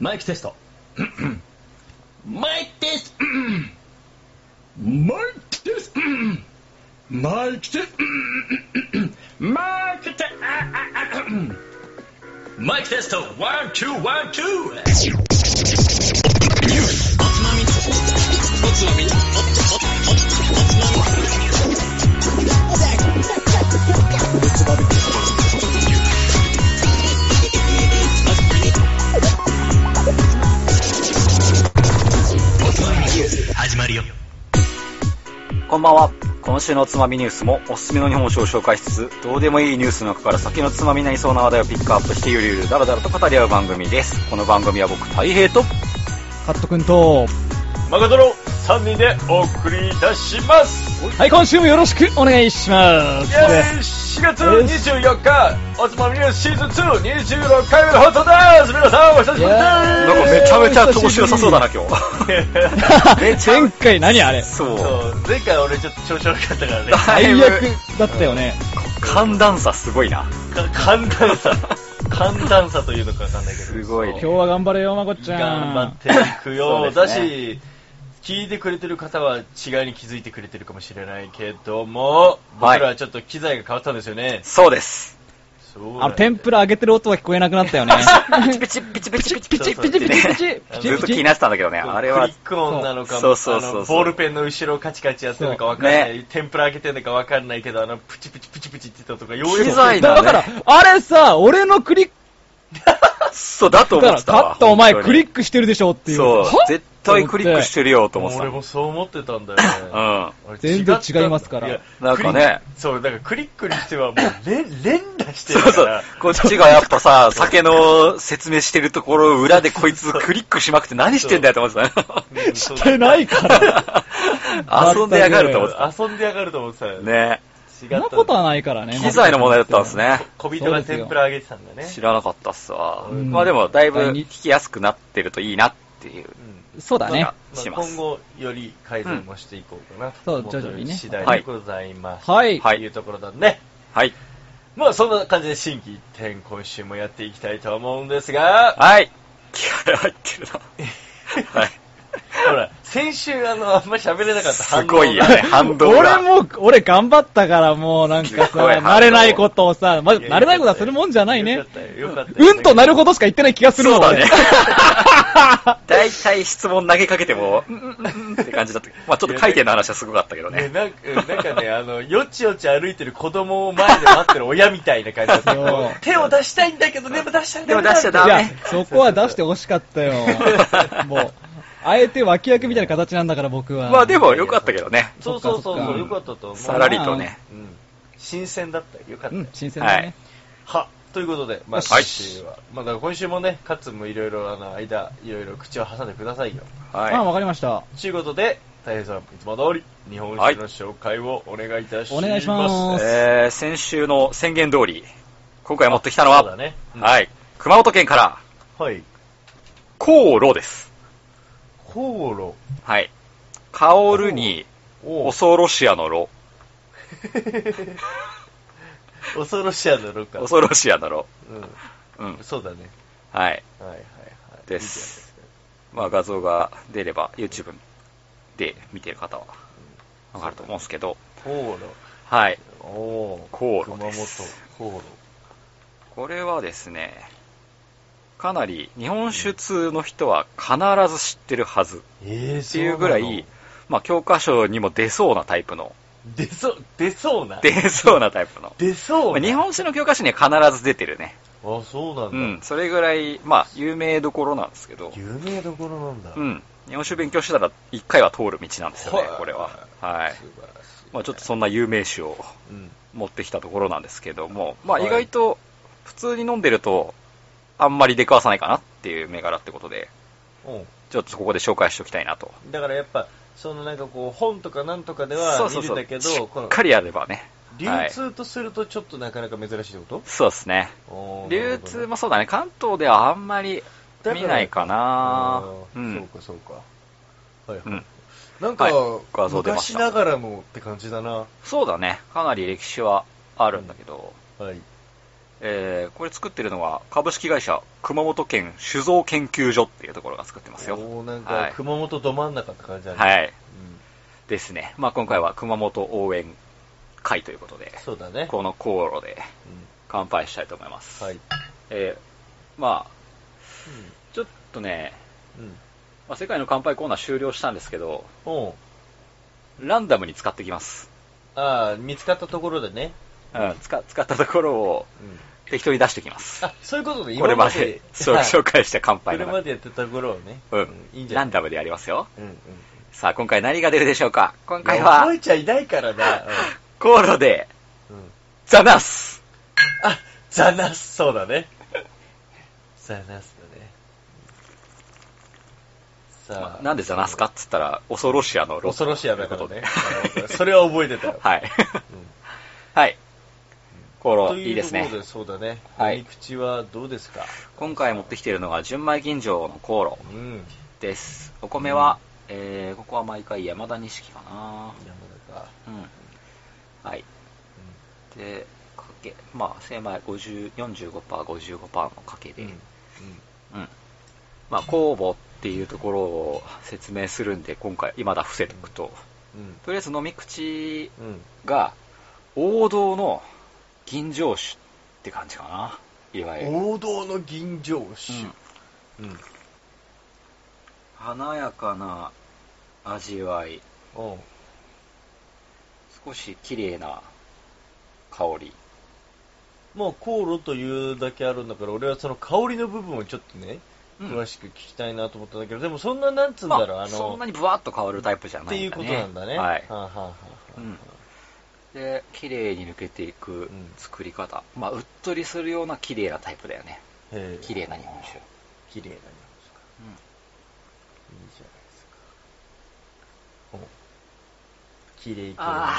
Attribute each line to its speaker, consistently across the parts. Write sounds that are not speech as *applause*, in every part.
Speaker 1: マイクテスト。 *clears throat* マイクテスト。マイクテスト。マイクテスト。マイクテスト。マイクテスト。ワン、ツー、ワン、ツー。
Speaker 2: 始まるよ
Speaker 3: こんばんは。今週のおつまみニュースもおすすめの日本酒を紹介しつつ、どうでもいいニュースの中から先のつまみになりそうな話題をピックアップしてゆるゆるだらだらと語り合う番組です。この番組は僕、大平と、
Speaker 4: カット君と、
Speaker 1: マカトロ3人でお送りいたします。
Speaker 4: はい、今週もよろしくお願いします。
Speaker 1: イェーイ !4 月24日、おつまみニュースシーズン226回目の放送です皆さん、お久しぶりです
Speaker 3: なんかめちゃめちゃ調子良さそうだな、今日。めちゃ
Speaker 4: *laughs* 前回何あ
Speaker 3: *laughs*
Speaker 4: れ
Speaker 3: そう。
Speaker 2: そう前回俺ちょっと調子悪かったからね
Speaker 3: だい
Speaker 4: 最
Speaker 3: ぶ
Speaker 4: 悪だったよね。
Speaker 3: 寒暖差すごいな。
Speaker 2: か寒暖差寒暖差というのかわかんないけど
Speaker 3: すごいね
Speaker 4: 今日は頑張れよ、まこちゃん。
Speaker 2: 頑張っていくよ、
Speaker 3: そう
Speaker 2: だ
Speaker 3: ですね
Speaker 2: し聞いてくれてる方は違いに気づいてくれてるかもしれないけども
Speaker 3: はい
Speaker 2: 僕らはちょっと機材が変わったんですよね、
Speaker 3: そうです。
Speaker 2: そう
Speaker 4: あの、天ぷら揚げてる音が聞こえなくなったよ
Speaker 3: *laughs*
Speaker 4: ね。
Speaker 3: ピチピチピチピチピチピチ
Speaker 2: そう
Speaker 3: ピチピチピチ
Speaker 2: そう
Speaker 3: ずっと気になってたんだけどね、
Speaker 2: そう
Speaker 3: あれは
Speaker 2: クリッ。ク音なのか
Speaker 3: そうそうそうそう
Speaker 2: あのボールペンの後ろカチカチやってるのかわかんない、
Speaker 3: そう
Speaker 2: 天ぷら開けてるのかわかんないけどあのプチプチプチプチって言ったとかようや
Speaker 3: 機
Speaker 2: く
Speaker 3: 材
Speaker 4: だ
Speaker 3: だ
Speaker 4: から
Speaker 3: ね。、
Speaker 4: あれさ、俺のクリック、
Speaker 3: そう、だと
Speaker 4: だ
Speaker 3: 思っ
Speaker 4: から、
Speaker 3: てた
Speaker 4: カ
Speaker 3: わ。
Speaker 4: ットお前
Speaker 3: 本当
Speaker 4: ク
Speaker 3: に
Speaker 4: リックしてるでしょっていう。
Speaker 3: そう
Speaker 4: は、
Speaker 3: 絶対クリックしてるよ、と思ってた。
Speaker 2: 俺
Speaker 3: う
Speaker 2: もそう思ってたんだよね
Speaker 3: ん。
Speaker 2: 俺
Speaker 4: 全然違いますから
Speaker 2: 違ったんだ
Speaker 3: なんかね
Speaker 2: クリックそうだからクリックにしてはも
Speaker 3: *laughs*
Speaker 2: う連連打して
Speaker 3: そ
Speaker 2: る
Speaker 3: う
Speaker 2: か
Speaker 3: そう
Speaker 2: ら。
Speaker 3: こっちがやっぱさ、酒の説明してるところ裏でこいつクリックしまくって何してんだよって思って
Speaker 2: うんそう
Speaker 4: してない
Speaker 3: *laughs*
Speaker 4: から。
Speaker 3: た。遊んでやがると思って
Speaker 2: 遊んでやがると思ってたよ
Speaker 3: た。ね
Speaker 2: 違った
Speaker 4: そんなことはないからね。
Speaker 3: 機材の問題だったんですね。
Speaker 2: 小人が天ぷらあげてたんだね
Speaker 3: 知らなかったっすわ。
Speaker 2: うん
Speaker 3: まあでも、だいぶ聞きやすくなってるといいなっていう。
Speaker 2: うん
Speaker 4: そうだ
Speaker 2: ま
Speaker 4: ね
Speaker 2: あ。まあ
Speaker 3: します
Speaker 2: 今後より改善もしていこうかなと
Speaker 4: そう
Speaker 2: 思って
Speaker 4: 徐々
Speaker 2: る
Speaker 4: にね
Speaker 2: 次第
Speaker 3: は
Speaker 2: で
Speaker 3: い
Speaker 2: ございます。
Speaker 4: はい。
Speaker 3: はい
Speaker 2: というところだね。
Speaker 3: はい。
Speaker 2: まあそんな感じで新規一点今週もやっていきたいと思うんですが、
Speaker 3: はい。気合入ってるな。はい。
Speaker 2: ほら、先週あの、あんまり喋れなかった
Speaker 3: すごいよね、反動
Speaker 4: 俺
Speaker 3: が。
Speaker 4: も、俺頑張ったから、もうなんか
Speaker 3: す
Speaker 4: さ、
Speaker 3: ごい反応
Speaker 4: 慣れないことをさ、ま、
Speaker 2: 反応が
Speaker 4: 慣れないことはするもんじゃない
Speaker 2: よ
Speaker 4: ね
Speaker 2: かっ。たよよかったよ
Speaker 4: うんとなるほどしか言ってない気がする
Speaker 3: そ
Speaker 4: も
Speaker 3: うんだね。 *laughs* 大体質問投げかけても、うんうんうんって感じだった。まあちょっと回転の話はすごかったけどね。
Speaker 2: ね、なんか、なんかね、あの、よちよち歩いてる子供を前で待ってる親みたいな感じだった
Speaker 4: そう
Speaker 2: 手を出したいんだけど、でも出したら
Speaker 3: でも出しちゃ
Speaker 4: い
Speaker 3: ダ
Speaker 4: や
Speaker 3: メ。、
Speaker 4: そこは出してほしかっ
Speaker 3: *laughs*
Speaker 4: たよ。もう、あえて脇役みたいな形なんだから僕は。
Speaker 3: まあでも良かったけどね。
Speaker 2: そうそうそう
Speaker 4: そっかそっ
Speaker 2: そう、
Speaker 4: か
Speaker 2: よかったと思う。
Speaker 3: さらりとね。
Speaker 2: うん。新鮮だったよ。よかった
Speaker 4: う
Speaker 2: よ。
Speaker 4: ん、新鮮だね。
Speaker 2: は、ということで、まあ、
Speaker 4: よし
Speaker 2: 今週は、まあ、だから今週もね、カッツンもいろいろ、あの、間、いろいろ口を挟んでくださいよ。
Speaker 3: はい。
Speaker 4: まあわかりました。
Speaker 2: ということで、大平さん、いつも通り、日本酒の紹介をお願いいたします。
Speaker 4: お願いします
Speaker 3: えー先週の宣言通り、今回持ってきたの
Speaker 2: そう
Speaker 3: は、
Speaker 2: だね。うん
Speaker 3: はい、熊本県から、
Speaker 2: はい。
Speaker 3: 香炉です。
Speaker 2: コーロ
Speaker 3: はい。香るに、
Speaker 2: を、
Speaker 3: 恐ろしやの炉。
Speaker 2: *laughs* 恐ろしやのろか。
Speaker 3: 恐ろしやの炉。う
Speaker 2: うんん。。そうだね。
Speaker 3: はい。
Speaker 2: はいはいはい。
Speaker 3: ですまあ画像が出れば、YouTube で見てる方は、わかると思うんですけど、
Speaker 2: いいじゃないですか。
Speaker 3: はい。
Speaker 2: コーロ。おー。
Speaker 3: コーロ
Speaker 2: 熊
Speaker 3: で
Speaker 2: 本
Speaker 3: す。
Speaker 2: コーロ。
Speaker 3: これはですね、かなり日本酒通の人は必ず知ってるはずっ
Speaker 2: ええー、
Speaker 3: ていうぐら
Speaker 2: そうなの
Speaker 3: い、まあ教科書にも出そうなタイプの、
Speaker 2: 出そう、出そうな。
Speaker 3: 出そうなタイプの。
Speaker 2: 出そう
Speaker 3: まあ
Speaker 2: な。
Speaker 3: 日本酒の教科書には必ず出てるね。
Speaker 2: あ、そうなん
Speaker 3: う
Speaker 2: だ。
Speaker 3: ん。それぐらい、まあ、有名どころなんですけど、
Speaker 2: 有名どころなんだ。
Speaker 3: うん。日本酒勉強してたら、一回は通る道なんですよね
Speaker 2: は、い
Speaker 3: これは。はい
Speaker 2: 素。晴らしい。
Speaker 3: まあ、ちょっとそんな有名酒を
Speaker 2: うん。
Speaker 3: 持ってきたところなんですけども、まあ、
Speaker 2: はい
Speaker 3: 意外と、普通に飲んでると、あんまり出くわさないかなっていう銘柄ってことで、
Speaker 2: うん。
Speaker 3: ちょっとここで紹介しておきたいなと。
Speaker 2: だからやっぱ、そのなんかこう、本とかなんとかでは見るんだけど、
Speaker 3: し
Speaker 2: こ
Speaker 3: っ
Speaker 2: の
Speaker 3: かりやればね。
Speaker 2: 流
Speaker 3: はい
Speaker 2: 通とするとちょっとなかなか珍しいってこと
Speaker 3: そうですね。
Speaker 2: おー
Speaker 3: 流通
Speaker 2: なる
Speaker 3: もそうだね。関東ではあんまり
Speaker 2: ほどね
Speaker 3: 見ないかな
Speaker 2: う
Speaker 3: うんん。
Speaker 2: そうか、そうか。はいは
Speaker 3: う
Speaker 2: い。
Speaker 3: ん。
Speaker 2: なんか、
Speaker 3: はい画像出まし
Speaker 2: 昔
Speaker 3: た
Speaker 2: ながらのって感じだな。
Speaker 3: そうだね。かなり歴史はあるんだけど、
Speaker 2: はい。
Speaker 3: えーこれ作ってるのは株式会社熊本県酒造研究所っていうところが作ってますよ。
Speaker 2: おーなん
Speaker 3: は
Speaker 2: か
Speaker 3: い、
Speaker 2: 熊本ど真ん中って感じだね。い。
Speaker 3: はい。ですね。まあ今回は熊本応援会ということで、
Speaker 2: そうだね。
Speaker 3: この航路で
Speaker 2: う
Speaker 3: 乾杯したいと思います。
Speaker 2: んはい。
Speaker 3: えーまあ、ちょっとね、
Speaker 2: うん。うん。
Speaker 3: まあ、世界の乾杯コーナー終了したんですけど、
Speaker 2: おう
Speaker 3: ランダムに使ってきます。
Speaker 2: ああ、見つかったところでね。
Speaker 3: うん、使使ったところを
Speaker 2: うん。
Speaker 3: 適当に出してきます。
Speaker 2: あ、そういうことで、
Speaker 3: これまで *laughs* そう
Speaker 2: はい
Speaker 3: 紹介した乾
Speaker 2: こ
Speaker 3: 杯
Speaker 2: れ
Speaker 3: の
Speaker 2: ま
Speaker 3: 中
Speaker 2: でやってたところをね。
Speaker 3: うん、
Speaker 2: いいんじゃ
Speaker 3: ラ
Speaker 2: な
Speaker 3: ン
Speaker 2: い
Speaker 3: ダムでやりますよ。
Speaker 2: うんうん。
Speaker 3: さあ、今回何が出るでしょうか今回
Speaker 2: いや
Speaker 3: は
Speaker 2: 覚え、ちゃいないから
Speaker 3: *laughs*
Speaker 2: な。
Speaker 3: コーロで、
Speaker 2: うん。うん
Speaker 3: ザナス
Speaker 2: あ、ザナス、そうだね。ザナスだね。さ
Speaker 3: ま
Speaker 2: あ。
Speaker 3: あなんでザナスかって言ったら、恐ろしやのロ
Speaker 2: 恐ろしいやだから
Speaker 3: とい
Speaker 2: ね
Speaker 3: うこ。とで
Speaker 2: *laughs* それは覚えてたよ。
Speaker 3: *laughs* はい。
Speaker 2: うん
Speaker 3: はい。コーロ、
Speaker 2: と
Speaker 3: いい
Speaker 2: いう
Speaker 3: で
Speaker 2: と
Speaker 3: す
Speaker 2: ころ
Speaker 3: ね。
Speaker 2: で、そうだね。
Speaker 3: は
Speaker 2: はいい。口はどうですか
Speaker 3: 今回持ってきているのが、純米吟醸のコーロ
Speaker 2: うん。
Speaker 3: です。お米は、えー、ここは毎回山田錦かな
Speaker 2: 山田か。
Speaker 3: うん。はい。で、かけ、まあ、精米50 45%、55%のかけ
Speaker 2: う
Speaker 3: で、
Speaker 2: ん。
Speaker 3: う
Speaker 2: うんん。。
Speaker 3: まあ、酵母っていうところを説明するんで、今回、今だ伏せておくと、
Speaker 2: うん。
Speaker 3: とりあえず飲み口
Speaker 2: うん。
Speaker 3: が、王道の吟醸酒って感じかな。いわゆる。
Speaker 2: 王道の吟醸酒。うん。
Speaker 3: 華やかな味わい、
Speaker 2: おう
Speaker 3: 少し綺麗な香り。
Speaker 2: もう、航路というだけあるんだから、俺はその香りの部分をちょっとね、詳しく聞きたいなと思ったんだけど、でもそんな、なんつうん
Speaker 3: ま
Speaker 2: だろう、
Speaker 3: あ、
Speaker 2: あ
Speaker 3: そん
Speaker 2: の
Speaker 3: な、にブワッと香るタイプじゃ
Speaker 2: っ
Speaker 3: な
Speaker 2: て
Speaker 3: い
Speaker 2: い
Speaker 3: ん
Speaker 2: う
Speaker 3: だ
Speaker 2: こ
Speaker 3: ね。
Speaker 2: となんだね。
Speaker 3: はい
Speaker 2: は。あはあはあ
Speaker 3: うんで、綺麗に抜けていく
Speaker 2: ん
Speaker 3: 作り方。まあ、うっとりするような綺麗なタイプだよね。
Speaker 2: へえ
Speaker 3: 綺麗な日本酒。
Speaker 2: 綺麗な日本酒か。いいじゃないですか。お綺麗綺
Speaker 3: あ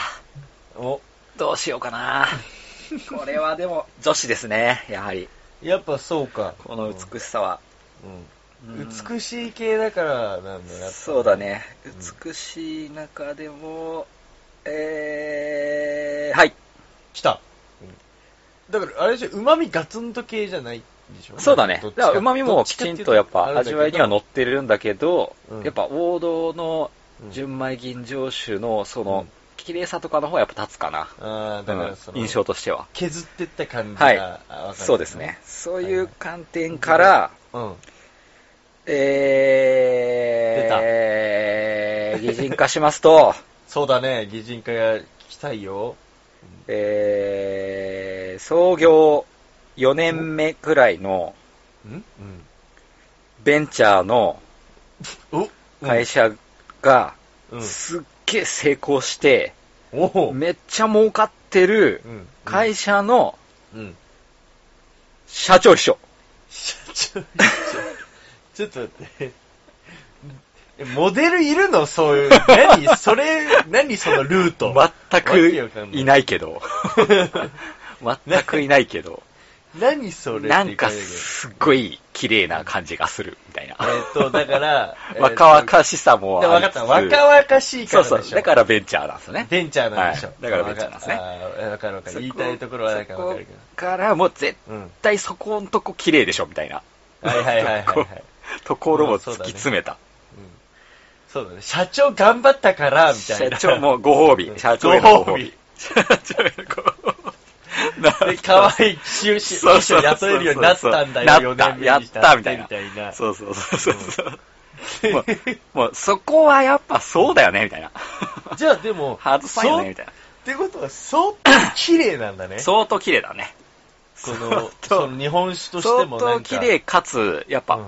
Speaker 2: 麗。お
Speaker 3: どうしようかな。これはでも、女子ですね、やはり。
Speaker 2: やっぱそうか。
Speaker 3: この美しさは。
Speaker 2: うん。うん美しい系だからなんだよ、やっぱ
Speaker 3: そうだ。ね
Speaker 2: うん。
Speaker 3: 美しい中でも、えー、はい。
Speaker 2: 来た。だから、あれでしょ、旨味ガツンと系じゃないでしょ
Speaker 3: そうだね。
Speaker 2: どっ
Speaker 3: だ
Speaker 2: ち
Speaker 3: から、旨味もきちんとやっぱ味わいには乗
Speaker 2: っ
Speaker 3: ってるんだけど、
Speaker 2: うん
Speaker 3: やっぱ王道の
Speaker 2: うん
Speaker 3: 純米吟醸酒のそうの
Speaker 2: ん、
Speaker 3: 綺麗さとかの方がやっぱ立つかな。
Speaker 2: ああ、だからその、
Speaker 3: うん印象としては。
Speaker 2: 削ってった感じが、
Speaker 3: はい
Speaker 2: あわかる
Speaker 3: そうですね。。そうい
Speaker 2: はいうはい
Speaker 3: 観点から、
Speaker 2: うん。出た
Speaker 3: えー、擬人化しますと、
Speaker 2: そうだね、擬人化が来たいよ。
Speaker 3: えー、創業4年目くらいの
Speaker 2: んうん。
Speaker 3: ベンチャーの
Speaker 2: お
Speaker 3: 会社が、
Speaker 2: うん。
Speaker 3: すっげえ成功して、
Speaker 2: おお
Speaker 3: めっちゃ儲かってる
Speaker 2: うん。
Speaker 3: 会社の
Speaker 2: うん。
Speaker 3: 社長秘書。
Speaker 2: 社長ちょっと待って。え、モデルいるのそういう。何それ、何そのル
Speaker 3: *laughs*
Speaker 2: ート。
Speaker 3: 全
Speaker 2: わけわか
Speaker 3: く
Speaker 2: んない
Speaker 3: いないけど。 *laughs* 全くいないけど。
Speaker 2: 何それ
Speaker 3: なんか
Speaker 2: っていう
Speaker 3: すっごい綺麗な感じがする、みたいな。
Speaker 2: 感じだけどえっと、だから、えーと
Speaker 3: *laughs* 若々しさも
Speaker 2: で
Speaker 3: あ
Speaker 2: わ
Speaker 3: り
Speaker 2: かっ
Speaker 3: つつ。
Speaker 2: た。若々しいか
Speaker 3: そ
Speaker 2: ら
Speaker 3: う
Speaker 2: でし
Speaker 3: そ
Speaker 2: ょ。
Speaker 3: う。だからベンチャーなんですね。
Speaker 2: ベンチャーなんでしょ
Speaker 3: は。いだからベンチャーなんですね
Speaker 2: あーわかるわかる。言いたいところはなんかわかるけど
Speaker 3: そこ。からもう絶
Speaker 2: うん。は
Speaker 3: 対そこんとこ綺麗でしょ、みたいな。
Speaker 2: いはいはいはい、は
Speaker 3: こ
Speaker 2: い。
Speaker 3: ところを突き詰めた。
Speaker 2: うんそうだね。社長頑張ったから、みたい
Speaker 3: 社
Speaker 2: な。
Speaker 3: 長もご褒
Speaker 2: *laughs*
Speaker 3: 美。社長へのご
Speaker 2: ご褒
Speaker 3: 褒
Speaker 2: 美
Speaker 3: 美。。社長へのご褒美。なんか
Speaker 2: で、可愛い収集、
Speaker 3: そうそうそう
Speaker 2: 雇えるようになったんだよ、4
Speaker 3: なった
Speaker 2: 年目に
Speaker 3: やっ
Speaker 2: した
Speaker 3: た
Speaker 2: っ
Speaker 3: み
Speaker 2: て
Speaker 3: た
Speaker 2: み
Speaker 3: い
Speaker 2: たいな。
Speaker 3: な。そうそうそうそうそう。もう、もうそこはやっぱそうだよね、みたいな。
Speaker 2: じゃあでも、
Speaker 3: ハードサインよね、みたいな。
Speaker 2: ってことは、相当綺麗なんだね。
Speaker 3: 相当綺麗だね。
Speaker 2: この、
Speaker 3: 相
Speaker 2: その日本
Speaker 3: 当
Speaker 2: 酒として
Speaker 3: 相
Speaker 2: もな
Speaker 3: 当
Speaker 2: んか。
Speaker 3: 綺麗かつ、やっ
Speaker 2: う
Speaker 3: ぱ、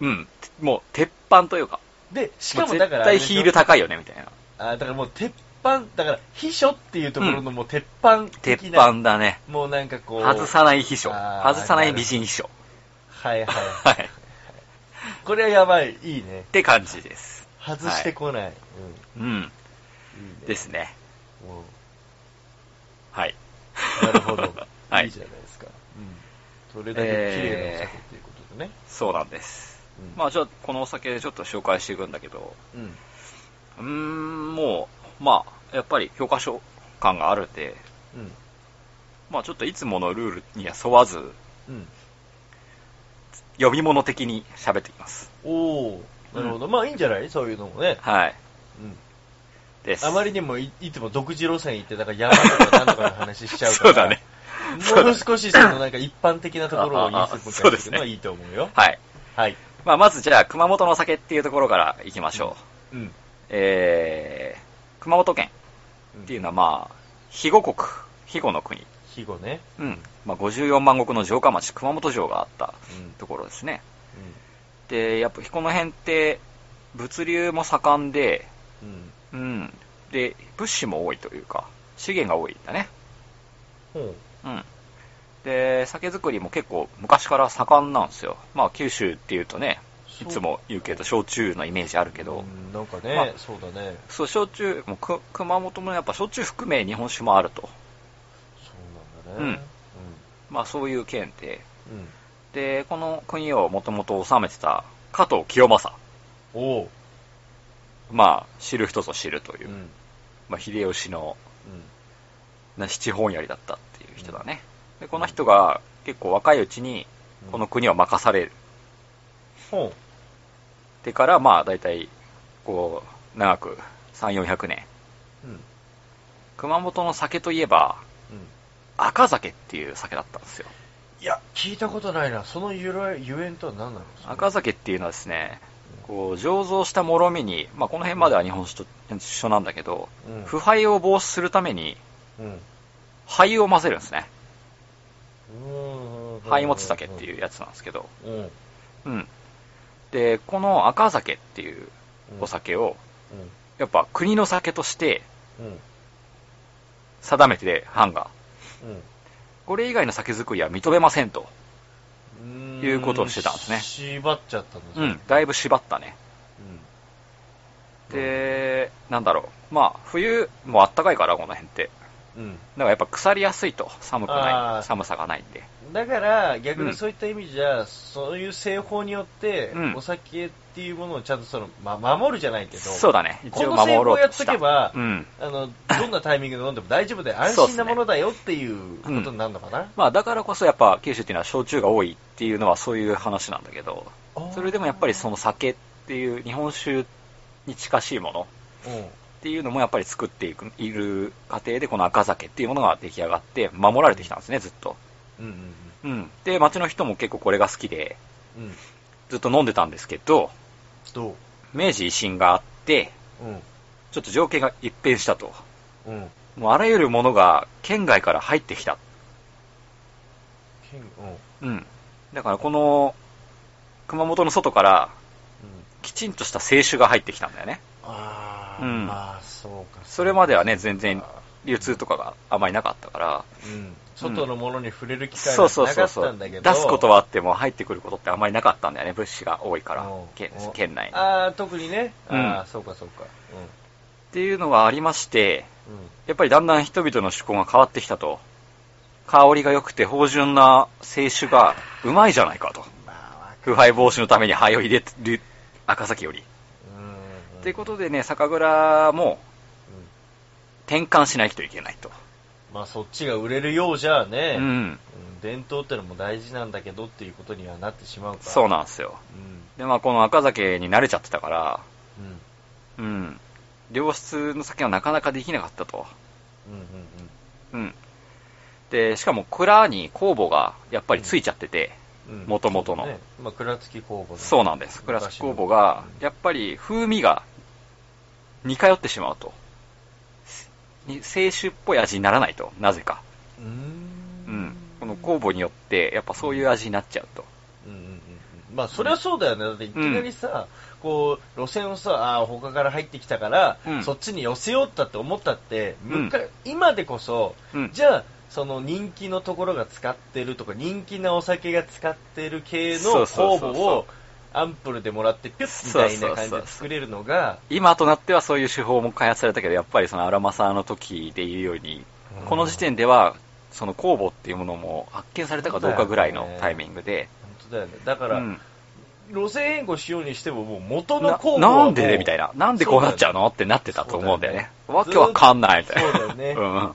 Speaker 3: うん、もう鉄板というか、
Speaker 2: んで、し
Speaker 3: も
Speaker 2: か
Speaker 3: う
Speaker 2: も
Speaker 3: 絶
Speaker 2: だからあれ
Speaker 3: 対
Speaker 2: でしょ、
Speaker 3: ヒール高いよね、みたいな。
Speaker 2: あだからもう鉄板、だから、秘書っていうところのもう鉄板
Speaker 3: 鉄
Speaker 2: 的な。
Speaker 3: 板だね。
Speaker 2: もうなんかこう。
Speaker 3: 外さない秘書。
Speaker 2: あー
Speaker 3: 外さない美人秘書。
Speaker 2: はいは。
Speaker 3: はいい。
Speaker 2: これはやばい。いいね
Speaker 3: っ。て感じです。
Speaker 2: 外してこない。
Speaker 3: うん。
Speaker 2: うん。いいね。
Speaker 3: ですね。
Speaker 2: もう
Speaker 3: はい。。
Speaker 2: なるほど
Speaker 3: *laughs* はい
Speaker 2: いじゃないですか。うん。それだけ綺麗なお酒っていうことでね。
Speaker 3: そうなんです。
Speaker 2: うん
Speaker 3: まあじゃあ、このお酒ちょっと紹介していくんだけど、
Speaker 2: うん。
Speaker 3: うーん、もう、まあ、やっぱり評価書感があるんで、
Speaker 2: うん。
Speaker 3: まあちょっといつものルールには沿わず、
Speaker 2: うん。
Speaker 3: 呼び物的に喋ってきます。
Speaker 2: おー、なるほど。まあいいんじゃないそういうのもね。
Speaker 3: はい。
Speaker 2: うん。
Speaker 3: です。
Speaker 2: あまりにもいいつも独自路線行って、なんか山とかなんとかの話しちゃうから。
Speaker 3: *laughs* そうだね。
Speaker 2: もう少しそのなんか一般的なところを言い過ぎ
Speaker 3: そうです
Speaker 2: る
Speaker 3: ね
Speaker 2: のはいいと思うよ。
Speaker 3: はい。
Speaker 2: はい。
Speaker 3: まあまずじゃあ、熊本の酒っていうところから行きましょう。
Speaker 2: うん。
Speaker 3: えー、熊本県っていうのはまあ、肥後国、肥後の国。
Speaker 2: 肥後ね。
Speaker 3: うん。まあ54万石の城下町、熊本城があった
Speaker 2: うん
Speaker 3: ところですね。で、やっぱこの辺って、物流も盛んで、
Speaker 2: うん。うん。
Speaker 3: うん。で、物資も多いというか、資源が多いんだね。
Speaker 2: ほ
Speaker 3: うん。で、酒造りも結構昔から盛んなんですよ。まあ、九州っていうとね、いつも言うけど、焼酎のイメージあるけ
Speaker 2: う。う
Speaker 3: ど、
Speaker 2: んなんかね、
Speaker 3: まあ
Speaker 2: そうだね。
Speaker 3: そう、焼酎、もうく熊本もやっぱ焼酎含め日本酒もあると。
Speaker 2: そうなんだね。
Speaker 3: まあ、そういう県で。
Speaker 2: うん。うん。
Speaker 3: で、この国をもともと治めてた加藤清正。
Speaker 2: おう。
Speaker 3: まあ、知る人ぞ知るというう。
Speaker 2: ん。うん。
Speaker 3: まあ、秀吉のな七本槍だったっていう人だね。で、この人が結構若いうちにこの国を任される。
Speaker 2: ほ
Speaker 3: でから、まあ、大体、こう、長く、3、400年。
Speaker 2: う。うん。
Speaker 3: 熊本の酒といえば、
Speaker 2: うん。
Speaker 3: 赤酒っていう酒だったんですよ。
Speaker 2: いや、聞いたことないな。その由来、ゆえんとは何なの
Speaker 3: 赤酒っていうのはですね、こう、醸造したもろみに、まあ、この辺までは日本酒と一緒なんだけど、
Speaker 2: うん
Speaker 3: 腐敗を防止するために、
Speaker 2: うん。
Speaker 3: 灰を混ぜるんですね。
Speaker 2: うん。
Speaker 3: 灰もつ酒っていうやつなんですけど、
Speaker 2: うん。うん。
Speaker 3: うん。で、この赤酒っていうお酒を、やっぱ国の酒として
Speaker 2: うん。うん。
Speaker 3: 定めて藩が、
Speaker 2: うん。
Speaker 3: これ以外の酒造りは認めませんと。
Speaker 2: い
Speaker 3: いうことをしてたんですね
Speaker 2: 縛っちゃったんです
Speaker 3: う
Speaker 2: ね
Speaker 3: ん、だいぶ縛ったね。で、なんだろう。まあ、冬もあったかいから、この辺って。
Speaker 2: うん。うん。
Speaker 3: だからやっぱ腐りやすいと。寒くな
Speaker 2: あー
Speaker 3: い。寒さがないんで。
Speaker 2: だから、逆
Speaker 3: うん
Speaker 2: にそういった意味じゃ、そういう製法によって、
Speaker 3: うん
Speaker 2: お酒っていうものをちゃんとその、ま、守るじゃないけど、
Speaker 3: そうだね。一
Speaker 2: こ
Speaker 3: 応
Speaker 2: の
Speaker 3: 守
Speaker 2: 製法
Speaker 3: ろ
Speaker 2: を
Speaker 3: う
Speaker 2: や
Speaker 3: と
Speaker 2: っ
Speaker 3: し
Speaker 2: と
Speaker 3: た。
Speaker 2: けば、
Speaker 3: うん。
Speaker 2: あの、どんなタイミングで飲んでも大丈夫で、安
Speaker 3: そうっすね
Speaker 2: 心なものだよっていうことになるのかな。
Speaker 3: まあ、だからこそやっぱ九州っていうのは焼酎が多いっていうのはそういう話なんだけど、それでもやっぱりその酒っていう日本酒に近しいもの
Speaker 2: うん。
Speaker 3: っていうのもやっぱり作っていく、いる過程でこの赤酒っていうものが出来上がって守られてきたんですね、ずっと。
Speaker 2: うん
Speaker 3: うん。で、町の人も結構これが好きで、
Speaker 2: うんうん。うん。
Speaker 3: ずっと飲んでたんですけど、
Speaker 2: どう
Speaker 3: 明治維新があって、
Speaker 2: う
Speaker 3: ちょっと情景が一変したと。
Speaker 2: ん。うん。
Speaker 3: もうあらゆるものが県外から入ってきた。
Speaker 2: 剣、うん。
Speaker 3: うん。だからこの、熊本の外から、
Speaker 2: うん。
Speaker 3: きちんとした清酒が入ってきたんだよね。
Speaker 2: あー、
Speaker 3: うん
Speaker 2: まあ、そうか。
Speaker 3: それまではね、全然流通とかがあまりなかったから、
Speaker 2: うん。外のものに触れる機会
Speaker 3: そう
Speaker 2: が
Speaker 3: そう
Speaker 2: な
Speaker 3: そ
Speaker 2: か
Speaker 3: う
Speaker 2: っ
Speaker 3: そ
Speaker 2: た
Speaker 3: う。
Speaker 2: んだけど、
Speaker 3: 出すことはあっても入ってくることってあまりなかったんだよね、物資が多いから
Speaker 2: うん、
Speaker 3: 県
Speaker 2: うん
Speaker 3: 県内に。っ
Speaker 2: ああ、特にね。
Speaker 3: うん
Speaker 2: ああ、そうかそうか。
Speaker 3: ていうのがありまして、
Speaker 2: うん。うん。
Speaker 3: やっぱりだんだん人々の趣向が変わってきたと。香りが良くて芳醇な清酒がうまいじゃないかと。
Speaker 2: まあ、わか
Speaker 3: 腐敗防止のために灰を入れてる赤崎より。
Speaker 2: うん。
Speaker 3: ということでね、酒蔵も
Speaker 2: うん
Speaker 3: 転換しないといけないと。
Speaker 2: まあ、そっちが売れるようじゃあね、
Speaker 3: う
Speaker 2: うん
Speaker 3: ん。
Speaker 2: 伝統ってのも大事なんだけどっていうことにはなってしまうから。
Speaker 3: そうなんですよ。
Speaker 2: う
Speaker 3: で、まあこの赤酒に慣れちゃってたから、
Speaker 2: ん。うん。
Speaker 3: うん。良質の酒はなかなかできなかったと。
Speaker 2: うんう
Speaker 3: う
Speaker 2: ん
Speaker 3: ん。で、しかも蔵に酵母がやっぱりついちゃってて、
Speaker 2: うんうん。
Speaker 3: 元々の
Speaker 2: ね、まあ、蔵付き工房
Speaker 3: そう
Speaker 2: な
Speaker 3: なんです。蔵付き酵母が、やっぱり風味が似通ってしまうと。に清酒っぽい味にならないと、なぜか。
Speaker 2: うーん。
Speaker 3: うん。この酵母によって、やっぱそういう味になっちゃうと。
Speaker 2: うんうんうんうんまあ、それはそうだよね。だっていきなりさ、こう、路線をさ、ああ、他から入ってきたから、
Speaker 3: うん
Speaker 2: そっちに寄せようったって思ったって、
Speaker 3: うん
Speaker 2: 昔今でこそ、
Speaker 3: うん
Speaker 2: じゃあ、その人気のところが使ってるとか、人気なお酒が使ってる系
Speaker 3: そう
Speaker 2: の
Speaker 3: そう
Speaker 2: 酵
Speaker 3: そう
Speaker 2: 母
Speaker 3: そう
Speaker 2: をアンプルでもらって、ピュッみたいな
Speaker 3: そうそう
Speaker 2: 感
Speaker 3: そ
Speaker 2: じ
Speaker 3: うそう
Speaker 2: で作れるのが、
Speaker 3: 今となってはそういう手法も開発されたけど、やっぱりそのアラマサーの時で言うように、
Speaker 2: うん
Speaker 3: この時点では、その酵母っていうものも発見されたかどうかぐらいのタイミングで、
Speaker 2: 本当だよね。だから、
Speaker 3: うん
Speaker 2: 路線変更しようにしても、もう元の
Speaker 3: な
Speaker 2: 酵母はもう
Speaker 3: なんでねみたいな。なんでこうなっちゃうのってなってたと思うんだよね。
Speaker 2: そうだよ
Speaker 3: わ *laughs* けわ
Speaker 2: ね
Speaker 3: かんないみたいな。
Speaker 2: そうだよね
Speaker 3: うん。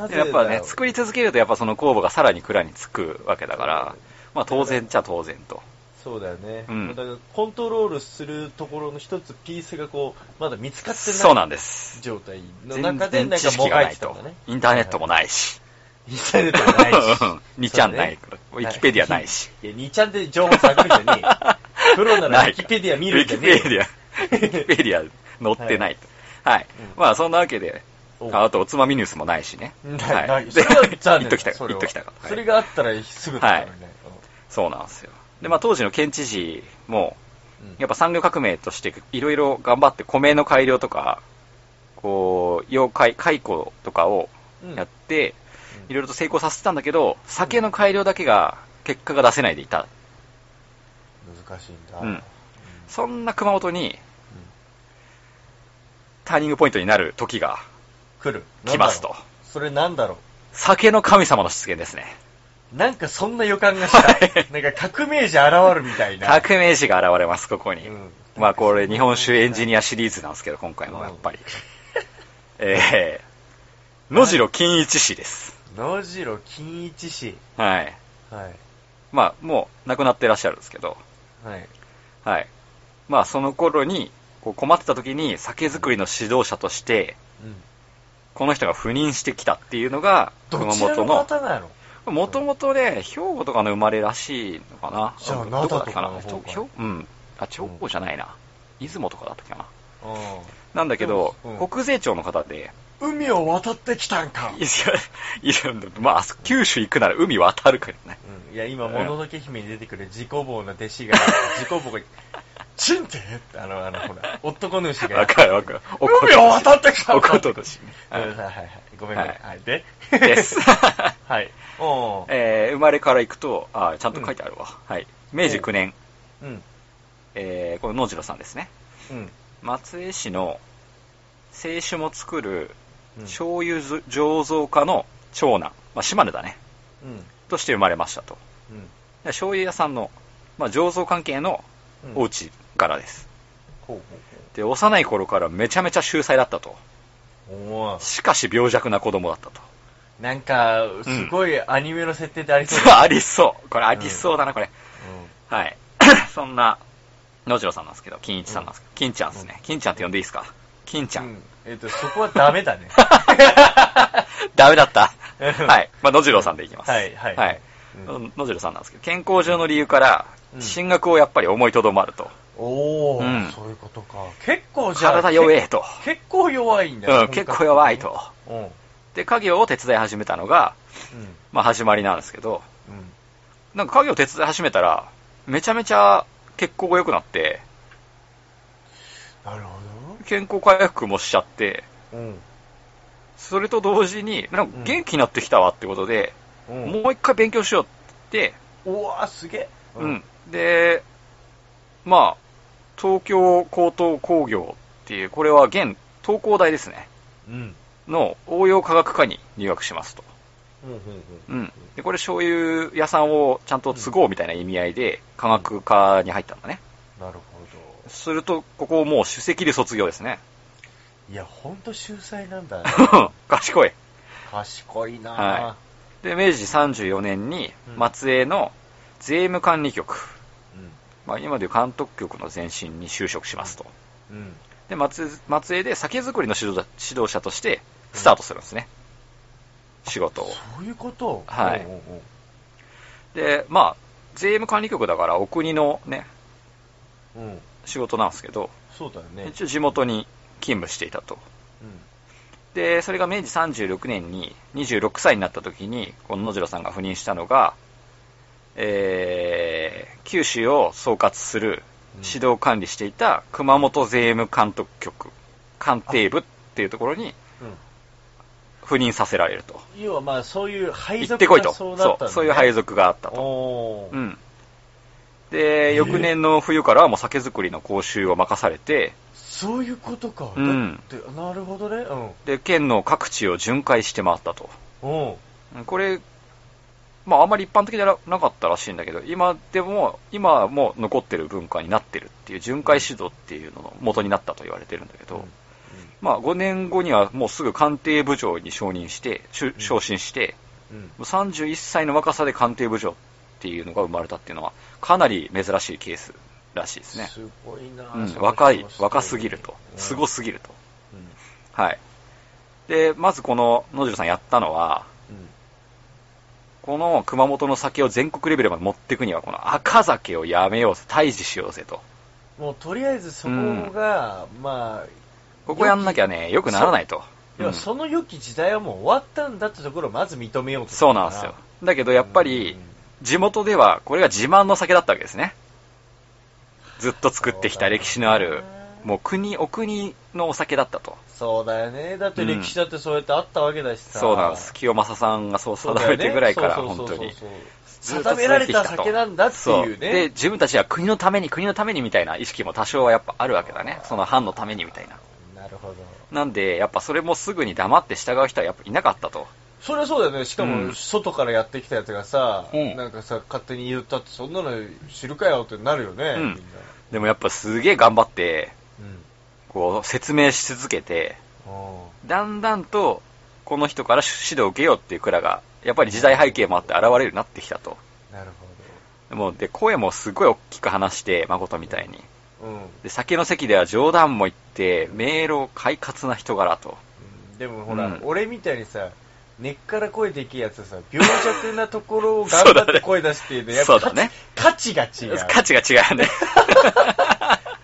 Speaker 2: なぜ
Speaker 3: やっぱ
Speaker 2: だ
Speaker 3: ね
Speaker 2: よ、
Speaker 3: 作り続けると、やっぱその酵母がさらに蔵につくわけだから、まあ当然っちゃ当然と。
Speaker 2: そうだよね、
Speaker 3: うん
Speaker 2: だからコントロールするところの一つピースがこうまだ見つかってない
Speaker 3: そうなんです。
Speaker 2: 状態の
Speaker 3: 全
Speaker 2: 中で
Speaker 3: 然
Speaker 2: なん
Speaker 3: 知
Speaker 2: か
Speaker 3: 識
Speaker 2: も
Speaker 3: が
Speaker 2: がい
Speaker 3: ない
Speaker 2: てたん
Speaker 3: と
Speaker 2: だね。
Speaker 3: インターネットもないし。
Speaker 2: インターネットもな
Speaker 3: *laughs*
Speaker 2: いし
Speaker 3: 2ちゃんないから。ウィキペディアないし。
Speaker 2: いや2ちゃんで情報探るんじゃ
Speaker 3: *laughs*
Speaker 2: ねえよプロならウィキペディア見るんじゃねえ
Speaker 3: ウィキペディア、ウィキペディア載ってないと。はい
Speaker 2: うん。
Speaker 3: まあそんなわけで、
Speaker 2: お
Speaker 3: ああとおつまみニュースもないしね。
Speaker 2: ない、
Speaker 3: は。
Speaker 2: ないい。
Speaker 3: で
Speaker 2: それは
Speaker 3: 言
Speaker 2: 残念
Speaker 3: っときた、
Speaker 2: それ
Speaker 3: 言っ
Speaker 2: は
Speaker 3: ときたかった。
Speaker 2: そ
Speaker 3: は
Speaker 2: れ
Speaker 3: い
Speaker 2: があったらすぐだからね。
Speaker 3: そうなんですよ。で、まあ当時の県知事も、
Speaker 2: うん
Speaker 3: やっぱ産業革命としていろいろ頑張って米の改良とか、こう、妖怪、解雇とかをやって、いろいろと成功させてたんだけど、酒の改良だけが結果が出せないでいた。
Speaker 2: 難しいんだ。
Speaker 3: うん
Speaker 2: うん
Speaker 3: そんな熊本にターニングポイントになる時が
Speaker 2: 来る。
Speaker 3: 来ますと
Speaker 2: なんだろう。それなんだろ
Speaker 3: 酒の神様の出現ですね。
Speaker 2: う。なんかそんな予感がした。なんか革命児現るみたいな。
Speaker 3: 革命児が現れます、ここに。
Speaker 2: うん
Speaker 3: まあこれ日本酒エンジニアシリーズなんですけど、今回もやっぱり。えー、野次郎金一氏です。
Speaker 2: 野次郎金一氏。
Speaker 3: はい。
Speaker 2: はい。
Speaker 3: まあもう亡くなってらっしゃるんですけど、
Speaker 2: はい。
Speaker 3: はい。まあその頃にこう困ってた時に酒造りの指導者として、
Speaker 2: うん。
Speaker 3: この人が赴任してきたっていうのが、
Speaker 2: ど
Speaker 3: 熊
Speaker 2: ちら
Speaker 3: 本
Speaker 2: の
Speaker 3: の、
Speaker 2: 方なの
Speaker 3: もともとね、兵庫とかの生まれらしいのかな。
Speaker 2: じゃあ
Speaker 3: どこだった
Speaker 2: 灘とかの方か
Speaker 3: ひょうん。あ、地方じゃないな。出雲とかだったかな。
Speaker 2: うん
Speaker 3: なんだけど、
Speaker 2: うん
Speaker 3: 国税庁の方で、 *laughs*
Speaker 2: 海を渡ってきたんか
Speaker 3: い。や、いや、まああそこ、九州行くなら海渡るからね。
Speaker 2: うんいや、今、もののけ姫に出てくる自己棒の弟子が、 *laughs* 自己棒が、チンってってあの、あの、ほら、男主が。
Speaker 3: わかるわかる。
Speaker 2: 海を渡ってきた
Speaker 3: おことだし。
Speaker 2: うんはいはいはい。ごめんごめん。
Speaker 3: はい
Speaker 2: はい。で
Speaker 3: です。
Speaker 2: *laughs* はい。おー
Speaker 3: えー生まれから行くと、あーちゃんと書いてあるわ。はい。明治9年、
Speaker 2: うん。
Speaker 3: えーこの野次郎さんですね。
Speaker 2: うん。
Speaker 3: 松江市の清酒も作る
Speaker 2: うん
Speaker 3: 醤油醸造家の長男、まあ、島根だね、
Speaker 2: うん。
Speaker 3: として生まれましたと。
Speaker 2: うん。
Speaker 3: 醤油屋さんの、まあ、醸造関係の
Speaker 2: うん
Speaker 3: お家からです。
Speaker 2: ほうほ
Speaker 3: で、幼い頃からめちゃめちゃ秀才だったと。
Speaker 2: うほう。おー
Speaker 3: しかし病弱な子供だったと。
Speaker 2: なんか、すごいアニメの設定ってありそう
Speaker 3: *laughs*
Speaker 2: だ。
Speaker 3: ありそう。これありそうだな、これ。
Speaker 2: *coughs*
Speaker 3: はい。そんな、野次郎さんなんですけど、金一さんなんですけど、金ちゃんですね。金ちゃんって呼んでいいですか金ち
Speaker 2: う
Speaker 3: ゃ。
Speaker 2: ん。う
Speaker 3: *laughs*
Speaker 2: んん。えっと、そこはダメだね。
Speaker 3: ダメだった。
Speaker 2: うん
Speaker 3: *laughs* はい。まあ、野次郎さんでいきます。
Speaker 2: はいはい
Speaker 3: はい。
Speaker 2: う
Speaker 3: 野次郎さんなんですけど、健康上の理由から、
Speaker 2: うん
Speaker 3: 進学をやっぱり思いとどまると。
Speaker 2: お
Speaker 3: うん
Speaker 2: ー、そういうことか。結構じゃあ。
Speaker 3: 体弱えと。
Speaker 2: け結構弱いんだよ
Speaker 3: うん、結構弱い。と。
Speaker 2: うん。うん。
Speaker 3: で、家業を手伝い始めたのが、まあ、始まりなんですけど、
Speaker 2: うん。
Speaker 3: なんか家業を手伝い始めたら、めちゃめちゃ血行が良くなって、
Speaker 2: なるほ
Speaker 3: 健康回復もしちゃって、
Speaker 2: ど。うん。
Speaker 3: それと同時に、なんか元気になってきたわってことで、
Speaker 2: うん。
Speaker 3: もう一回勉強しようって
Speaker 2: うわー、すげえ。
Speaker 3: 言って、うん。で、まあ、東京高等工業っていう、これは現東工大ですね、
Speaker 2: うん。
Speaker 3: の応用科学科に入学しますと。
Speaker 2: うん。うん。う
Speaker 3: うんん。で、これ醤油屋さんをちゃんと継ごうみたいな意味合いで、科学科に入ったんだね。
Speaker 2: なるほど。
Speaker 3: すると、ここもう首席で卒業ですね。 *laughs*
Speaker 2: いや、ほんと秀才なんだね。
Speaker 3: 賢い。
Speaker 2: 賢いなぁ、
Speaker 3: はで、明治34年に
Speaker 2: うん
Speaker 3: 松江の税務管理局、
Speaker 2: うん。
Speaker 3: まあ、今でいう監督局の前身に就職しますと。
Speaker 2: うん。
Speaker 3: で松松江で酒造りの指導者指導者としてスタートするんですね、仕事を。
Speaker 2: そういうこと
Speaker 3: はい
Speaker 2: うんうんうん
Speaker 3: で、まあ、税務管理局だからお国のね、
Speaker 2: うん。
Speaker 3: 仕事なんですけど、
Speaker 2: そうだよね。
Speaker 3: 一応地元に勤務していたと。で、それが明治36年に26歳になった時に、この野次郎さんが赴任したのが、えー、九州を総括する指導管理していた熊本税務監督局、官邸部っていうところに
Speaker 2: うん。うん。
Speaker 3: 赴任させられると。
Speaker 2: 要はまあ、そういう配
Speaker 3: 行っ
Speaker 2: 属
Speaker 3: てこいと。
Speaker 2: が
Speaker 3: そ
Speaker 2: そううだったんだ、ね。
Speaker 3: そういう配
Speaker 2: 属
Speaker 3: 属があったと。
Speaker 2: おー。
Speaker 3: うん。で、翌年の冬からはもう酒造りの講習を任されて、
Speaker 2: そういうことか。
Speaker 3: うん
Speaker 2: だって、なるほどね。うん。
Speaker 3: で、県の各地を巡回して回ったと。
Speaker 2: おう
Speaker 3: うんこれ、まああんまり一般的じゃなかったらしいんだけど、今でも、今も残ってる文化になってるっていう巡回指導っていうのの元になったと言われてるんだけど、
Speaker 2: うんうん
Speaker 3: まあ、5年後にはもうすぐ官邸部長に承認して、しゅ昇進して、
Speaker 2: うん
Speaker 3: もう31歳の若さで官邸部長っていうのが生まれたっていうのは、かなり珍しいケースらしいですね。
Speaker 2: すごいな、
Speaker 3: うん
Speaker 2: その人
Speaker 3: 若い、若すぎると。すご
Speaker 2: す、
Speaker 3: すぎると。
Speaker 2: うん
Speaker 3: はい。で、まずこの野次郎さんやったのは、
Speaker 2: うん
Speaker 3: この熊本の酒を全国レベルまで持っていくには、この赤酒をやめようぜ、退治しようぜと。
Speaker 2: もうとりあえずそこが、まあ、
Speaker 3: ここやんなきゃね、良くならないと。
Speaker 2: 要
Speaker 3: う
Speaker 2: は
Speaker 3: ん
Speaker 2: その良き時代はもう終わったんだってところをまず認めようと
Speaker 3: そうなんですよ。だけどやっぱり、地元ではこれが自慢の酒だったわけですね。ずっと作ってきた歴史のある、もう国、お国のお酒だったと。
Speaker 2: そうだよね。だって歴史だってそうやってあったわけだしさ。
Speaker 3: そうなんです。清正さんがそう
Speaker 2: そう
Speaker 3: 定
Speaker 2: だよね。
Speaker 3: めてぐらいから、
Speaker 2: そうそ
Speaker 3: 本
Speaker 2: う
Speaker 3: 当
Speaker 2: そうそう
Speaker 3: に。ずっと
Speaker 2: 定められた酒なんだっていう
Speaker 3: そうで、
Speaker 2: ね。
Speaker 3: 自分たちは国のために、国のためにみたいな意識も多少はやっぱあるわけだね。その藩のためにみたいな。
Speaker 2: なるほど。
Speaker 3: なんで、やっぱそれもすぐに黙って従う人はやっぱいなかったと。
Speaker 2: それはそうだよね。しか
Speaker 3: う
Speaker 2: も、
Speaker 3: ん
Speaker 2: 外からやってきたやつがさ、
Speaker 3: うん
Speaker 2: なんかさ、勝手に言ったって、そんなの知るかよってなるよね、
Speaker 3: う
Speaker 2: みん
Speaker 3: ん
Speaker 2: な。
Speaker 3: でもやっぱすげえ頑張って、
Speaker 2: うん
Speaker 3: こう説明し続けて、
Speaker 2: あ
Speaker 3: だんだんとこの人から指導を受けようっていう蔵が、やっぱり時代背景もあって現れるようになってきたと。
Speaker 2: あなる
Speaker 3: もうで、声もすごい大きく話して、誠みたいに。
Speaker 2: ほど。うん。
Speaker 3: で、酒の席では冗談も言って、迷路快活な人柄と。
Speaker 2: うんでもほら、
Speaker 3: うん
Speaker 2: 俺みたいにさ、根っから声できるやつはさ、病弱なところを頑
Speaker 3: *laughs*
Speaker 2: 張って声出してね、やっ
Speaker 3: そ
Speaker 2: ぱ
Speaker 3: うだね
Speaker 2: 価値価値が違
Speaker 3: *laughs*
Speaker 2: う。
Speaker 3: 価値が違うよね。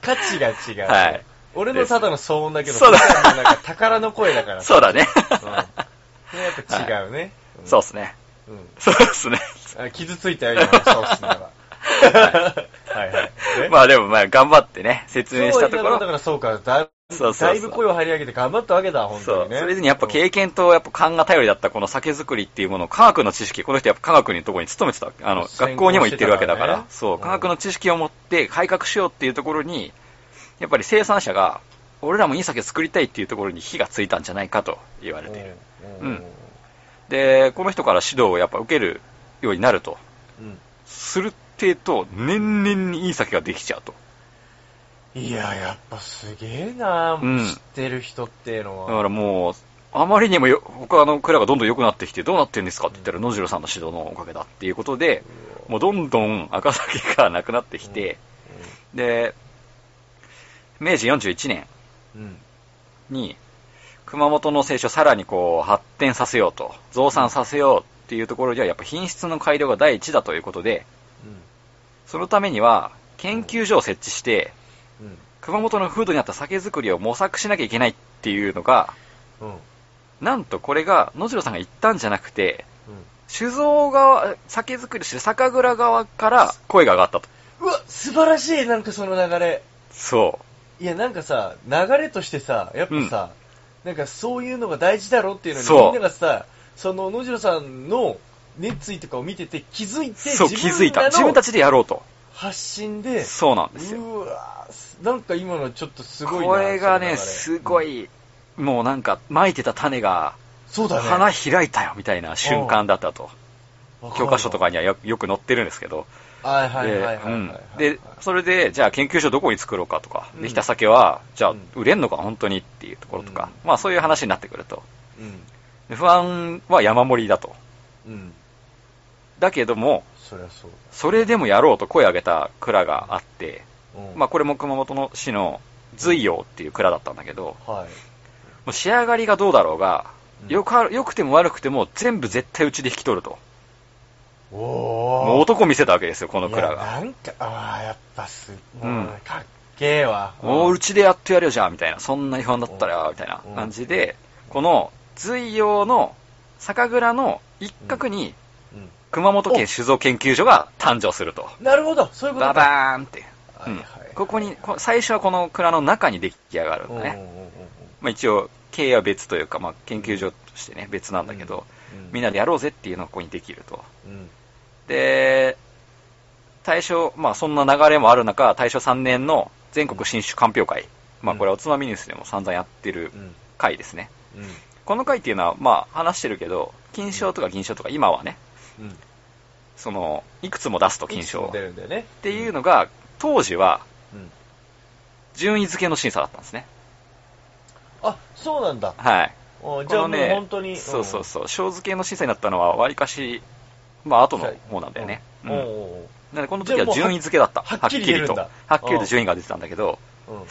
Speaker 2: 価値が違
Speaker 3: *laughs*
Speaker 2: う。
Speaker 3: はい
Speaker 2: 俺のただの騒音だけど、
Speaker 3: そうだ
Speaker 2: 価値のなんか宝の声だからさ。
Speaker 3: *laughs* そうだね。
Speaker 2: うん。やっぱ違うね。ん
Speaker 3: そうっすね。
Speaker 2: うん
Speaker 3: そうっすね。
Speaker 2: あ傷ついたよ、今のそうっ
Speaker 3: *laughs*
Speaker 2: すねは。はいはい。ね
Speaker 3: まあでもまあ頑張ってね、説明したとこ
Speaker 2: そう
Speaker 3: ろ
Speaker 2: だ。からそうか、だ
Speaker 3: そうそうそう
Speaker 2: だいぶ声を張り上げて頑張ったわけだ、本
Speaker 3: そ
Speaker 2: 当
Speaker 3: う。
Speaker 2: にね。
Speaker 3: それにやっぱ
Speaker 2: う
Speaker 3: 経
Speaker 2: ん
Speaker 3: 験とやっぱ勘が頼りだったこの酒造りっていうものを科学の知識、この人やっぱ科学のところに勤めてた、あの、
Speaker 2: 専攻
Speaker 3: 学校にも行ってるわけだから、
Speaker 2: してたからね
Speaker 3: そうう、
Speaker 2: ん
Speaker 3: 科学の知識を持って改革しようっていうところに、やっぱり生産者が、俺らもいい酒作りたいっていうところに火がついたんじゃないかと言われている。
Speaker 2: うんうん
Speaker 3: で、この人から指導をやっぱ受けるようになると、
Speaker 2: うん
Speaker 3: するってと、年々にいい酒ができちゃうと。
Speaker 2: いや、やっぱすげえな、
Speaker 3: うん
Speaker 2: 知ってる人っていうの
Speaker 3: だ
Speaker 2: は。
Speaker 3: からもう、あまりにもよ他の蔵がどんどん良くなってきて、どうなってんですかって言ったら、野次郎さんの指導のおかげだっていうことで、もうどんどん赤崎がなくなってきて、で、明治41年
Speaker 2: うん、うん
Speaker 3: に、熊本の清書をさらにこう発展させようと、増産させようっていうところでは、やっぱ品質の改良が第一だということで、そのためには、研究所を設置して、
Speaker 2: うん、うん
Speaker 3: 熊本の風土に合った酒造りを模索しなきゃいけないっていうのが、
Speaker 2: うん、うん
Speaker 3: なんとこれが野次郎さんが言ったんじゃなくて、酒造側、酒造りしてる酒蔵側から声が上がったと。
Speaker 2: うわ、素晴らしい、なんかその流れ。
Speaker 3: そ
Speaker 2: いや、なんかさ、流れとしてさ、やっぱさ、なんかそういうのが大事だろっていうのに、
Speaker 3: そう
Speaker 2: みんながさ、その野次郎さんの熱意とかを見てて気づいて、
Speaker 3: う。そう、気づいた。自
Speaker 2: 自分
Speaker 3: 分
Speaker 2: ら
Speaker 3: た
Speaker 2: の
Speaker 3: ちでやろうと。
Speaker 2: 発信で、
Speaker 3: そうなんですよ。
Speaker 2: うわーなんか今のちょっとすごいな。
Speaker 3: これが
Speaker 2: その流
Speaker 3: ね、
Speaker 2: れ
Speaker 3: すご。
Speaker 2: うん
Speaker 3: い、もうなんか、撒いてた種が、
Speaker 2: そうだね。
Speaker 3: 花開いたよ、みたいな瞬間だったと。教科書とか
Speaker 2: に。
Speaker 3: にはよよく載ってるんですけど。
Speaker 2: はいはいはいはい
Speaker 3: で、う
Speaker 2: はい
Speaker 3: ん
Speaker 2: はい。
Speaker 3: で、それで、じゃあ研究所どこに作ろうかとか
Speaker 2: う、ん
Speaker 3: できた酒は、じゃ
Speaker 2: う
Speaker 3: あ
Speaker 2: ん
Speaker 3: 売れんのか、本当にっていうところとか、
Speaker 2: う
Speaker 3: まあそういう話になってくると。
Speaker 2: うん。
Speaker 3: で不安は山盛りだと。
Speaker 2: うん。
Speaker 3: だけども、
Speaker 2: そりゃそう
Speaker 3: それでもやろうと声を上げた蔵があって、
Speaker 2: だ。うん
Speaker 3: まあこれも熊本の市の随陽っていう蔵だったんだけど、も
Speaker 2: はい。
Speaker 3: う仕上がりがどうだろうが、
Speaker 2: うん
Speaker 3: よか良くても悪くても全部絶対うちで引き取ると。
Speaker 2: お
Speaker 3: もう
Speaker 2: お。
Speaker 3: 男見せたわけですよ、こ
Speaker 2: こ
Speaker 3: の蔵が。
Speaker 2: なんか、ああ、やっぱす、
Speaker 3: う
Speaker 2: うんん、かっけえわ。
Speaker 3: もうう
Speaker 2: ち。
Speaker 3: ちでやってやるよじゃん、みたいな。そんなに不安だったら
Speaker 2: う
Speaker 3: よ
Speaker 2: ん、
Speaker 3: みたいな感じで、この随陽の酒蔵の一角に
Speaker 2: うん
Speaker 3: 熊本県酒造研究所が誕生すると。
Speaker 2: なるほど、そういうこと
Speaker 3: バ
Speaker 2: か。
Speaker 3: バーンって。
Speaker 2: は
Speaker 3: う
Speaker 2: い
Speaker 3: ん
Speaker 2: はいはい
Speaker 3: ここに、こ最初はこの蔵の中に出来上がるんだね。
Speaker 2: うんうんうんうん
Speaker 3: まあ、一応経営は別というか、まあ、研究所としてね別なんだけど、
Speaker 2: うん
Speaker 3: みんなでやろうぜっていうのがここにできると
Speaker 2: うん。
Speaker 3: で大正、まあ、そんな流れもある中大正3年の全国新酒鑑評会、まあ、これはおつまみニュースでも散々やってる
Speaker 2: うん。
Speaker 3: 会ですね
Speaker 2: うん。
Speaker 3: この会っていうのは、まあ、話してるけど金賞とか銀賞とか今はね
Speaker 2: うん。
Speaker 3: そのいくつも出すと金賞
Speaker 2: いつも出るんだよね。
Speaker 3: っていうのが当時は
Speaker 2: うん。
Speaker 3: 順位付けの審査だったんですね
Speaker 2: あ、そうなんだ。
Speaker 3: はい。
Speaker 2: うん
Speaker 3: こ
Speaker 2: じゃあ
Speaker 3: の
Speaker 2: もう
Speaker 3: ね、
Speaker 2: 本当に。
Speaker 3: そうそうそ
Speaker 2: そ
Speaker 3: う、小図系の審査になったのは、わりかし、まあ、後の方なんだよね。うん。
Speaker 2: おう
Speaker 3: な
Speaker 2: おう
Speaker 3: ので、この時は順位付けだった。
Speaker 2: じゃあもうはっきり
Speaker 3: と。
Speaker 2: は
Speaker 3: は
Speaker 2: っき
Speaker 3: っきり
Speaker 2: り出るんだ
Speaker 3: と順位が出てたんだけど、
Speaker 2: おううん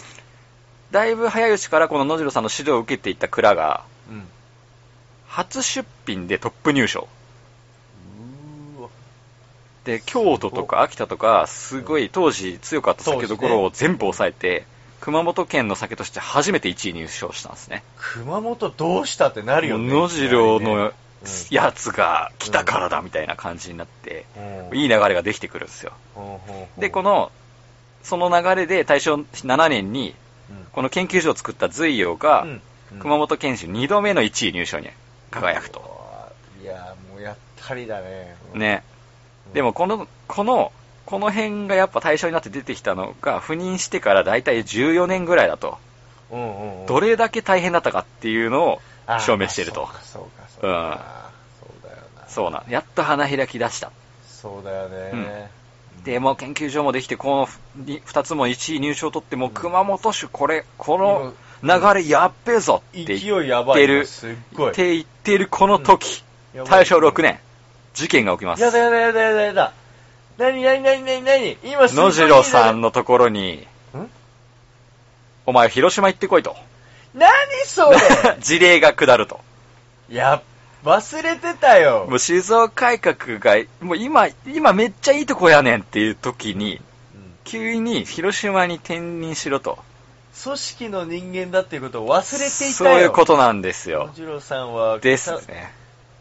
Speaker 3: だいぶ早いうちからこの野次郎さんの指導を受けていった蔵が、
Speaker 2: うん。
Speaker 3: 初出品でトップ入賞。
Speaker 2: うーわ
Speaker 3: で、京都とか秋田とか、すごい当時強かった酒どころを全部抑えて、熊本県の酒として初めて1位入賞したんですね。
Speaker 2: 熊本どうしたってなるよね。
Speaker 3: 野次郎
Speaker 2: い
Speaker 3: の
Speaker 2: き
Speaker 3: やつが来たからだみたいな感じになって、
Speaker 2: なりねうん
Speaker 3: いい流れができてくるんですよ。
Speaker 2: ほうほうほう
Speaker 3: で、こ、の、その流れで大正7年に、
Speaker 2: うん
Speaker 3: この研究所を作った随陽が、熊
Speaker 2: 本
Speaker 3: 本県市2度目の1位入賞に輝くと。。
Speaker 2: いやーもうやったりだね。うん。
Speaker 3: ね。
Speaker 2: うん
Speaker 3: でも、この、この、この辺がやっぱ対象になって出てきたのが、赴任してから大体14年ぐらいだと、
Speaker 2: うんうんうん
Speaker 3: どれだけ大変だったかっていうのを
Speaker 2: あー
Speaker 3: 証明してると。
Speaker 2: そうか、そうか、そうか。そうだよな。
Speaker 3: そうなん。やっと花開き出した。
Speaker 2: そうだよね。
Speaker 3: で、もう研究所もできて、この2つも1位入賞取って、もう熊本市これ、この流れやっべえぞって
Speaker 2: 勢
Speaker 3: 言
Speaker 2: いや
Speaker 3: っ
Speaker 2: ばい
Speaker 3: て
Speaker 2: な。
Speaker 3: る、
Speaker 2: すっ
Speaker 3: 言
Speaker 2: ご
Speaker 3: っ
Speaker 2: い。
Speaker 3: て言ってるこの時、
Speaker 2: やばい
Speaker 3: 大正6年、事件が起きます。
Speaker 2: やだやだやだやだやだ。なになになになになに今すごい
Speaker 3: 野次郎さんのところに、
Speaker 2: ん
Speaker 3: お前広島行ってこいと。
Speaker 2: 何そ
Speaker 3: *laughs*
Speaker 2: れ
Speaker 3: 事例が下ると。
Speaker 2: や、忘れてたよ
Speaker 3: も。う静岡改革が、もう今、今めっちゃいいとこやねんっていう時に、
Speaker 2: うん
Speaker 3: 急に広島に転任しろと。
Speaker 2: 組織の人間だっていうことを忘れていた
Speaker 3: そう
Speaker 2: よ。
Speaker 3: いうこととなんですよ
Speaker 2: 野。次郎さんは、
Speaker 3: です
Speaker 2: さ
Speaker 3: ね。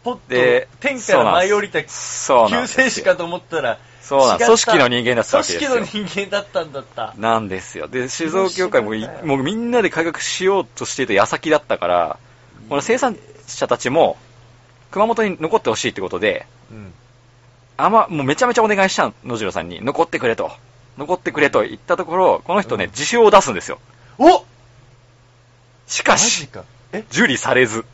Speaker 2: ポッ
Speaker 3: で
Speaker 2: と天から舞い降りた
Speaker 3: そうなん
Speaker 2: 救
Speaker 3: ですよ
Speaker 2: 世主かと思ったら、
Speaker 3: そうなん
Speaker 2: 違
Speaker 3: 組織の人間だったわけですよ
Speaker 2: 組織の人間だったんだった。
Speaker 3: なんですよ。で、静岡協会もい
Speaker 2: 広島だよ
Speaker 3: もうみんなで改革しようとしていた矢先だったから、この生産者たちも、熊本に残ってほしいってことで、
Speaker 2: うん。
Speaker 3: あんま、もうめちゃめちゃお願いしたの野次郎さんに、残ってくれと。残ってくれと言ったところ、この人ね、自称を出すんですよ。
Speaker 2: お
Speaker 3: し
Speaker 2: マ
Speaker 3: か
Speaker 2: ジ
Speaker 3: し、
Speaker 2: か。え
Speaker 3: 受理されず、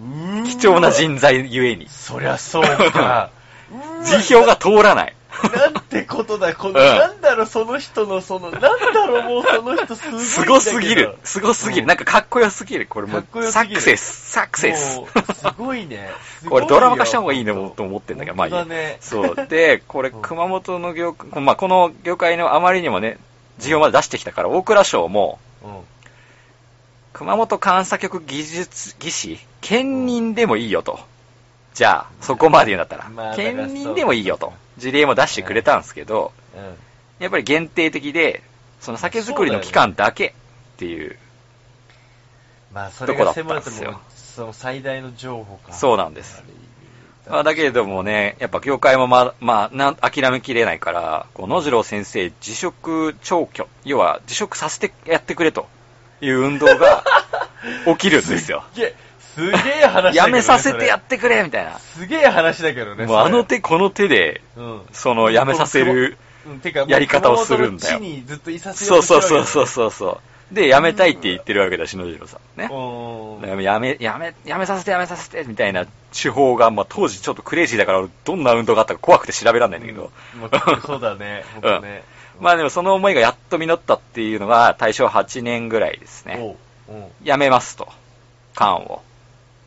Speaker 2: うー
Speaker 3: 貴重な人材ゆえに、
Speaker 2: そりゃそうか。
Speaker 3: *laughs*
Speaker 2: うーわ
Speaker 3: 辞表が通らない。
Speaker 2: なんてことだ、この、
Speaker 3: うん
Speaker 2: なんだろう、その人の、その、なんだろう、もうその人すごいんだけど。
Speaker 3: すごすぎる。すごすぎ
Speaker 2: う
Speaker 3: る。
Speaker 2: ん
Speaker 3: なんかかっこよすぎる。これも
Speaker 2: かっこよ
Speaker 3: う、
Speaker 2: す
Speaker 3: サ
Speaker 2: ぎる
Speaker 3: クセス。サクセス
Speaker 2: も。うすごいね。すご
Speaker 3: *laughs* こ
Speaker 2: い
Speaker 3: れド
Speaker 2: よ
Speaker 3: ラマ化した方がいいねと思ってんだけど、まあいい
Speaker 2: 本当だね
Speaker 3: や。そう。で、これ
Speaker 2: うん
Speaker 3: 熊本の業界、まあこの業界のあまりにもね、事業まで出してきたから、大蔵省も、
Speaker 2: *laughs* うん
Speaker 3: 熊本監査局技術技師兼任でもいいよと。じゃあ、そこまで言うんだったら。
Speaker 2: まあだから
Speaker 3: 兼任でもいいよと。事例も出してくれたんですけど、
Speaker 2: うん
Speaker 3: やっぱり限定的で、その酒造りの期間だけっていう、
Speaker 2: まあ、そ
Speaker 3: と
Speaker 2: れ
Speaker 3: こだ
Speaker 2: が
Speaker 3: ったん
Speaker 2: 迫ると
Speaker 3: ですよ
Speaker 2: もう、その最大の情報か。
Speaker 3: そうなんです
Speaker 2: ある意味。
Speaker 3: まあ、だけれどもね、やっぱ業界もま、まあ、なん諦めきれないから、こう野次郎先生、辞職調挙、要は辞職させてやってくれという運動
Speaker 2: *laughs*
Speaker 3: が起きるんですよ。
Speaker 2: すげえ、すげえ話だけどね
Speaker 3: やめさせてやっ
Speaker 2: そ
Speaker 3: てくれみたいな
Speaker 2: れ。すげえ話だけどね。
Speaker 3: もうあの
Speaker 2: それ、
Speaker 3: 手この手で、
Speaker 2: うん
Speaker 3: そのやめさせる、
Speaker 2: うんてか
Speaker 3: やり方をするんだよ
Speaker 2: 熊本の地にずっといさせよ
Speaker 3: そうう
Speaker 2: とし
Speaker 3: そ
Speaker 2: て
Speaker 3: う
Speaker 2: るわけだ
Speaker 3: そ
Speaker 2: よ
Speaker 3: うそうそうそう。で、やめたいって言ってるわけだし、野次郎さんね。
Speaker 2: うん
Speaker 3: だからやめ、やめ、やめさせてやめさせてみたいな手法が、まあ当時ちょっとクレイジーだから、どんな運動があったか怖くて調べられないんだけど。
Speaker 2: うんまあちょっとそうだね
Speaker 3: う、ん
Speaker 2: 本当ね。
Speaker 3: まあでもその思いがやっと実ったっていうのが大正8年ぐらいですね。
Speaker 2: おううん
Speaker 3: やめますと。缶を。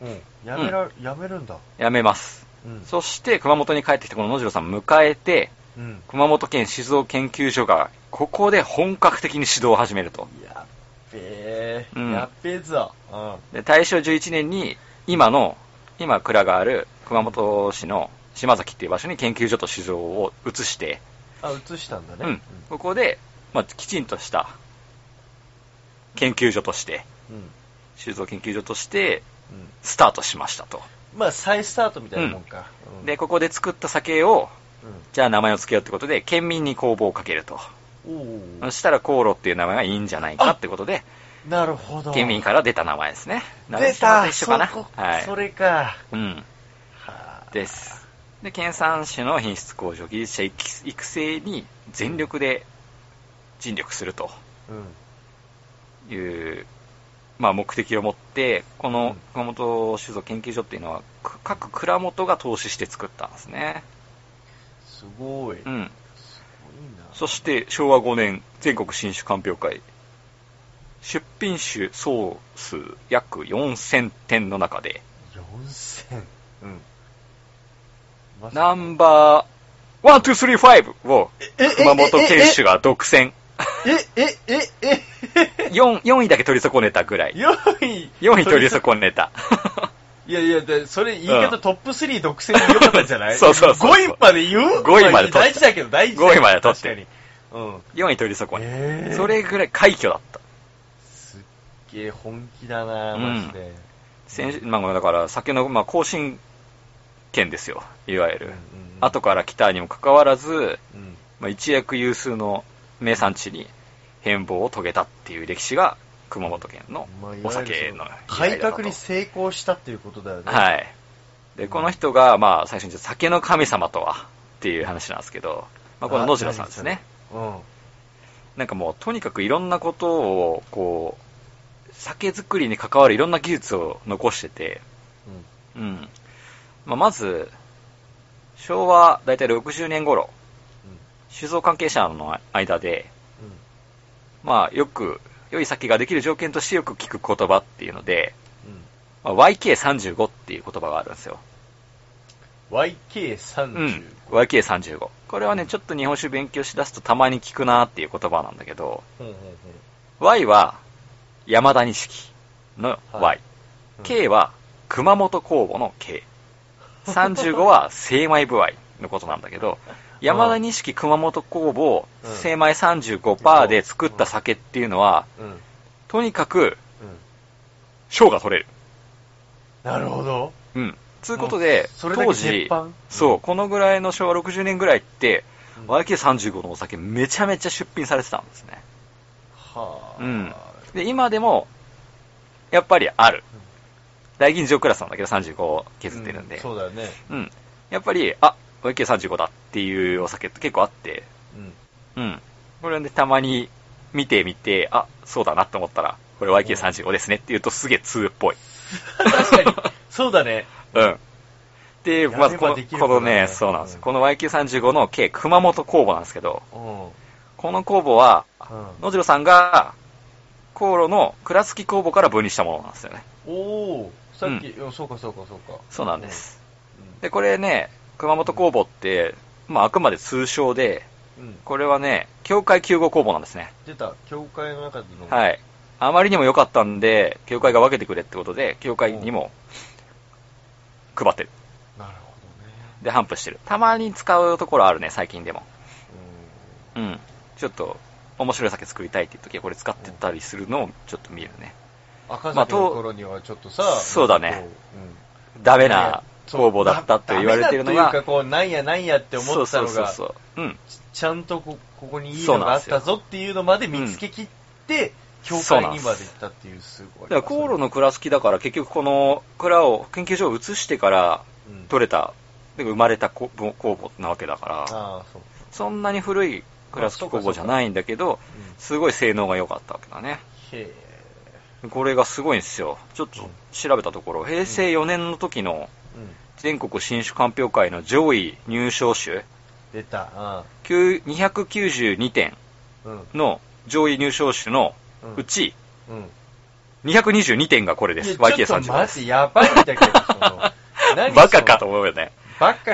Speaker 2: うんやめら、やめるんだ。
Speaker 3: やめます。
Speaker 2: うん。
Speaker 3: そして熊本に帰ってきたこの野次郎さんを迎えて、
Speaker 2: うん。
Speaker 3: 熊本県静岡研究所が、ここで本格的に指導を始めると。
Speaker 2: やっべ
Speaker 3: う
Speaker 2: え。
Speaker 3: ん
Speaker 2: やっべえぞ。うん。
Speaker 3: で、大正11年に、今の、今蔵がある熊本市の島崎っていう場所に研究所と指導を移して、
Speaker 2: あ、映したんだね。
Speaker 3: うん、ここで、まあ、きちんとした研究所として、
Speaker 2: うん。うん。
Speaker 3: 修造研究所として
Speaker 2: うん
Speaker 3: スタートしましたと。
Speaker 2: まあ、再スタートみたいなもんか。うん
Speaker 3: で、ここで作った酒を、
Speaker 2: う
Speaker 3: じゃあ名前を付けようってことで、県民に工房をかけると。
Speaker 2: ん。お
Speaker 3: そしたら、航路っていう名前がいいんじゃないかってことで、
Speaker 2: お。なるほど。
Speaker 3: 県民から出た名前ですね。
Speaker 2: 出
Speaker 3: なるほど
Speaker 2: た
Speaker 3: 一緒かな。
Speaker 2: そこ
Speaker 3: はい
Speaker 2: そ。れか。
Speaker 3: うん。
Speaker 2: はあ
Speaker 3: です。で、県産種の品質向上、技術者育育成に全力で尽力すると。
Speaker 2: うん。
Speaker 3: いう、まあ、目的を持って、こ
Speaker 2: うん
Speaker 3: の熊本酒造研究所っていうのは、く各蔵元が投資して作ったんですね。
Speaker 2: すごい。す
Speaker 3: う
Speaker 2: ごい
Speaker 3: ん。
Speaker 2: な。
Speaker 3: そして、昭和5年、全国新酒鑑評会、出品種総数約4000点の中で、
Speaker 2: 4000。うん。まさか
Speaker 3: ナンバー、ワン、ツー、スリー、ファイブを、
Speaker 2: ええ
Speaker 3: 熊本県主が独占。
Speaker 2: え、え、え、え、 *laughs*
Speaker 3: 4、4位だけ取り損ねたぐらい。
Speaker 2: 4位。
Speaker 3: 4位取り損ねた。 *laughs*
Speaker 2: いやいや、でそれ言い方トップ3独占でよかったんじゃない
Speaker 3: そうそうそう
Speaker 2: 5位まで言う
Speaker 3: 五位まで取った
Speaker 2: 大事だけど、大事だ
Speaker 3: 五位まで取って
Speaker 2: 確かに。うん。
Speaker 3: 4位取り損ね
Speaker 2: え
Speaker 3: た。
Speaker 2: ー
Speaker 3: それぐらい快挙だった。
Speaker 2: すっげえ本気だなマジで。
Speaker 3: 先まあ、だから、先の、まあ、更新権ですよ。いわゆる。
Speaker 2: うんうんうん
Speaker 3: 後から来たにもかかわらず、
Speaker 2: うん。
Speaker 3: まあ、一躍有数の名産地に変貌を遂げたっていう歴史が、熊本県の
Speaker 2: まあいわゆる
Speaker 3: お酒の由
Speaker 2: そ
Speaker 3: 来
Speaker 2: 改
Speaker 3: だったと
Speaker 2: 革に成功したっていうことだよね。
Speaker 3: はい。で、この人が、まあ、最初に酒の神様とはっていう話なんですけど、まあ、この野次郎さんですね。
Speaker 2: うん。
Speaker 3: なんかもう、とにかくいろんなことを、こう、酒造りに関わるいろんな技術を残してて、うん。まあ、まず、昭和だいたい60年頃、酒造関係者の間で、まあ、よく、良い酒ができる条件としてよく聞く言葉っていうので、まあ YK35 っていう言葉があるんですよ。う
Speaker 2: YK30
Speaker 3: ん。。YK35。これはね、ちょっと日本酒勉強しだすとたまに聞くなっていう言葉なんだけど、
Speaker 2: うんうんうん
Speaker 3: Y は山田錦の Y、
Speaker 2: はいうん
Speaker 3: K は熊本工房の K、35は精米部合のことなんだけど、山田錦熊本工房
Speaker 2: うん
Speaker 3: 精米35%で作った酒っていうのは、
Speaker 2: うんうん。
Speaker 3: とにかく賞が取れる。
Speaker 2: なるほど。
Speaker 3: うん。つうことで、
Speaker 2: それだけ
Speaker 3: 当
Speaker 2: 鉄
Speaker 3: 時
Speaker 2: 板、
Speaker 3: そう、このぐらいの昭和60年ぐらいって、
Speaker 2: うん
Speaker 3: YK35 のお酒めちゃめちゃ出品されてたんですね。
Speaker 2: はあ。
Speaker 3: うん。で、今でも、やっぱりある。大吟醸クラスなんだけど、35削ってるんで。
Speaker 2: う
Speaker 3: う
Speaker 2: そうだよね。
Speaker 3: ん。やっぱり、あ、YK35 だっていうお酒って結構あって、
Speaker 2: うん。
Speaker 3: うん。これでたまに見てみて、あ、そうだなと思ったら、これ YK35 ですねって言うとすげえ2っぽい。
Speaker 2: 確かに。そうだね。
Speaker 3: うん。で、ま
Speaker 2: や
Speaker 3: あ、
Speaker 2: れ
Speaker 3: こ
Speaker 2: ば
Speaker 3: の
Speaker 2: できる
Speaker 3: この
Speaker 2: ことだ
Speaker 3: ね、
Speaker 2: ね
Speaker 3: そうなんです。
Speaker 2: うん
Speaker 3: この YK35 の K 熊本工房なんですけど、
Speaker 2: うん。
Speaker 3: この工房は、
Speaker 2: うん
Speaker 3: 野次郎さんが、航路の倉敷工房から分離したものなんですよね。
Speaker 2: おお、さっき、うんそうかそうかそうか。
Speaker 3: そうなんです。
Speaker 2: うん。
Speaker 3: で、これね、熊本工房って、まあ、あくまで通称で、
Speaker 2: うん、うん
Speaker 3: これはね、教会9号工房なんですね。
Speaker 2: 出た、教会の中での。い。
Speaker 3: はい。あまりにも良かったんで、教会が分けてくれってことで、教会にも配ってる。
Speaker 2: なるほどね。
Speaker 3: で、頒布してる。たまに使うところあるね、最近でも。うん。ちょっと、面白い酒作りたいっていう時はこれ使ってたりするのをちょっと見えるね。
Speaker 2: うん。赤
Speaker 3: まあ
Speaker 2: 崎
Speaker 3: と
Speaker 2: の頃にはちょっとさ、
Speaker 3: そうだね
Speaker 2: なんかこう。うん
Speaker 3: ダメな
Speaker 2: そう
Speaker 3: 工房だったと言われてるの
Speaker 2: ダメだと
Speaker 3: が、
Speaker 2: いうか、こう、なんやなんやって思ってた
Speaker 3: そう
Speaker 2: のが、
Speaker 3: そうそうそう。うん。
Speaker 2: ちゃんとこここにいいのがあったぞっていうのまで見つけきって、
Speaker 3: うん
Speaker 2: 教会にまで行ったっていう、すごい。
Speaker 3: だから航路の蔵好きだから結局この蔵を研究所を移してから
Speaker 2: うん
Speaker 3: 取れた、で生まれたこぼ工房なわけだから
Speaker 2: ああ、そう。
Speaker 3: そんなに古い蔵好き工房じゃないんだけど
Speaker 2: うん
Speaker 3: すごい性能が良かったわけだね
Speaker 2: へ
Speaker 3: これがすごいんですよちょっと調べたところ平成4年の時の
Speaker 2: え。うん。
Speaker 3: 全国新酒鑑評会の上位入賞酒
Speaker 2: 出た。
Speaker 3: 9 292点
Speaker 2: うん。うん。
Speaker 3: の上位入賞酒のうち
Speaker 2: うん。
Speaker 3: 222点がこれで
Speaker 2: いや
Speaker 3: す
Speaker 2: ちょっと
Speaker 3: YK35 で
Speaker 2: マ
Speaker 3: す
Speaker 2: ジやばいんだけど、その
Speaker 3: *laughs*
Speaker 2: 何
Speaker 3: バカかと
Speaker 2: その
Speaker 3: 思うよね
Speaker 2: バカ。